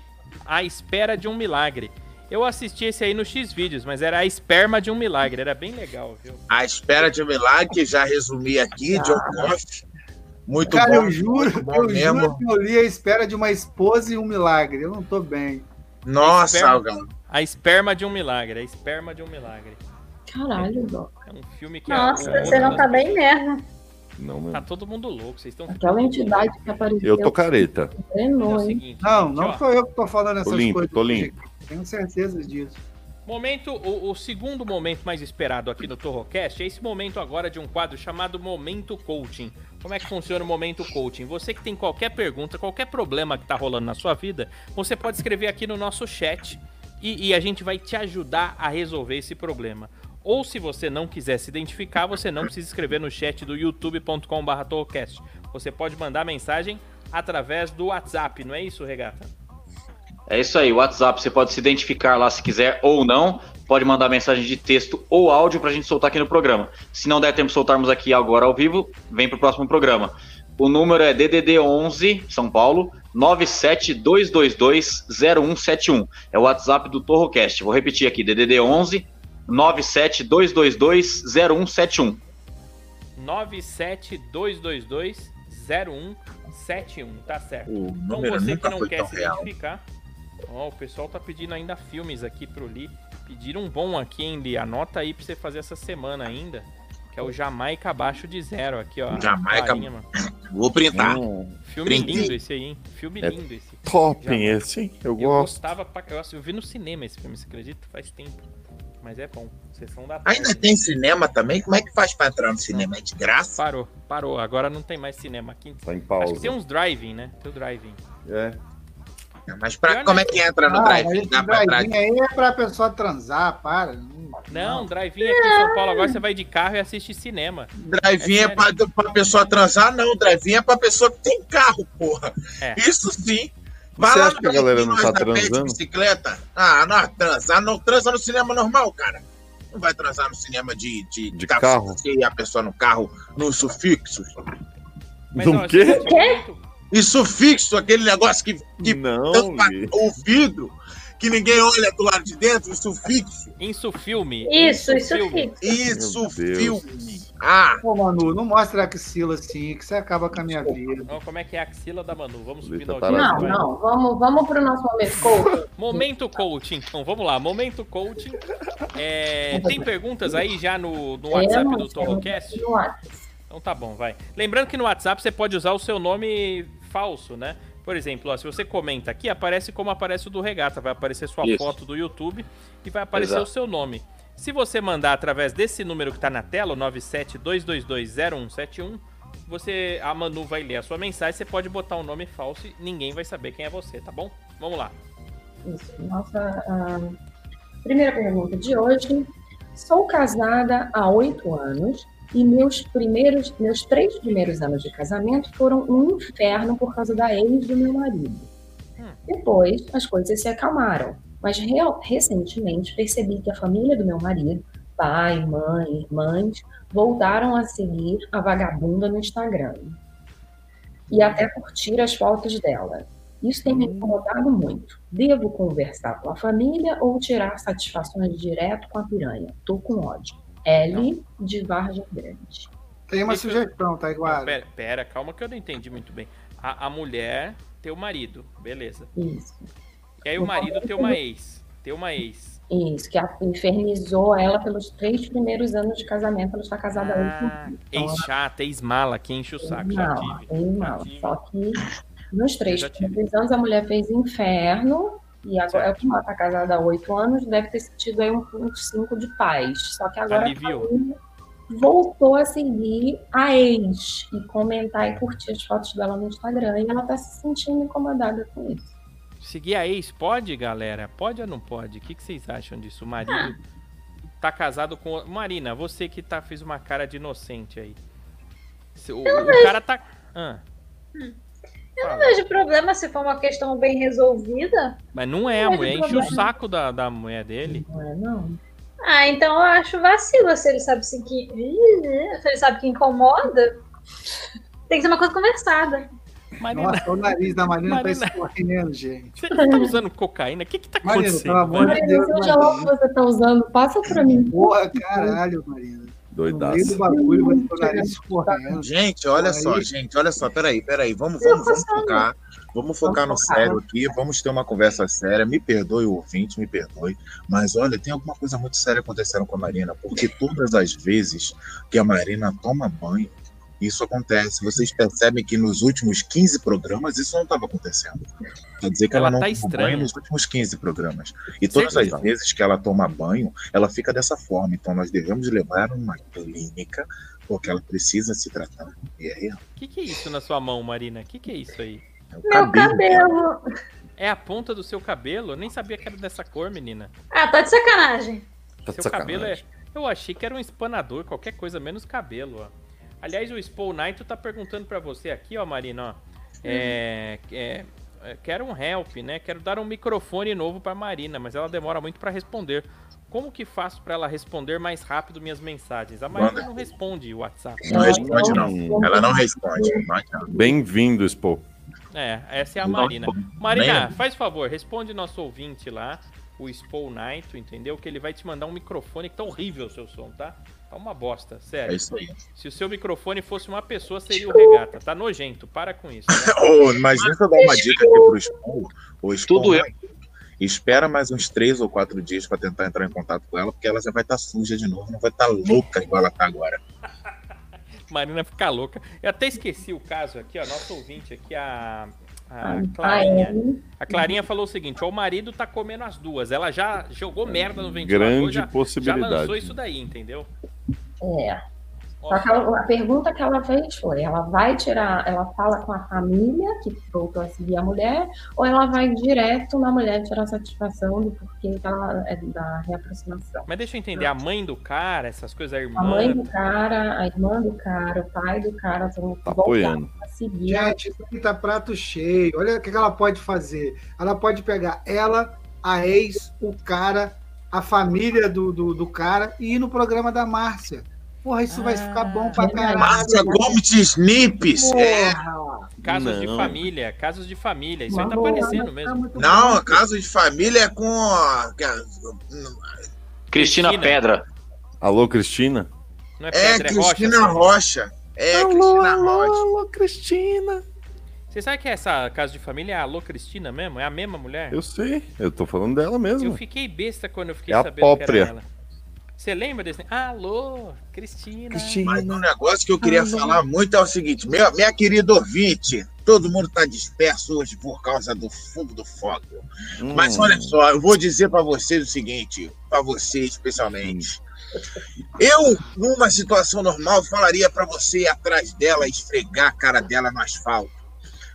A Espera de um Milagre. Eu assisti esse aí no X-Vídeos, mas era A Esperma de um Milagre, era bem legal, viu?
A espera de um milagre, já resumi aqui, John Goff. Muito
Cara,
bom.
eu juro,
muito bom
eu
mesmo.
juro que eu li a espera de uma esposa e um milagre. Eu não tô bem.
Nossa,
Espera-
Algão.
A Esperma de um Milagre, A Esperma de um Milagre.
Caralho, Doc.
É um filme que... a-
Nossa,
o-
você não tá bem mesmo.
Não,
Tá
mesmo.
todo mundo louco, vocês estão...
Aquela entidade que apareceu
Eu tô careta.
É o
treinou, hein?
seguinte,
Não,
gente, ó.
não sou eu que tô falando essas
limpo,
coisas.
tô limpo.
Tenho certeza disso.
Momento, o, o segundo momento mais esperado aqui no Torrocast é esse momento agora de um quadro chamado Momento Coaching. Como é que funciona o Momento Coaching? Você que tem qualquer pergunta, qualquer problema que tá rolando na sua vida, você pode escrever aqui no nosso chat e, e a gente vai te ajudar a resolver esse problema. Ou se você não quiser se identificar, você não precisa escrever no chat do youtube.com.br Torrocast. Você pode mandar mensagem através do WhatsApp, não é isso, Regata?
É isso aí, WhatsApp, você pode se identificar lá se quiser ou não. Pode mandar mensagem de texto ou áudio pra gente soltar aqui no programa. Se não der tempo de soltarmos aqui agora ao vivo, vem pro próximo programa. O número é DDD 11 São Paulo 972220171. É o WhatsApp do Torrocast. Vou repetir aqui, DDD 11 972220171.
972220171, tá certo.
O
Então
número
você que
nunca
não
foi
quer
tão
se
real.
identificar, ó, o pessoal tá pedindo ainda filmes aqui pro Li. Pediram um bom aqui, hein, Li? Anota aí pra você fazer essa semana ainda. Que é o Jamaica Abaixo de Zero aqui, ó.
Jamaica-
Farinha, mano.
Vou printar.
Hum,
Filme
Brinque.
lindo esse aí, hein? Filme
É
lindo esse.
top
Já.
esse, hein? Eu
Eu
gosto.
gostava pra eu, assisti- eu vi no cinema esse filme, você acredita? Faz tempo. Mas é bom. Sessão da tarde.
Ainda tem cinema também? Como é que faz pra entrar no cinema? É de graça?
Parou, parou. Agora não tem mais cinema aqui.
Tá em
Acho que
pausa.
tem uns driving, né? Tem o driving.
É.
Mas
Pior
pra,
não.
como é que entra no
Ah, mas
drive?
esse
Dá pra trás?
drive-in aí é pra pessoa transar, para. Hum,
Não, drive-in aqui em São Paulo agora você vai de carro e assiste cinema.
Drive-in
É
é pra, pra pessoa transar? Não, drive-in é pra pessoa que tem carro, porra.
É.
Isso sim.
Você
lá
acha
no
que a galera
drive-in,
não tá
nós dá pé
transando?
De bicicleta? Ah, não, transar não. Transa no cinema normal, cara. Não vai transar no cinema de, de,
De
tá
carro?
E a pessoa no carro, no sufixo.
Do
ó,
quê?
você assiste muito-
E sufixo, aquele negócio que, que
Não,
tampa
Li.
o ouvido que ninguém olha do lado de dentro, isso fixo.
Isso filme.
Isso, isso fica.
Isso
Deus.
filme. Ah,
Pô, Manu, não mostra a axila assim, que você acaba com a minha vida.
Então, como é que é a axila da Manu? Vamos subir
Eita,
na
parada.
Não,
audiência. vai.
não, vamos, vamos pro nosso momento coach.
Momento coaching, então. Vamos lá, momento coaching. É, tem perguntas aí já no, no WhatsApp do Torrocast?
No WhatsApp.
Então tá bom, vai. Lembrando que no WhatsApp você pode usar o seu nome falso, né? Por exemplo, ó, se você comenta aqui, aparece como aparece o do Regata. Vai aparecer sua
Isso.
foto do YouTube e vai aparecer
Exato.
o seu nome. Se você mandar através desse número que tá na tela, o 972220171, você, a Manu vai ler a sua mensagem, você pode botar um nome falso e ninguém vai saber quem é você, tá bom? Vamos lá.
Isso. Nossa ah, primeira pergunta de hoje. Sou casada há oito anos e meus primeiros, meus três primeiros anos de casamento foram um inferno por causa da ex do meu marido.
Hum.
Depois, as coisas se acalmaram, mas real- recentemente percebi que a família do meu marido, pai, mãe, irmãs, voltaram a seguir a vagabunda no Instagram e até curtir as fotos dela. Isso tem me incomodado muito. Devo conversar com a família ou tirar satisfações direto com a piranha? Tô com ódio. L de Vargem Grande.
Tem uma
Deixa eu-
sugestão, tá,
Não,
Taiguara.
Então, pera, pera, calma que eu não entendi muito bem. A, a mulher tem o marido, beleza.
Isso.
E aí o marido tem uma ex. Tem uma ex.
Isso, que a- infernizou ela pelos três primeiros anos de casamento. Ela está casada hoje
Ah, ex chata, ex mala, que enche o
com
saco. Já
mala,
tive.
tem mala.
tive.
Só que nos três
já tive.
primeiros anos a mulher fez inferno. E agora, como ela está casada há oito anos, deve ter sentido aí um ponto cinco de paz. Só que agora a
Aliviou.
família voltou a seguir a ex e comentar e curtir as fotos dela no Instagram. E ela está se sentindo incomodada com isso.
Seguir a ex pode, galera? Pode ou não pode? O que, que vocês acham disso? O marido
Ah.
tá casado com. Marina, você que tá, fez uma cara de inocente aí. Se- O, o cara tá. Ah. Fala.
Não vejo problema se for uma questão bem resolvida.
Mas não é, a
Não vejo
mulher enche o
problema.
saco da, da mulher dele.
Não é, não?
Ah, então eu acho vacilo se ele sabe se que. Ih, Se ele sabe que incomoda. Tem que ser uma coisa conversada.
Marina,
Nossa, o nariz da Marina tá
Marina.
escorrendo, gente.
você tá usando cocaína? O que que tá
Marina,
acontecendo?
pelo amor
velho?
Olha, seja lá o que você está usando, passa para mim.
Porra, caralho, Marina. No meio do
Doidaço.
bagulho, você tem o nariz escorrendo.
gente, olha
Aí.
só, gente, olha só, peraí, peraí, vamos, vamos, vamos focar. Vamos focar no
Vamos focar.
sério aqui, vamos ter uma conversa séria. Me perdoe, ouvinte, me perdoe. Mas olha, tem alguma coisa muito séria acontecendo com a Marina, porque todas as vezes que a Marina toma banho, isso acontece. Vocês percebem que nos últimos 15 programas isso não estava acontecendo. Quer dizer que ela,
Ela
não
tá
toma
estranha.
banho nos últimos 15 programas. E todas
Sim,
as
então.
vezes que ela toma banho, ela fica dessa forma. Então nós devemos levar uma clínica, porque ela precisa se tratar. E aí, ó,
O que, que é isso na sua mão, Marina? O que, que é isso aí?
é o
Tá
Meu cabelo.
É a ponta do seu cabelo? Eu nem sabia que era dessa cor, menina.
Ah, tá de sacanagem.
Tá de
seu cabelo é.
sacanagem.
Eu achei que era um espanador, qualquer coisa menos cabelo, ó. Aliás, o Spool Knight tá perguntando pra você aqui, ó, Marina, ó.
Hum.
É, é, é, quero um help, né? Quero dar um microfone novo pra Marina, mas ela demora muito pra responder. Como que faço pra ela responder mais rápido minhas mensagens? A Marina
Manda.
não responde o WhatsApp.
Não responde, não.
Hum.
Ela não responde. Não adianta.
Bem-vindo, Expo.
É, essa é a
Não
Marina.
responde.
Marina,
Nem-
faz favor, responde nosso ouvinte lá, o Spool Knight, entendeu? Que ele vai te mandar um microfone que tá horrível o seu som, tá? Tá uma bosta,
É
sério.
isso aí.
Se o seu microfone fosse uma pessoa, seria o regata. Tá nojento, para com isso. *laughs* tá?
Ô, mas deixa eu dar uma dica aqui pro Spool. O Spool
Tudo eu.
Espera mais uns três ou quatro dias pra tentar entrar em contato com ela, porque ela já vai estar suja de novo, não vai estar louca igual ela tá agora.
Marina fica louca. Eu até esqueci o caso aqui, ó. Nosso ouvinte aqui, a, a
Ah,
Clarinha.
é.
A Clarinha falou o seguinte: ó, o marido tá comendo as duas. Ela já jogou merda no ventilador.
Grande
já, já
possibilidade.
lançou isso daí, entendeu?
é.
Ó,
Só que ela- a pergunta que ela fez foi: ela vai tirar, ela fala com a família que voltou a seguir a mulher, ou ela vai direto na mulher tirar satisfação do porquê que ela é da reaproximação?
Mas deixa eu entender, a mãe do cara, essas coisas, a irmã.
A mãe do cara, a irmã do cara, o pai do cara estão
Tá
voltando
apoiando.
a seguir.
Gente, isso aqui tá prato cheio. Olha o que que ela pode fazer. Ela pode pegar ela, a ex, o cara, a família do, do, do cara e ir no programa da
Ah,
Márcia. Porra, isso vai ficar bom pra
verdade.
caralho.
Márcia Gomes de Snips! É,
Porra.
Casos de
Não.
família, casos de família. Isso aí tá
Uma boa,
aparecendo
mas tá
mesmo.
muito
Não,
bom.
caso de família é com. a-
Cristina,
Cristina.
Pedra.
Alô, Cristina?
Não é
É,
pedra, é,
Cristina
rocha.
Rocha. É, Cristina Rocha.
alô, Cristina.
Você sabe que essa casa de família é a Alô Cristina mesmo? É a mesma mulher?
Eu sei, eu tô falando dela
Eu
mesmo.
fiquei besta quando eu fiquei
É a
sabendo que
própria.
era ela. Você lembra desse? Alô, Cristina.
Mas um negócio que eu queria falar muito é o seguinte, meu, minha querida ouvinte, todo mundo tá disperso hoje por causa do fumo do fogo.
Hum.
Mas olha só, eu vou dizer pra vocês o seguinte, pra você especialmente. Eu, numa situação normal, falaria pra você ir atrás dela, esfregar a cara dela no asfalto.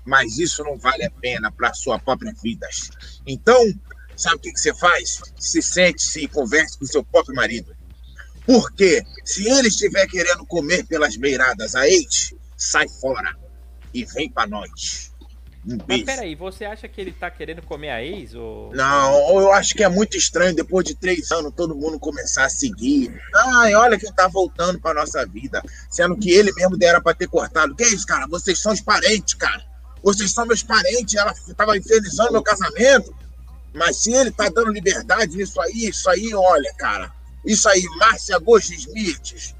Mas isso não vale a pena pra sua própria vida. Então, sabe o que, que você faz? Se sente-se e converse com seu próprio marido. Porque se ele estiver querendo comer pelas beiradas a ex, sai fora e vem pra nós. Um
Mas
beijo.
peraí, você acha que ele tá querendo comer a ex? Ou...
Não, ou eu acho que é muito estranho depois de três anos todo mundo começar a seguir. Ai, olha quem tá voltando pra nossa vida. Sendo que ele mesmo dera pra ter cortado. Que isso, cara? Vocês são os parentes, cara. Vocês são meus parentes. Ela tava infernizando meu casamento. Mas se ele tá dando liberdade nisso aí, isso aí, olha, cara. Isso aí, Márcia Gostismites.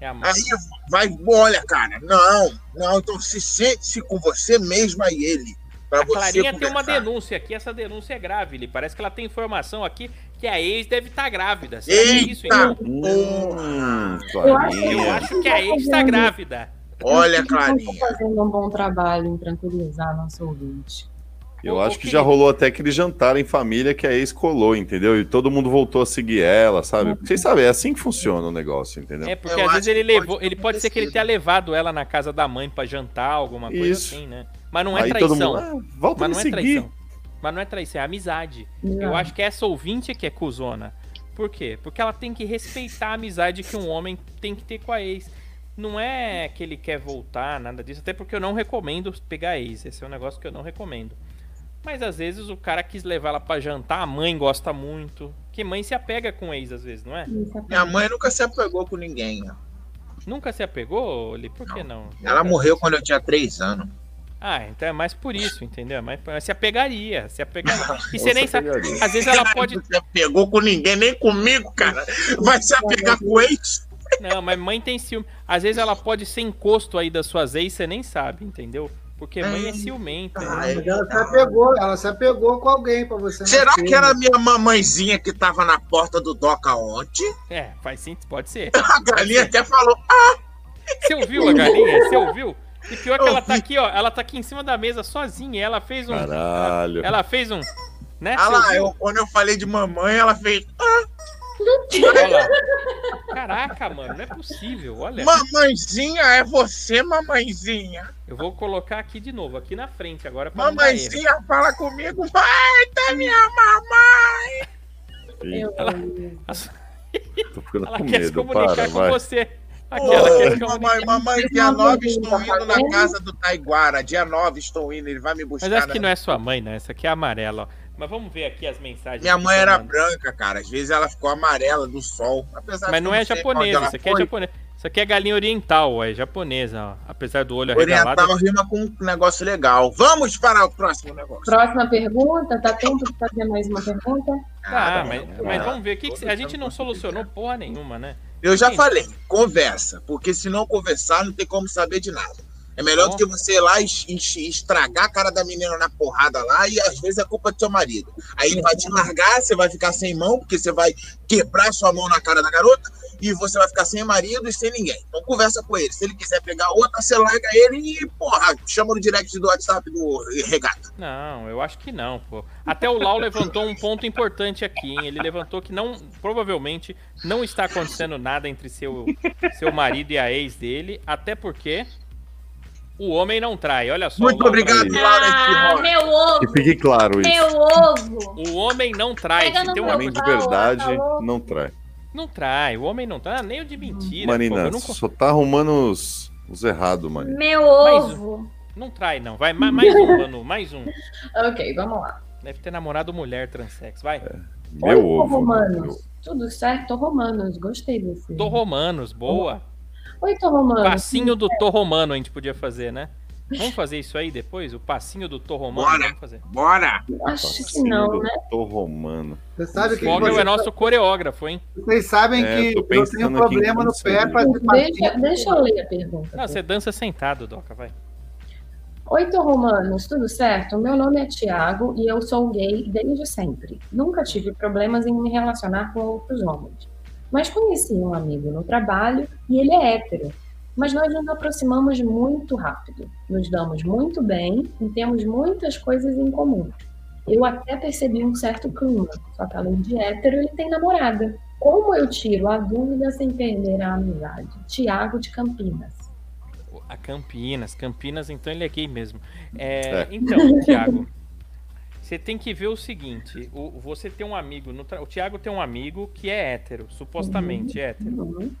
É a mãe.
Aí vai, olha, cara, não, não, então se sente-se com você mesma e ele. Pra
A
você
Clarinha tem uma
conversar.
denúncia aqui, essa denúncia é grave, ele parece que ela tem informação aqui que a ex deve estar grávida. Será que é isso, então?
Eita,
Hum,
Eu acho
Clarinha.
Eu acho que a ex tá grávida.
olha,
Vocês
Clarinha.
estão fazendo um bom trabalho em tranquilizar nosso ouvinte.
Eu
Ô,
acho
ô,
que já
querido.
rolou até aquele jantar em família que a ex colou, entendeu? E todo mundo voltou a seguir ela, sabe? Vocês sabem, é assim que funciona o negócio, entendeu?
É, porque
Eu
às
acho
vezes ele
que pode
levou.
ter
Ele pode ser que ele tenha levado ela na casa da mãe pra jantar, alguma coisa
Isso.
assim, né? Mas não é
Aí
traição.
todo mundo, ah, volta a
Mas
me
não é
seguir.
traição. Mas não é traição, é amizade. Eu
Não.
Ah.
acho que essa ouvinte aqui é cuzona. Por quê? Porque ela tem que respeitar a amizade que um homem tem que ter com a ex. Não é que ele quer voltar, nada disso. Até porque eu não recomendo pegar ex. Esse é um negócio que eu não recomendo. Mas às vezes o cara quis levar ela pra jantar, a mãe gosta muito. Que mãe se apega com ex às vezes, não é?
Isso é
Minha mãe nunca se apegou com ninguém. ó.
Nunca se apegou, Li? Por que não?
Ela morreu quando eu tinha três anos.
Ah, então é mais por isso, entendeu? Mas mas se apegaria, se apegaria. E você
Nossa,
nem sabe.
pegaria.
Às vezes ela pode
Não se apegou com ninguém, nem comigo, cara. Vai se apegar com ex?
Não, mas mãe tem ciúme. Às vezes ela pode ser encosto aí das suas ex, você nem sabe, entendeu? Porque mãe é ciumenta.
Ai,
Mas Ela se apegou, ela se apegou com alguém pra você. não
Será
ter,
que era
né?
a minha mamãezinha que tava na porta do Doca ontem?
É, faz sim, pode ser.
A galinha até falou.
Você ouviu a galinha? Você ouviu? E pior que ela tá
Ouvi.
aqui, ó. Ela tá aqui em cima da mesa sozinha. Ela fez um.
Caralho.
Ela fez um. Né?
Ah
você
lá,
ouviu?
eu- quando eu falei de mamãe, ela fez.
Olha lá. Caraca, mano, não é possível. Olha,
Mamãezinha, é você, mamãezinha.
eu vou colocar aqui de novo, aqui na frente agora pra não dar erro.
Mamãezinha, fala comigo. Vai, tá minha mamãe.
Eu amo.
Tô ficando
Ela
com
quer se
medo,
comunicar
para,
com
vai.
você. Aquela quer se comunicar.
mamãe, mamãe, dia 9 estou indo na casa do Taiguara. Dia 9 estou indo, ele vai me buscar.
Mas essa
na-
que não é sua mãe, né? Essa aqui é amarela, ó. Mas vamos ver aqui as mensagens.
Minha
que
mãe
estão
era
mandando.
branca, cara. Às vezes ela ficou amarela do sol. Apesar de
Mas
que
não
eu
é
sei
japonesa,
onde ela
isso aqui é
foi.
japonesa. Isso aqui é galinha oriental, ó, é japonesa, ó. Apesar do olho arregalado.
Oriental rima com um negócio legal. Vamos para o próximo negócio.
Próxima pergunta, tá tempo de fazer mais uma pergunta?
Tá,
Ah,
mas,
tá bom.
mas
Ah.
vamos ver. o que que cê- a gente não solucionou porra nenhuma, né?
Eu já
Sim.
falei, conversa, porque se não conversar, não tem como saber de nada. É melhor
Bom.
do que você ir lá e es- es- estragar a cara da menina na porrada lá e às vezes é culpa do seu marido. Aí ele vai te largar, você vai ficar sem mão, porque você vai quebrar sua mão na cara da garota e você vai ficar sem marido e sem ninguém. Então conversa com ele. Se ele quiser pegar outra, você larga ele e, porra, chama no direct do WhatsApp do Regata.
Não, eu acho que não, pô. Até o Lau levantou um ponto importante aqui, hein? Ele levantou que não, provavelmente não está acontecendo nada entre seu, seu marido e a ex dele, até porque o homem não trai. Olha só. o
Muito
Lau
obrigado,
é
Ah,
Laura.
meu ovo,
Que fique claro isso.
meu ovo.
O homem não trai.
Pega
Se
no
tem um uma
Homem de
Tá louco, tá
verdade
louco.
não trai.
Não trai, o homem não trai, Ah, nem o de mentira. pô,
Marina,
eu não, co-
só tá arrumando os, os errados,
é.
Marina.
Meu ovo.
não trai, não. Vai, ma- mais um, Manu, mais um.
Ok, vamos lá.
Deve ter namorado mulher transex, vai.
Meu
Oi,
ovo.
Romanos.
meu.
Tudo certo, Romanos, gostei desse.
Torromanos, boa.
Oi, Romanos.
Passinho do Torromano a gente podia fazer, né? Vamos fazer isso aí depois? O passinho do Torromano?
Bora.
Vamos fazer.
Bora!
Acho que não, né?
Tô romano.
Você sabe que
Fogel é
vocês,
nosso coreógrafo, hein?
vocês sabem
É,
que
tô
eu
pensando
tenho
aqui
problema
em
no
como
pé
seria.
para
Deixa, deixa eu ler a pergunta.
Não, você dança sentado, Doca, vai.
Oi, Tô Romanos, tudo certo? Meu nome é Tiago e eu sou gay desde sempre. Nunca tive problemas em me relacionar com outros homens. Mas conheci um amigo no trabalho e ele é hétero. Mas nós nos aproximamos muito rápido, nos damos muito bem e temos muitas coisas em comum. Eu até percebi um certo clima, só que além de hétero, ele tem namorada. Como eu tiro a dúvida sem perder a amizade? Tiago de Campinas.
A Campinas. Campinas, então ele é gay mesmo. É,
É.
Então, *laughs* Thiago, você tem que ver o seguinte: o- você tem um amigo. no tra- O Thiago tem um amigo que é hétero, supostamente hétero.
Uhum.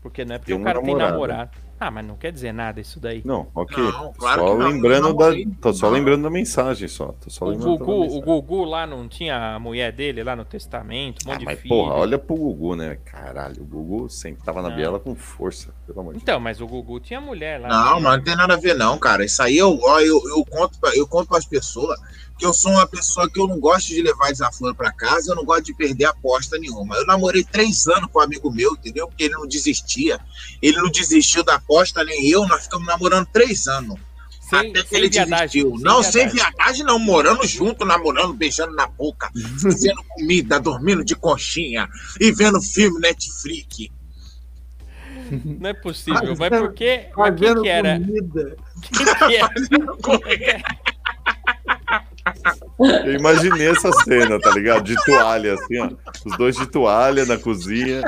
Porque não é porque
Tem
o
um
cara tem namorado.
namorado.
Ah, mas não quer dizer nada isso daí.
Não, ok.
Não, claro
só
que não.
lembrando
Não,
da.
não.
Tô só lembrando da mensagem só. Tô só
O
lembrando da
Gugu, o
mensagem.
Gugu lá não tinha a mulher dele lá no testamento, um monte
Ah,
de
mas
filho.
porra, olha pro Gugu, né? Caralho, o Gugu sempre tava na
Não.
biela com força, pelo amor de Deus.
Então, mas o Gugu tinha mulher lá.
Não, mas não tem nada a ver, não, cara. Isso aí eu, ó, eu, eu conto pra, eu conto pras pessoas que eu sou uma pessoa que eu não gosto de levar desaforo pra casa, eu não gosto de perder aposta nenhuma. Eu namorei três anos com um amigo meu, entendeu? Porque ele não desistia. Ele não desistiu da aposta, nem eu, nós ficamos namorando três anos.
Sem,
até que
sem
ele
viadagem,
desistiu. não, sem
viadagem.
viadagem não, morando junto, namorando, beijando na boca,
Uhum.
fazendo comida, dormindo de conchinha e vendo filme Netflix. *laughs*
Não é possível,
Fazendo-
mas por quê? Mas quem
fazendo
que era?
*laughs*
comida.
Quem que era?
Eu imaginei essa cena, tá ligado? De toalha, assim, ó. Os dois de toalha na cozinha.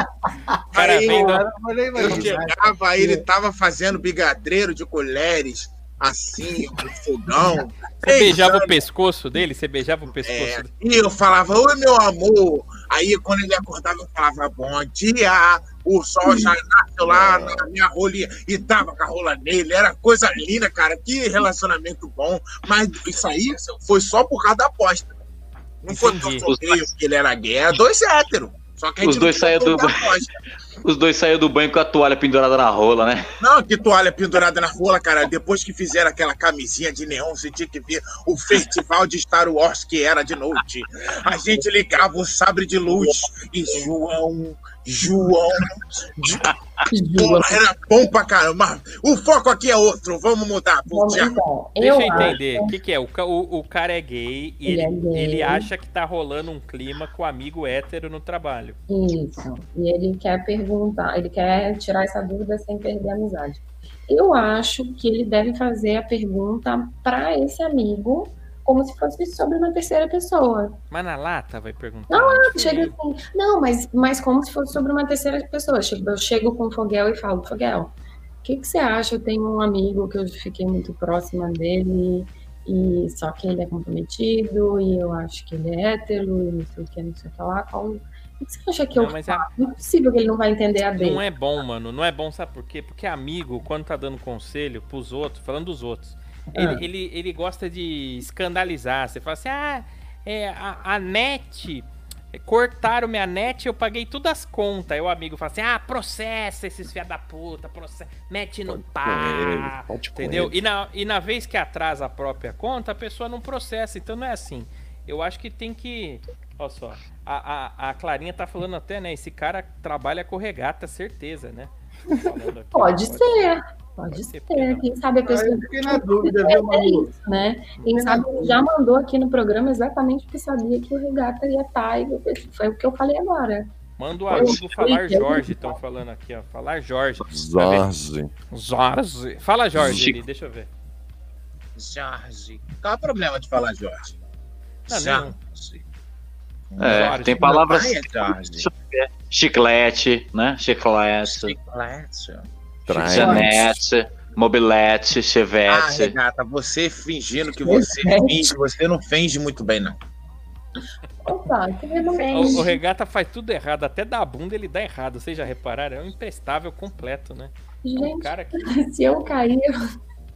O cara
Aí,
vem do-
Cara, eu nem
Eu
imaginava.
é.
chegava, ele tava fazendo brigadeiro de colheres, assim, no fogão.
Você beijava o pescoço dele? Você beijava o pescoço
É,
dele?
e eu falava, oi meu amor. Aí quando ele acordava, eu falava, bom dia, o sol já nasceu lá
É.
na minha rolinha. E tava com a rola nele, era coisa linda, cara. Que relacionamento bom. Mas isso aí seu, foi só por causa da aposta. Não foi porque eu
Entendi.
sou gay, porque ele era gay, era dois héteros. Só que a gente
Os
não
dois
tinha
saíam do
toda a aposta.
Os dois saíram do banho com a toalha pendurada na rola, né?
Não, que toalha pendurada na rola, cara. Depois que fizeram aquela camisinha de neon, você tinha que ver o festival de Star Wars que era de noite. A gente ligava o sabre de luz e João, João.
Juro.
Ah,
Porra, era bom pra caramba. O foco aqui é outro, vamos mudar. Bom,
Vamos
Tiago.
então.
Deixa eu
acho-
entender. O que, que é? O, ca- o- o cara é gay e ele,
Ele é gay.
ele acha que tá rolando um clima com o amigo hétero no trabalho.
Isso. E ele quer perguntar, ele quer tirar essa dúvida sem perder a amizade. Eu acho que ele deve fazer a pergunta para esse amigo como se fosse sobre uma terceira pessoa.
Mas na lata vai perguntar. é
Não,
onde
Chega
foi.
assim, não, mas, mas como se fosse sobre uma terceira pessoa. Chego- Eu chego com o Foguel e falo, Foguel, o que, que você acha? Eu tenho um amigo que eu fiquei muito próxima dele, e só que ele é comprometido, e eu acho que ele é hétero, e não sei o que, não sei o que lá. Qual... O que, que você acha que eu
Não, mas é-
Não é possível que ele não vai entender a dele.
Não é bom, mano. Não é bom, sabe por quê? Porque amigo, quando tá dando conselho pros outros, falando dos outros, ele, ele, ele gosta de escandalizar. Você fala assim, ah, é, a, a net, é, cortaram minha net, eu paguei todas as contas. Aí o amigo fala assim, ah, processa esses fia da puta, processa, mete no pá.
Com ele, pode com
Entendeu?
ele.
E na, e na vez que atrasa a própria conta, a pessoa não processa. Então não é assim. Eu acho que tem que. Olha só. A, a, a Clarinha tá falando até, né? Esse cara trabalha com regata, certeza, né? Falando aqui,
Pode ser, pode
Pode
ser.
ser, perdão.
Quem sabe a
Aí
pessoa
eu fiquei na dúvida, viu,
é
Manu?
isso, né? Quem sabe ele já mandou aqui no programa exatamente porque sabia que o regata ia estar. e Foi o que eu falei agora.
Manda o
Pode
amigo
ser,
falar
eu-
Jorge, estão falando aqui, ó. Falar Jorge.
Jorge.
Jorge. Fala Jorge
Chico.
ali, deixa eu ver.
Jorge. Qual é o problema de falar Jorge?
Não, não.
Jorge.
É,
Jorge.
tem palavras.
Ai, Jorge.
Chiclete, né? Chiclete,
Chiclete.
Traz.
Janete, mobilete,
Ah,
chevette.
Renata, você fingindo que você
Chiclete.
finge, você não finge muito bem, não.
Opa, que vergonha.
O, o regata faz tudo errado, até da bunda ele dá errado. Vocês já repararam? É um imprestável completo, né? É um
Gente,
cara que
se eu *laughs* cair,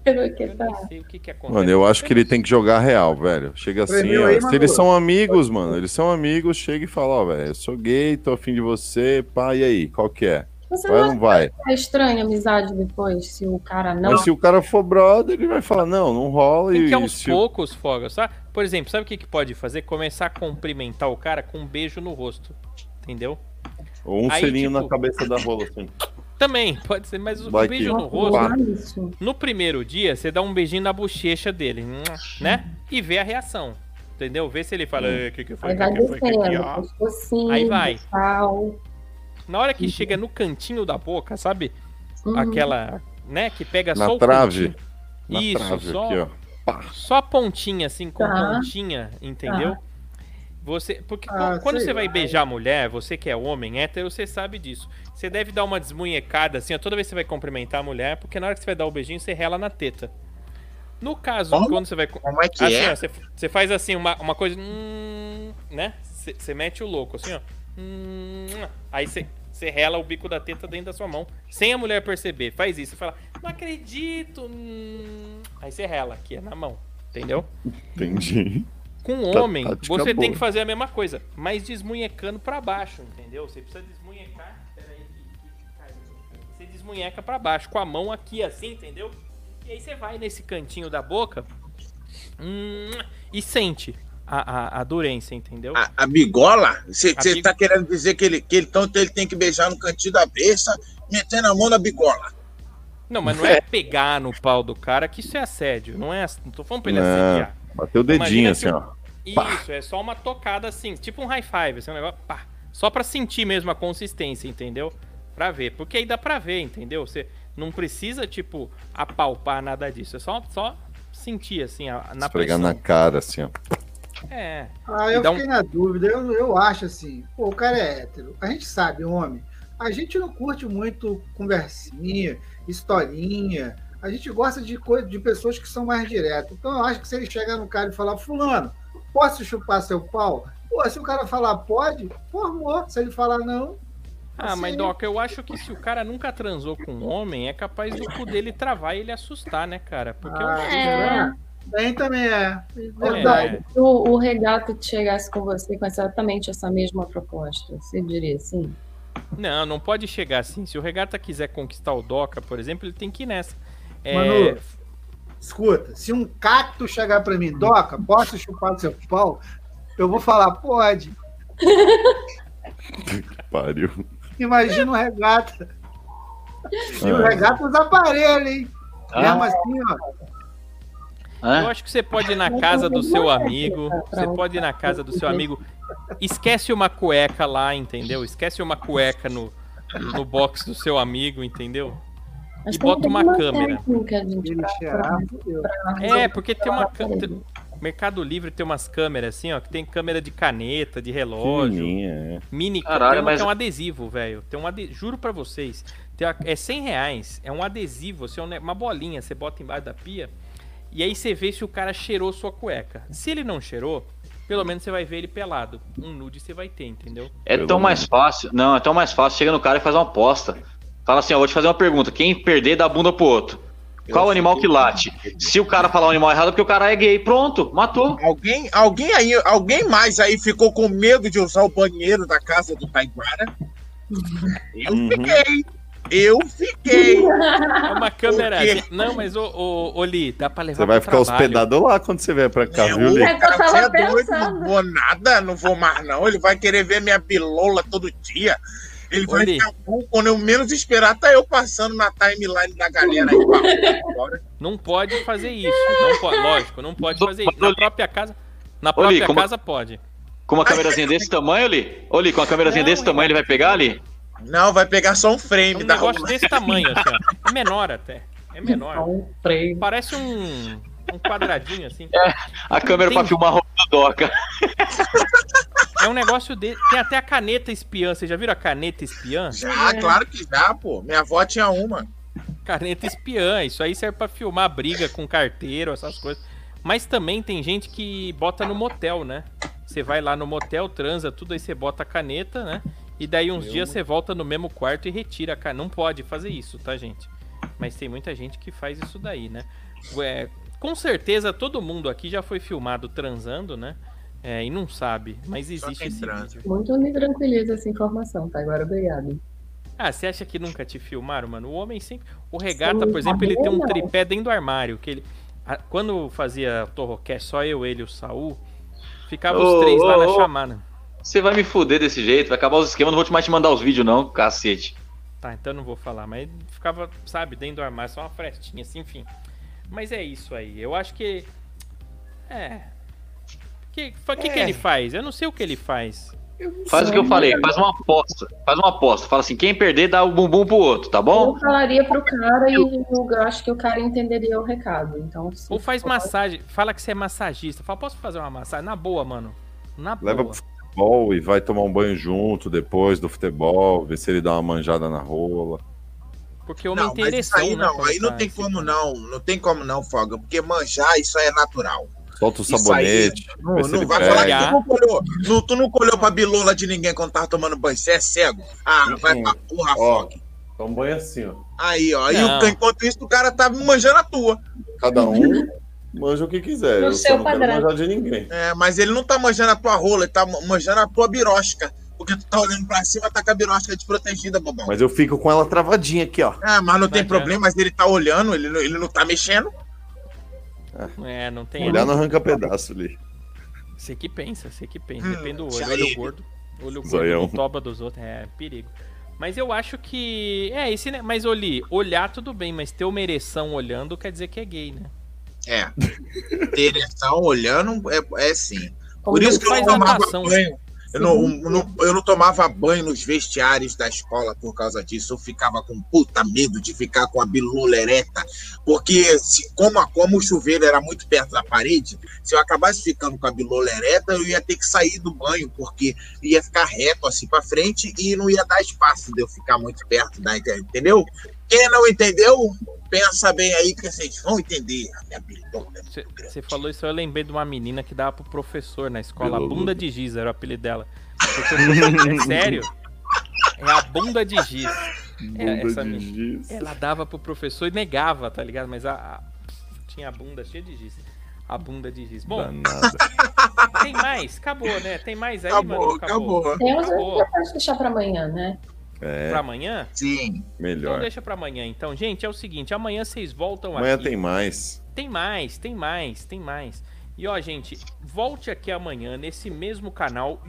eu vou
eu
quebrar.
não sei o que, que acontece.
Mano, eu acho que ele tem que jogar real, velho. Chega assim,
Preview
ó.
aí,
se
Manu.
eles são amigos, mano, eles são amigos, chega e fala, ó, velho, eu sou gay, tô afim de você, pá, e aí, qual que é?
Você
Vai ou
não
não vai?
acha estranha a amizade depois, se o cara não.
Mas se o cara for brother, ele vai falar, Ah, não, não rola.
Tem que ir
E
aos
se o-
poucos, Fogas, tá? Por exemplo, sabe o que, que pode fazer? Começar a cumprimentar o cara com um beijo no rosto. Entendeu?
Ou um
Aí,
selinho
tipo-
na cabeça da rola, assim.
Também, pode ser, mas um
Vai que-
beijo no rosto.
Não, não é isso.
No primeiro dia, você dá um beijinho na bochecha dele, né? E vê a reação. Entendeu? Vê se ele fala, "Eh, que que foi,
Aí
que
vai
que foi, que que
descendo,
ó?"
pescocinho,
Aí vai.
tal.
Na hora que chega no cantinho da boca, sabe?
Hum,
Aquela, né, que pega só
Na
o
trave. Na
Isso,
trave
só-
aqui, ó. Pá.
Só a pontinha, assim, com
Tá.
pontinha, entendeu? Você, porque
Ah,
qu- quando
sei
você vai beijar a mulher, você que é homem hétero, você sabe disso. Você deve dar uma desmunhecada, assim, ó, toda vez que você vai cumprimentar a mulher, porque na hora que você vai dar o beijinho, você rela na teta. No caso,
Como?
quando você vai... cu-
Como é que
Assim,
é?
ó, você, você faz assim, uma, uma coisa... hum, né? Você você mete o louco, assim, ó. hum, aí você, você rela o bico da teta dentro da sua mão, sem a mulher perceber. Faz isso, você fala, não acredito. hum. Aí você rela aqui, é na mão, entendeu?
Entendi.
Com o
Tá-
homem,
tática
você
boa.
tem que fazer a mesma coisa, mas desmunhecando pra baixo, entendeu? Você precisa desmunhecar. Peraí, que- que caiu aqui. Você desmunheca pra baixo, com a mão aqui assim, entendeu? E aí você vai nesse cantinho da boca hum, e sente a, a, a durência, entendeu?
A, a bigola? Você
A
você
bi-
tá querendo dizer que ele, que ele, então, ele tem que beijar no cantinho da besta, metendo a mão na bigola.
Não, mas não é pegar no pau do cara, que isso é assédio. Não é. ass- Não tô falando pra ele
Não.
assediar.
Bateu o
Imagina
dedinho,
que
assim, ó. Pá.
Isso, é só uma tocada assim, tipo um high five, assim, um negócio, pá. Só pra sentir mesmo a consistência, entendeu? Pra ver, porque aí dá pra ver, entendeu? Você não precisa, tipo, apalpar nada disso, é só, só sentir, assim, a- na
Esfregar
pressão.
na cara, assim, ó.
É,
Ah, eu
Dá um-
fiquei na dúvida. Eu, eu acho assim, pô, o cara é hétero. A gente sabe, homem. A gente não curte muito conversinha, historinha. A gente gosta de, coi- de pessoas que são mais diretas. Então eu acho que se ele chegar no cara e falar, fulano, posso chupar seu pau? Pô, se o cara falar pode, formou. Se ele falar não,
Ah, mas
Assim-
Doc, eu acho que se o cara nunca transou com um homem, é capaz do cu dele travar e ele assustar, né, cara? Porque
ah,
eu...
É.
bem também é.
É,
Hum.
Verdade.
Se o, o regato te chegasse com você com exatamente essa mesma proposta, você diria assim?
Não, não pode chegar assim. Se o Regata quiser conquistar o Doca, por exemplo, ele tem que ir nessa. É,
Manu, Escuta, se um cacto chegar pra mim, Doca, posso chupar seu pau? Eu vou falar, pode.
Pariu.
Imagina o regata. E o
Ah.
regata usa aparelho, hein? Mesmo
Ah,
assim, ó.
Eu
ah,
acho que você pode ir na
Mas
casa do
não tem
seu
nada
amigo.
pra- pra
Você
um-
pode ir na casa do seu amigo. Esquece uma cueca lá, entendeu? Esquece uma cueca no, no box do seu amigo, entendeu? E
tem
bota uma
alguma
câmera.
é técnica, gente,
Ele
pra-
cheirar, fudeu.
pra-
É, porque tem uma.
pra-
câ- tem- Mercado Livre tem umas câmeras assim, ó, que tem câmera de caneta, de relógio,
Pequenininha,
mini
Caralho,
tem uma que é
mas-
um adesivo, velho. Tem um ade- juro pra vocês, tem uma- é 100 reais, é um adesivo, assim, é um ne- uma bolinha, você bota embaixo da pia, E aí você vê se o cara cheirou sua cueca. Se ele não cheirou, pelo menos você vai ver ele pelado. Um nude você vai ter, entendeu?
é
Pelo
tão mais fácil. Não, é tão mais fácil. Chega no cara e faz uma aposta. Fala assim, ó, vou te fazer uma pergunta. Quem perder, dá a bunda pro outro. Qual
Eu
animal que
sei.
late? Se o cara falar um animal errado, é porque o cara é gay. Pronto, matou.
Alguém, alguém aí, alguém mais aí ficou com medo de usar o banheiro da casa do Taiguara? Eu
Uhum.
fiquei. Eu fiquei.
É uma
*laughs*
câmera.
quê?
assim- Não, mas ô, ô, ô, Li, dá pra levar
Você vai
pro
ficar
trabalho.
hospedado lá Tá quando você vier pra cá,
Não,
viu, Lê?
É o que eu
Cara,
tava
você é doido, não
pensando.
vou nada, não vou mais não. Ele vai querer ver minha bilola todo dia. Ele vai
Olhe.
ficar bom quando eu menos esperar, tá eu passando na timeline da galera aí pra fora.
Não pode fazer isso. Não po- lógico, não pode
Ô,
fazer isso. Na
Li.
própria casa. Na
Ô, Li,
própria
como-
casa pode.
Com uma câmerazinha desse tamanho ali? Ô, Li, com uma câmerazinha
Não,
desse tamanho ele vai pegar ali?
Não, vai pegar só um
É
frame
um
da
negócio
rua.
desse tamanho, assim, ó. É menor até. É menor.
Um trem.
Parece um, um quadradinho, assim.
A câmera pra
Entendi.
filmar a roupa do Doca. *laughs*
É um negócio desse. Tem até a caneta espiã. Vocês já viram a caneta espiã?
Já,
É.
claro que já, pô. Minha avó tinha uma.
Caneta espiã, isso aí serve pra filmar briga com carteiro, essas coisas. Mas também tem gente que bota no motel, né? Você vai lá no motel, transa tudo, aí você bota a caneta, né? E daí uns dias você volta no mesmo quarto e retira a caneta. Não pode fazer isso, tá, gente? Mas tem muita gente que faz isso daí, né? É, com certeza todo mundo aqui já foi filmado transando, né? É, e não sabe, mas existe
quem
esse
transa.
vídeo.
Muito me tranquiliza essa informação, tá? Agora, obrigado.
Ah, você acha que nunca te filmaram, mano? O homem sempre. O regata, por exemplo, ele tem um
não.
tripé dentro do armário. Que ele... Ah, Quando fazia Torrocast, só eu, ele e o Saul, ficava os
Ô,
três lá
ô,
na
ô.
chamada.
Você vai me fuder desse jeito, vai acabar os esquemas, não vou te mais te mandar os vídeos, não, cacete.
Tá, então não vou falar, mas ficava, sabe, dentro do armário, só uma frestinha, assim, enfim. Mas é isso aí. Eu acho que. É. O que, fa- que, que
É.
ele faz? Eu não sei o que ele faz.
Faz o que eu falei, faz uma aposta. Faz uma aposta. Fala assim, quem perder dá o bumbum pro outro, tá bom?
Eu falaria pro cara e eu acho que o cara entenderia o recado. Então, se
Ou faz
for-
massagem. Fala que você é massagista. Fala, posso fazer uma massagem? Na boa, mano. Na boa.
Leva pro futebol e vai tomar um banho junto depois do futebol, ver se ele dá uma manjada na rola.
Porque eu
Não,
me
mas isso
interessei.
aí não, aí não tem como não, não tem como não, Folga, porque manjar isso aí é natural.
Solta o
Isso aí,
sabonete,
Não,
vê se
não
ele
vai
pega.
falar que tu
pega.
não colhou, não, tu não colhou pra bilola de ninguém quando tava tomando banho, você é cego. Ah, vai pra porra,
Ó.
Folga.
Toma um banho assim, ó.
Aí, ó, aí,
Não.
o- enquanto isso o cara tá manjando a tua.
Cada um manja o que quiser.
No
eu
seu
só não quero
quadrado.
manjar de ninguém.
É, mas ele não tá manjando a tua rola, ele tá ma- manjando a tua birosca. Porque tu tá olhando pra cima, tá com a birosca desprotegida, bobão.
Mas eu fico com ela travadinha aqui, ó.
Ah, mas não tem
adianta.
problema, mas ele tá olhando, ele, não- ele não tá mexendo.
não. É, não tem.
Olhar não arranca pedaço ali.
Você que pensa, você que pensa.
Hum,
Depende do
já
olho. Olho
ele.
gordo. Olho gordo.
Zoião.
não Toba dos outros. É, perigo. Mas eu acho que. É, esse. né? Mas, Oli, olhar tudo bem, mas ter uma ereção olhando quer dizer que é gay, né?
É.
*laughs*
Ter ereção olhando é, é sim.
Como
Por isso que eu
faz
não tomava
natação.
banho. Eu não, eu não- eu não tomava banho nos vestiários da escola por causa disso. Eu ficava com puta medo de ficar com a bilula ereta. Porque se, como, a- como o chuveiro era muito perto da parede, se eu acabasse ficando com a bilula ereta, eu ia ter que sair do banho, porque ia ficar reto assim pra frente e não ia dar espaço de eu ficar muito perto da entendeu? Quem não entendeu, pensa bem aí que vocês vão entender. A minha bilula é muito grande.
Você falou isso, eu lembrei de uma menina que dava pro professor na escola, a
Biludo.
bunda de giz era o apelido dela. Porque o professor- *laughs* é sério? É a bunda de giz. É, essa
Bunda de
mesmo.
giz.
Ela dava pro professor e negava, tá ligado? Mas a, a- tinha a bunda cheia de giz. A bunda de giz. Bom,
Danada.
tem mais, acabou, né? Tem mais aí, mano?
Acabou,
Acabou.
acabou.
Tem uns
Acabou.
que pode deixar pra amanhã, né?
É,
Pra amanhã?
Sim.
Então
melhor.
deixa pra amanhã, então. Gente, é o seguinte, amanhã vocês voltam
Amanhã
aqui.
tem mais.
Tem mais, tem mais, tem mais. E ó, gente, volte aqui amanhã nesse mesmo canal,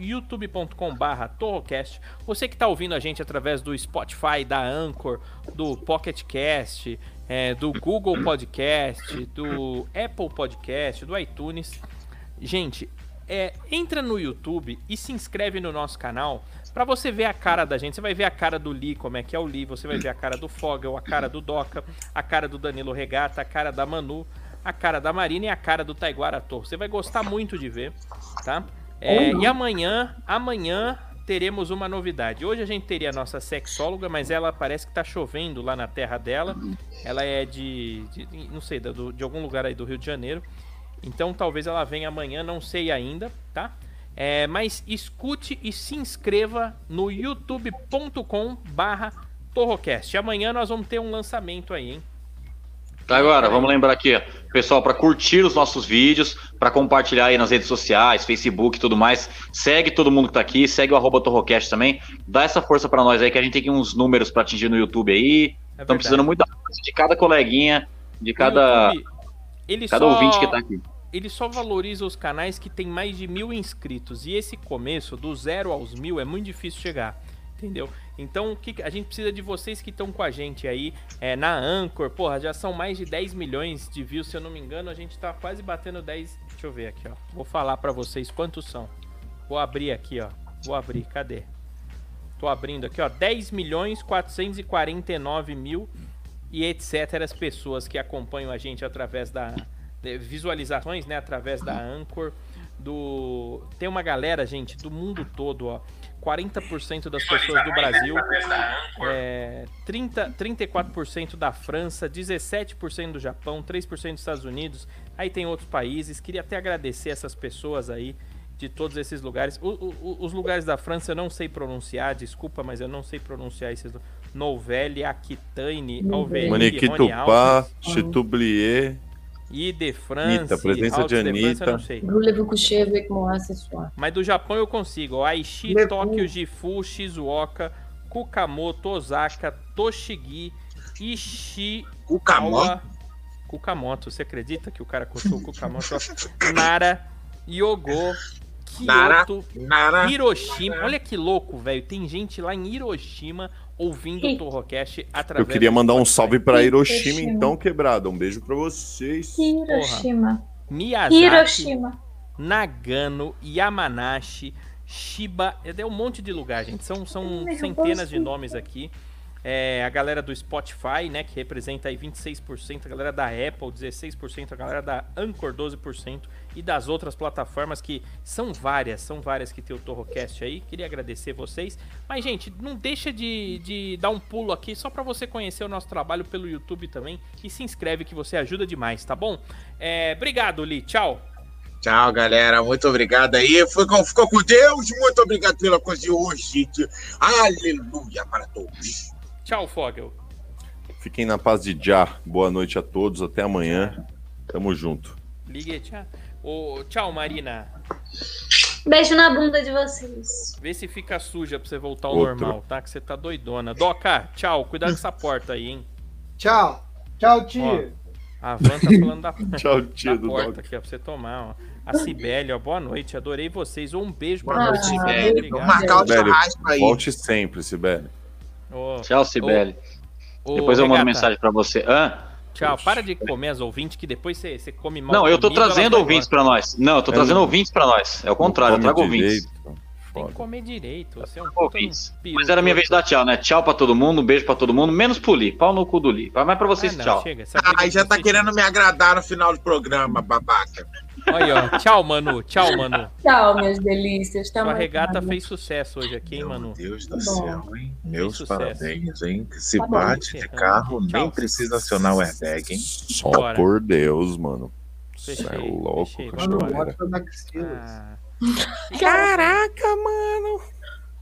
youtube.com/barra Torrocast. Você que tá ouvindo a gente através do Spotify, da Anchor, do Pocket Cast, é, do Google Podcast, do Apple Podcast, do iTunes. Gente, é, entra no YouTube e se inscreve no nosso canal pra você ver a cara da gente. Você vai ver a cara do Lee, como é que é o Lee, você vai ver a cara do Fogel, a cara do Doca, a cara do Danilo Regata, a cara da Manu, a cara da Marina e a cara do Taiguara Torre. Você vai gostar muito de ver, tá? É, e amanhã, amanhã teremos uma novidade. Hoje a gente teria a nossa sexóloga, mas ela parece que tá chovendo lá na terra dela. Ela é de, de- não sei, da- do- de algum lugar aí do Rio de Janeiro. Então talvez ela venha amanhã, não sei ainda, tá? É, mas escute e se inscreva no youtube.com barra Torrocast. Amanhã nós vamos ter um lançamento aí, hein?
Tá agora, vamos lembrar aqui, ó, pessoal, para curtir os nossos vídeos, para compartilhar aí nas redes sociais, Facebook e tudo mais. Segue todo mundo que tá aqui, segue o arroba Torrocast também. Dá essa força para nós aí que a gente tem aqui uns números para atingir no YouTube aí.
É
Estamos precisando
verdade.
muito da força de cada coleguinha, de
O
cada,
YouTube, ele
cada
só-
ouvinte que tá aqui.
ele só valoriza os canais que tem mais de mil inscritos. E esse começo, do zero aos mil, é muito difícil chegar. Entendeu? Então, o que que- a gente precisa de vocês que estão com a gente aí é, na Anchor. Porra, já são mais de 10 milhões de views, se eu não me engano. A gente tá quase batendo 10. Deixa eu ver aqui, ó. Vou falar pra vocês quantos são. Vou abrir aqui, ó. Vou abrir, cadê? Tô abrindo aqui, ó. 10 milhões 449 mil e etc. As pessoas que acompanham a gente através da de- visualizações, né, através da Anchor, do tem uma galera, gente, do mundo todo, ó. 40% das pessoas do Brasil, é, 30, 34% da França, 17% do Japão, 3% dos Estados Unidos, aí tem outros países. Queria até agradecer essas pessoas aí de todos esses lugares. O- o- o- os lugares da França eu não sei pronunciar, desculpa, mas eu não sei pronunciar esses. lu- Nouvelle, Aquitaine,
Nouvelle.
Alverie, Rhône
Maniquitupá, Chitublier.
e de France.
Anitta, presença de
Altos de France, eu
Anitta.
não sei.
Brulha Coucher veio com o assessor.
Mas do Japão eu consigo. ó. Aichi,
Lebu.
Tóquio, Gifu, Shizuoka, Kukamoto, Osaka, Toshigi, Ishi,
O Camão.
Awa, Kukamoto. Você acredita que o cara cortou o Kukamoto? Nara, Yogo,
Nara.
Kyoto,
Nara.
Hiroshima. Olha que louco, velho. Tem gente lá em Hiroshima ouvindo o Torrocast através
Eu queria
do
mandar um
Spotify.
salve pra Hiroshima,
Hiroshima.
então, quebrada. Um beijo pra vocês.
Hiroshima.
Miyazaki,
Hiroshima.
Nagano, Yamanashi, Shiba. É um monte de lugar, gente. São, são
Meu
centenas de
Deus.
nomes aqui. É, a galera do Spotify, né, que representa aí 26%, a galera da Apple, 16%, a galera da Anchor, 12%, e das outras plataformas que são várias, são várias que tem o Torrocast aí. Queria agradecer vocês. Mas, gente, não deixa de, de dar um pulo aqui só pra você conhecer o nosso trabalho pelo YouTube também e se inscreve que você ajuda demais, tá bom? É, obrigado, Li. Tchau.
Tchau, galera. Muito obrigado aí. Foi com- Ficou com Deus. Muito obrigado pela coisa de hoje, gente. Aleluia para todos.
Tchau, Fogel.
Fiquem na paz de já. Boa noite a todos. Até amanhã. Tamo junto.
Ligue, tchau. Ô, tchau, Marina.
Beijo na bunda de vocês.
Vê se fica suja pra você voltar ao
Outro.
normal, tá? Que você tá doidona. Doca, tchau. Cuidado com essa porta aí, hein?
Tchau. Tchau, tia.
A
*laughs*
Van tá falando da, da
Tchau, tia
Tá
do
porta
Doc.
aqui, ó, pra você tomar, ó. A Cibele, ó. Boa noite. Adorei vocês. Um beijo pra
Boa noite,
vocês.
Ah,
velho. Vamos
Obrigado.
marcar o
Velho,
churrasco aí.
Volte sempre, Sibeli.
Ô,
Tchau, Sibeli.
ô,
Depois eu mando
Regata,
mensagem pra você. Hã?
Tchau. Para de comer as ouvintes, que depois você, você come mal.
Não, eu tô
comigo, elas
trazendo
vão
ouvintes
embora.
pra nós. Não, eu tô
É,
trazendo
não.
ouvintes pra nós. É o contrário, eu
Come
trago ouvintes.
direito.
Tem que
Foda.
comer direito. Você é um puta
Ouvintes.
piru.
Mas era minha vez de dar tchau, né? Tchau pra todo mundo, um beijo pra todo mundo, menos pro Li. Pau no cu do Li. Vai mais pra vocês,
Ah, não,
tchau.
Chega, essa briga
Ai, já
não
tá
se-
querendo me agradar no final do programa, babaca.
Tá
Olha, aí, ó. Tchau, Manu. Tchau, Manu.
Tchau, meus delícias. Tamo
Sua
aí,
regata
Manu.
fez sucesso hoje aqui, hein, Manu?
Meu Deus do
Tá Bom.
céu, hein? Meus
sucesso.
parabéns, hein? Que se
Tá bom,
bate de
encerrando.
carro, nem
Tchau.
precisa acionar o airbag, hein?
Só
né?
Bora.
por Deus, mano. Você Tá é
Fechei,
louco,
fechei,
Mano,
cachoeira.
bota na axila.
Ah,
Caraca, mano.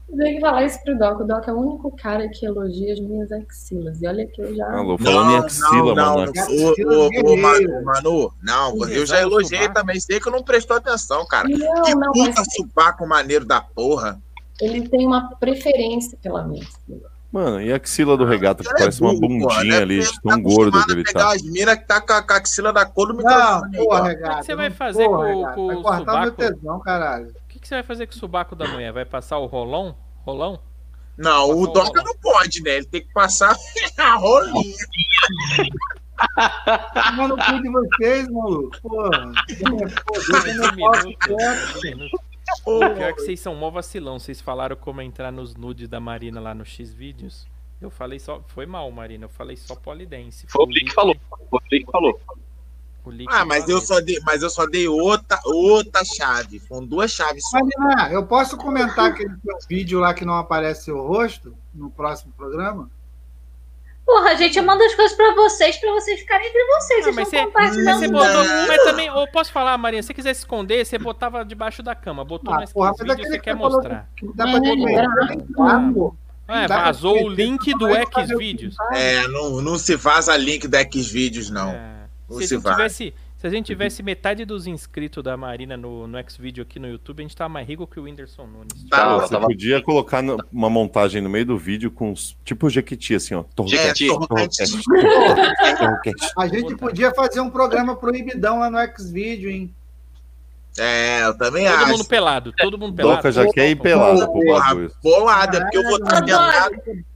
Eu tenho que falar isso pro Doc. O Doc é o único cara que elogia as minhas axilas. E olha que eu já.
Alô, falando em axila,
não,
mano.
não.
axila
Ô, ô, ô,
guerreira.
Manu, Manu, não,
Ih,
eu já
exala o
elogiei
sovaco.
também, sei que eu não prestou atenção, cara. que
Não, não, mas
puta subaco maneiro da porra.
ele tem uma preferência pela minha.
Mano, e a axila do regata que
Cara, é
parece uma
burro, porra,
bundinha
né?
ali,
Porque
de tão gordo
acostumado
que
a
ele
pegar
tá.
as minas que tá com a, com a axila da cor do
Não,
microfone.
Então,
aí, ó.
porra, gato.
O é que que você vai fazer com o- com
Vai
o
cortar meu
sovaco?
tesão, caralho.
o que, que você vai fazer com o subaco da mulher? Vai passar o rolão? Rolão?
Não, o
Passou
Doca
o-
não pode, né? Ele tem que passar *laughs* a rolinha.
Toma no cu de vocês, maluco. Porra. *laughs*
Um minuto, um minuto.
Ô,
O pior é que vocês são mó vacilão. Vocês falaram como entrar nos nudes da Marina lá no X-Vídeos. Eu falei só. Foi mal, Marina. Eu falei só polidense.
Foi o Li que falou. Foi o Li que falou.
o Li que
Ah, mas
falou.
eu só dei, mas eu só dei outra, outra chave. Foram duas chaves só.
Marina, eu posso comentar aquele teu vídeo lá que não aparece seu rosto no próximo programa?
Porra, gente, eu mando as coisas pra vocês, pra vocês ficarem entre vocês.
Ah,
Vocês não
mas você, mas
compartilham
você
com
botou.
ninguém.
Mas também, eu posso falar, Marina, se você quiser se esconder, você botava debaixo da cama. Botou
Ah,
nesse
porra, mas
vídeo que
aquele
você
que
quer
você falou
mostrar.
Que dá pra
Mas,
comer.
era brabo.
É,
dá pra
vazou o
esquecer,
link do
não vai fazer o que
Xvideos.
É, não, não se vaza link da Xvideos, não.
É.
Não
Se a,
se
gente
vai.
tivesse, se a gente tivesse metade dos inscritos da Marina no, no Xvideo aqui no YouTube, a gente tá mais rico que o Whindersson Nunes.
Tá
Tchau,
louco.
Você
tava-
podia colocar no- uma montagem no meio do vídeo com os, tipo o Jequiti, assim, ó.
É,
Jequiti.
torrocante.
A gente podia fazer um programa proibidão lá no Xvideo, hein?
É, eu também
Todo
acho.
mundo pelado, todo mundo pelado.
Doca já quer ir pelado pro bagulho.
Bolada, porque eu vou estar tentado.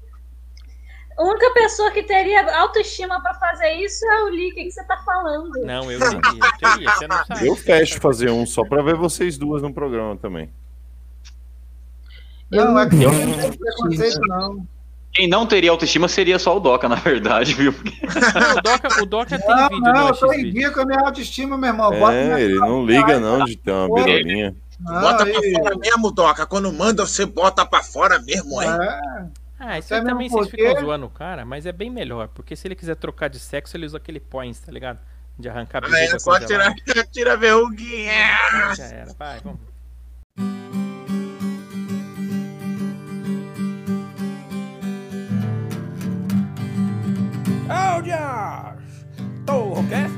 A única pessoa que teria autoestima pra fazer isso é o Li. O que que você tá falando?
Não, eu teria, eu teria, você não sabe.
Eu fecho fazer um só pra ver vocês duas no programa também.
Não,
é
o Xvideo não tem preconceito, não.
Quem não teria autoestima seria só o Doca, *laughs* na verdade, viu? Porque
Não, o Doca, o Doca tem
Não,
vídeo
não,
no
eu tô em
Xvideo.
dia com a minha autoestima, meu irmão. Bota
É,
minha...
ele não liga não de ter uma birolinha.
não, é
Bota pra
aí.
fora mesmo, Doca. Quando manda, você bota pra fora mesmo, hein?
É,
Ah, isso
Até
aí também
mesmo
vocês ficam
porque-
zoando o cara, mas é bem melhor, porque se ele quiser trocar de sexo, ele usa aquele points, tá ligado? De arrancar a
Ah, é,
bexiga
só
congelada.
tirar, *laughs* tira a verruguinha.
*laughs* Já era, vai, vamos.
Áudios! Torrocast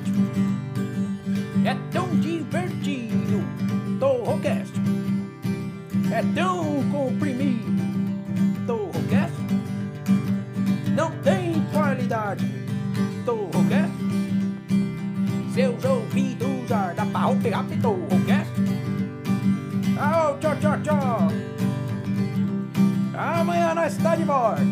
é tão divertido. Torrocast é tão comprimido. Torrocast
meus ouvidos, arapa, hopi, rapi, torrocast. Tchau, tchau, tchau, tchau. Amanhã nós está de volta.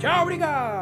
Tchau, obrigado.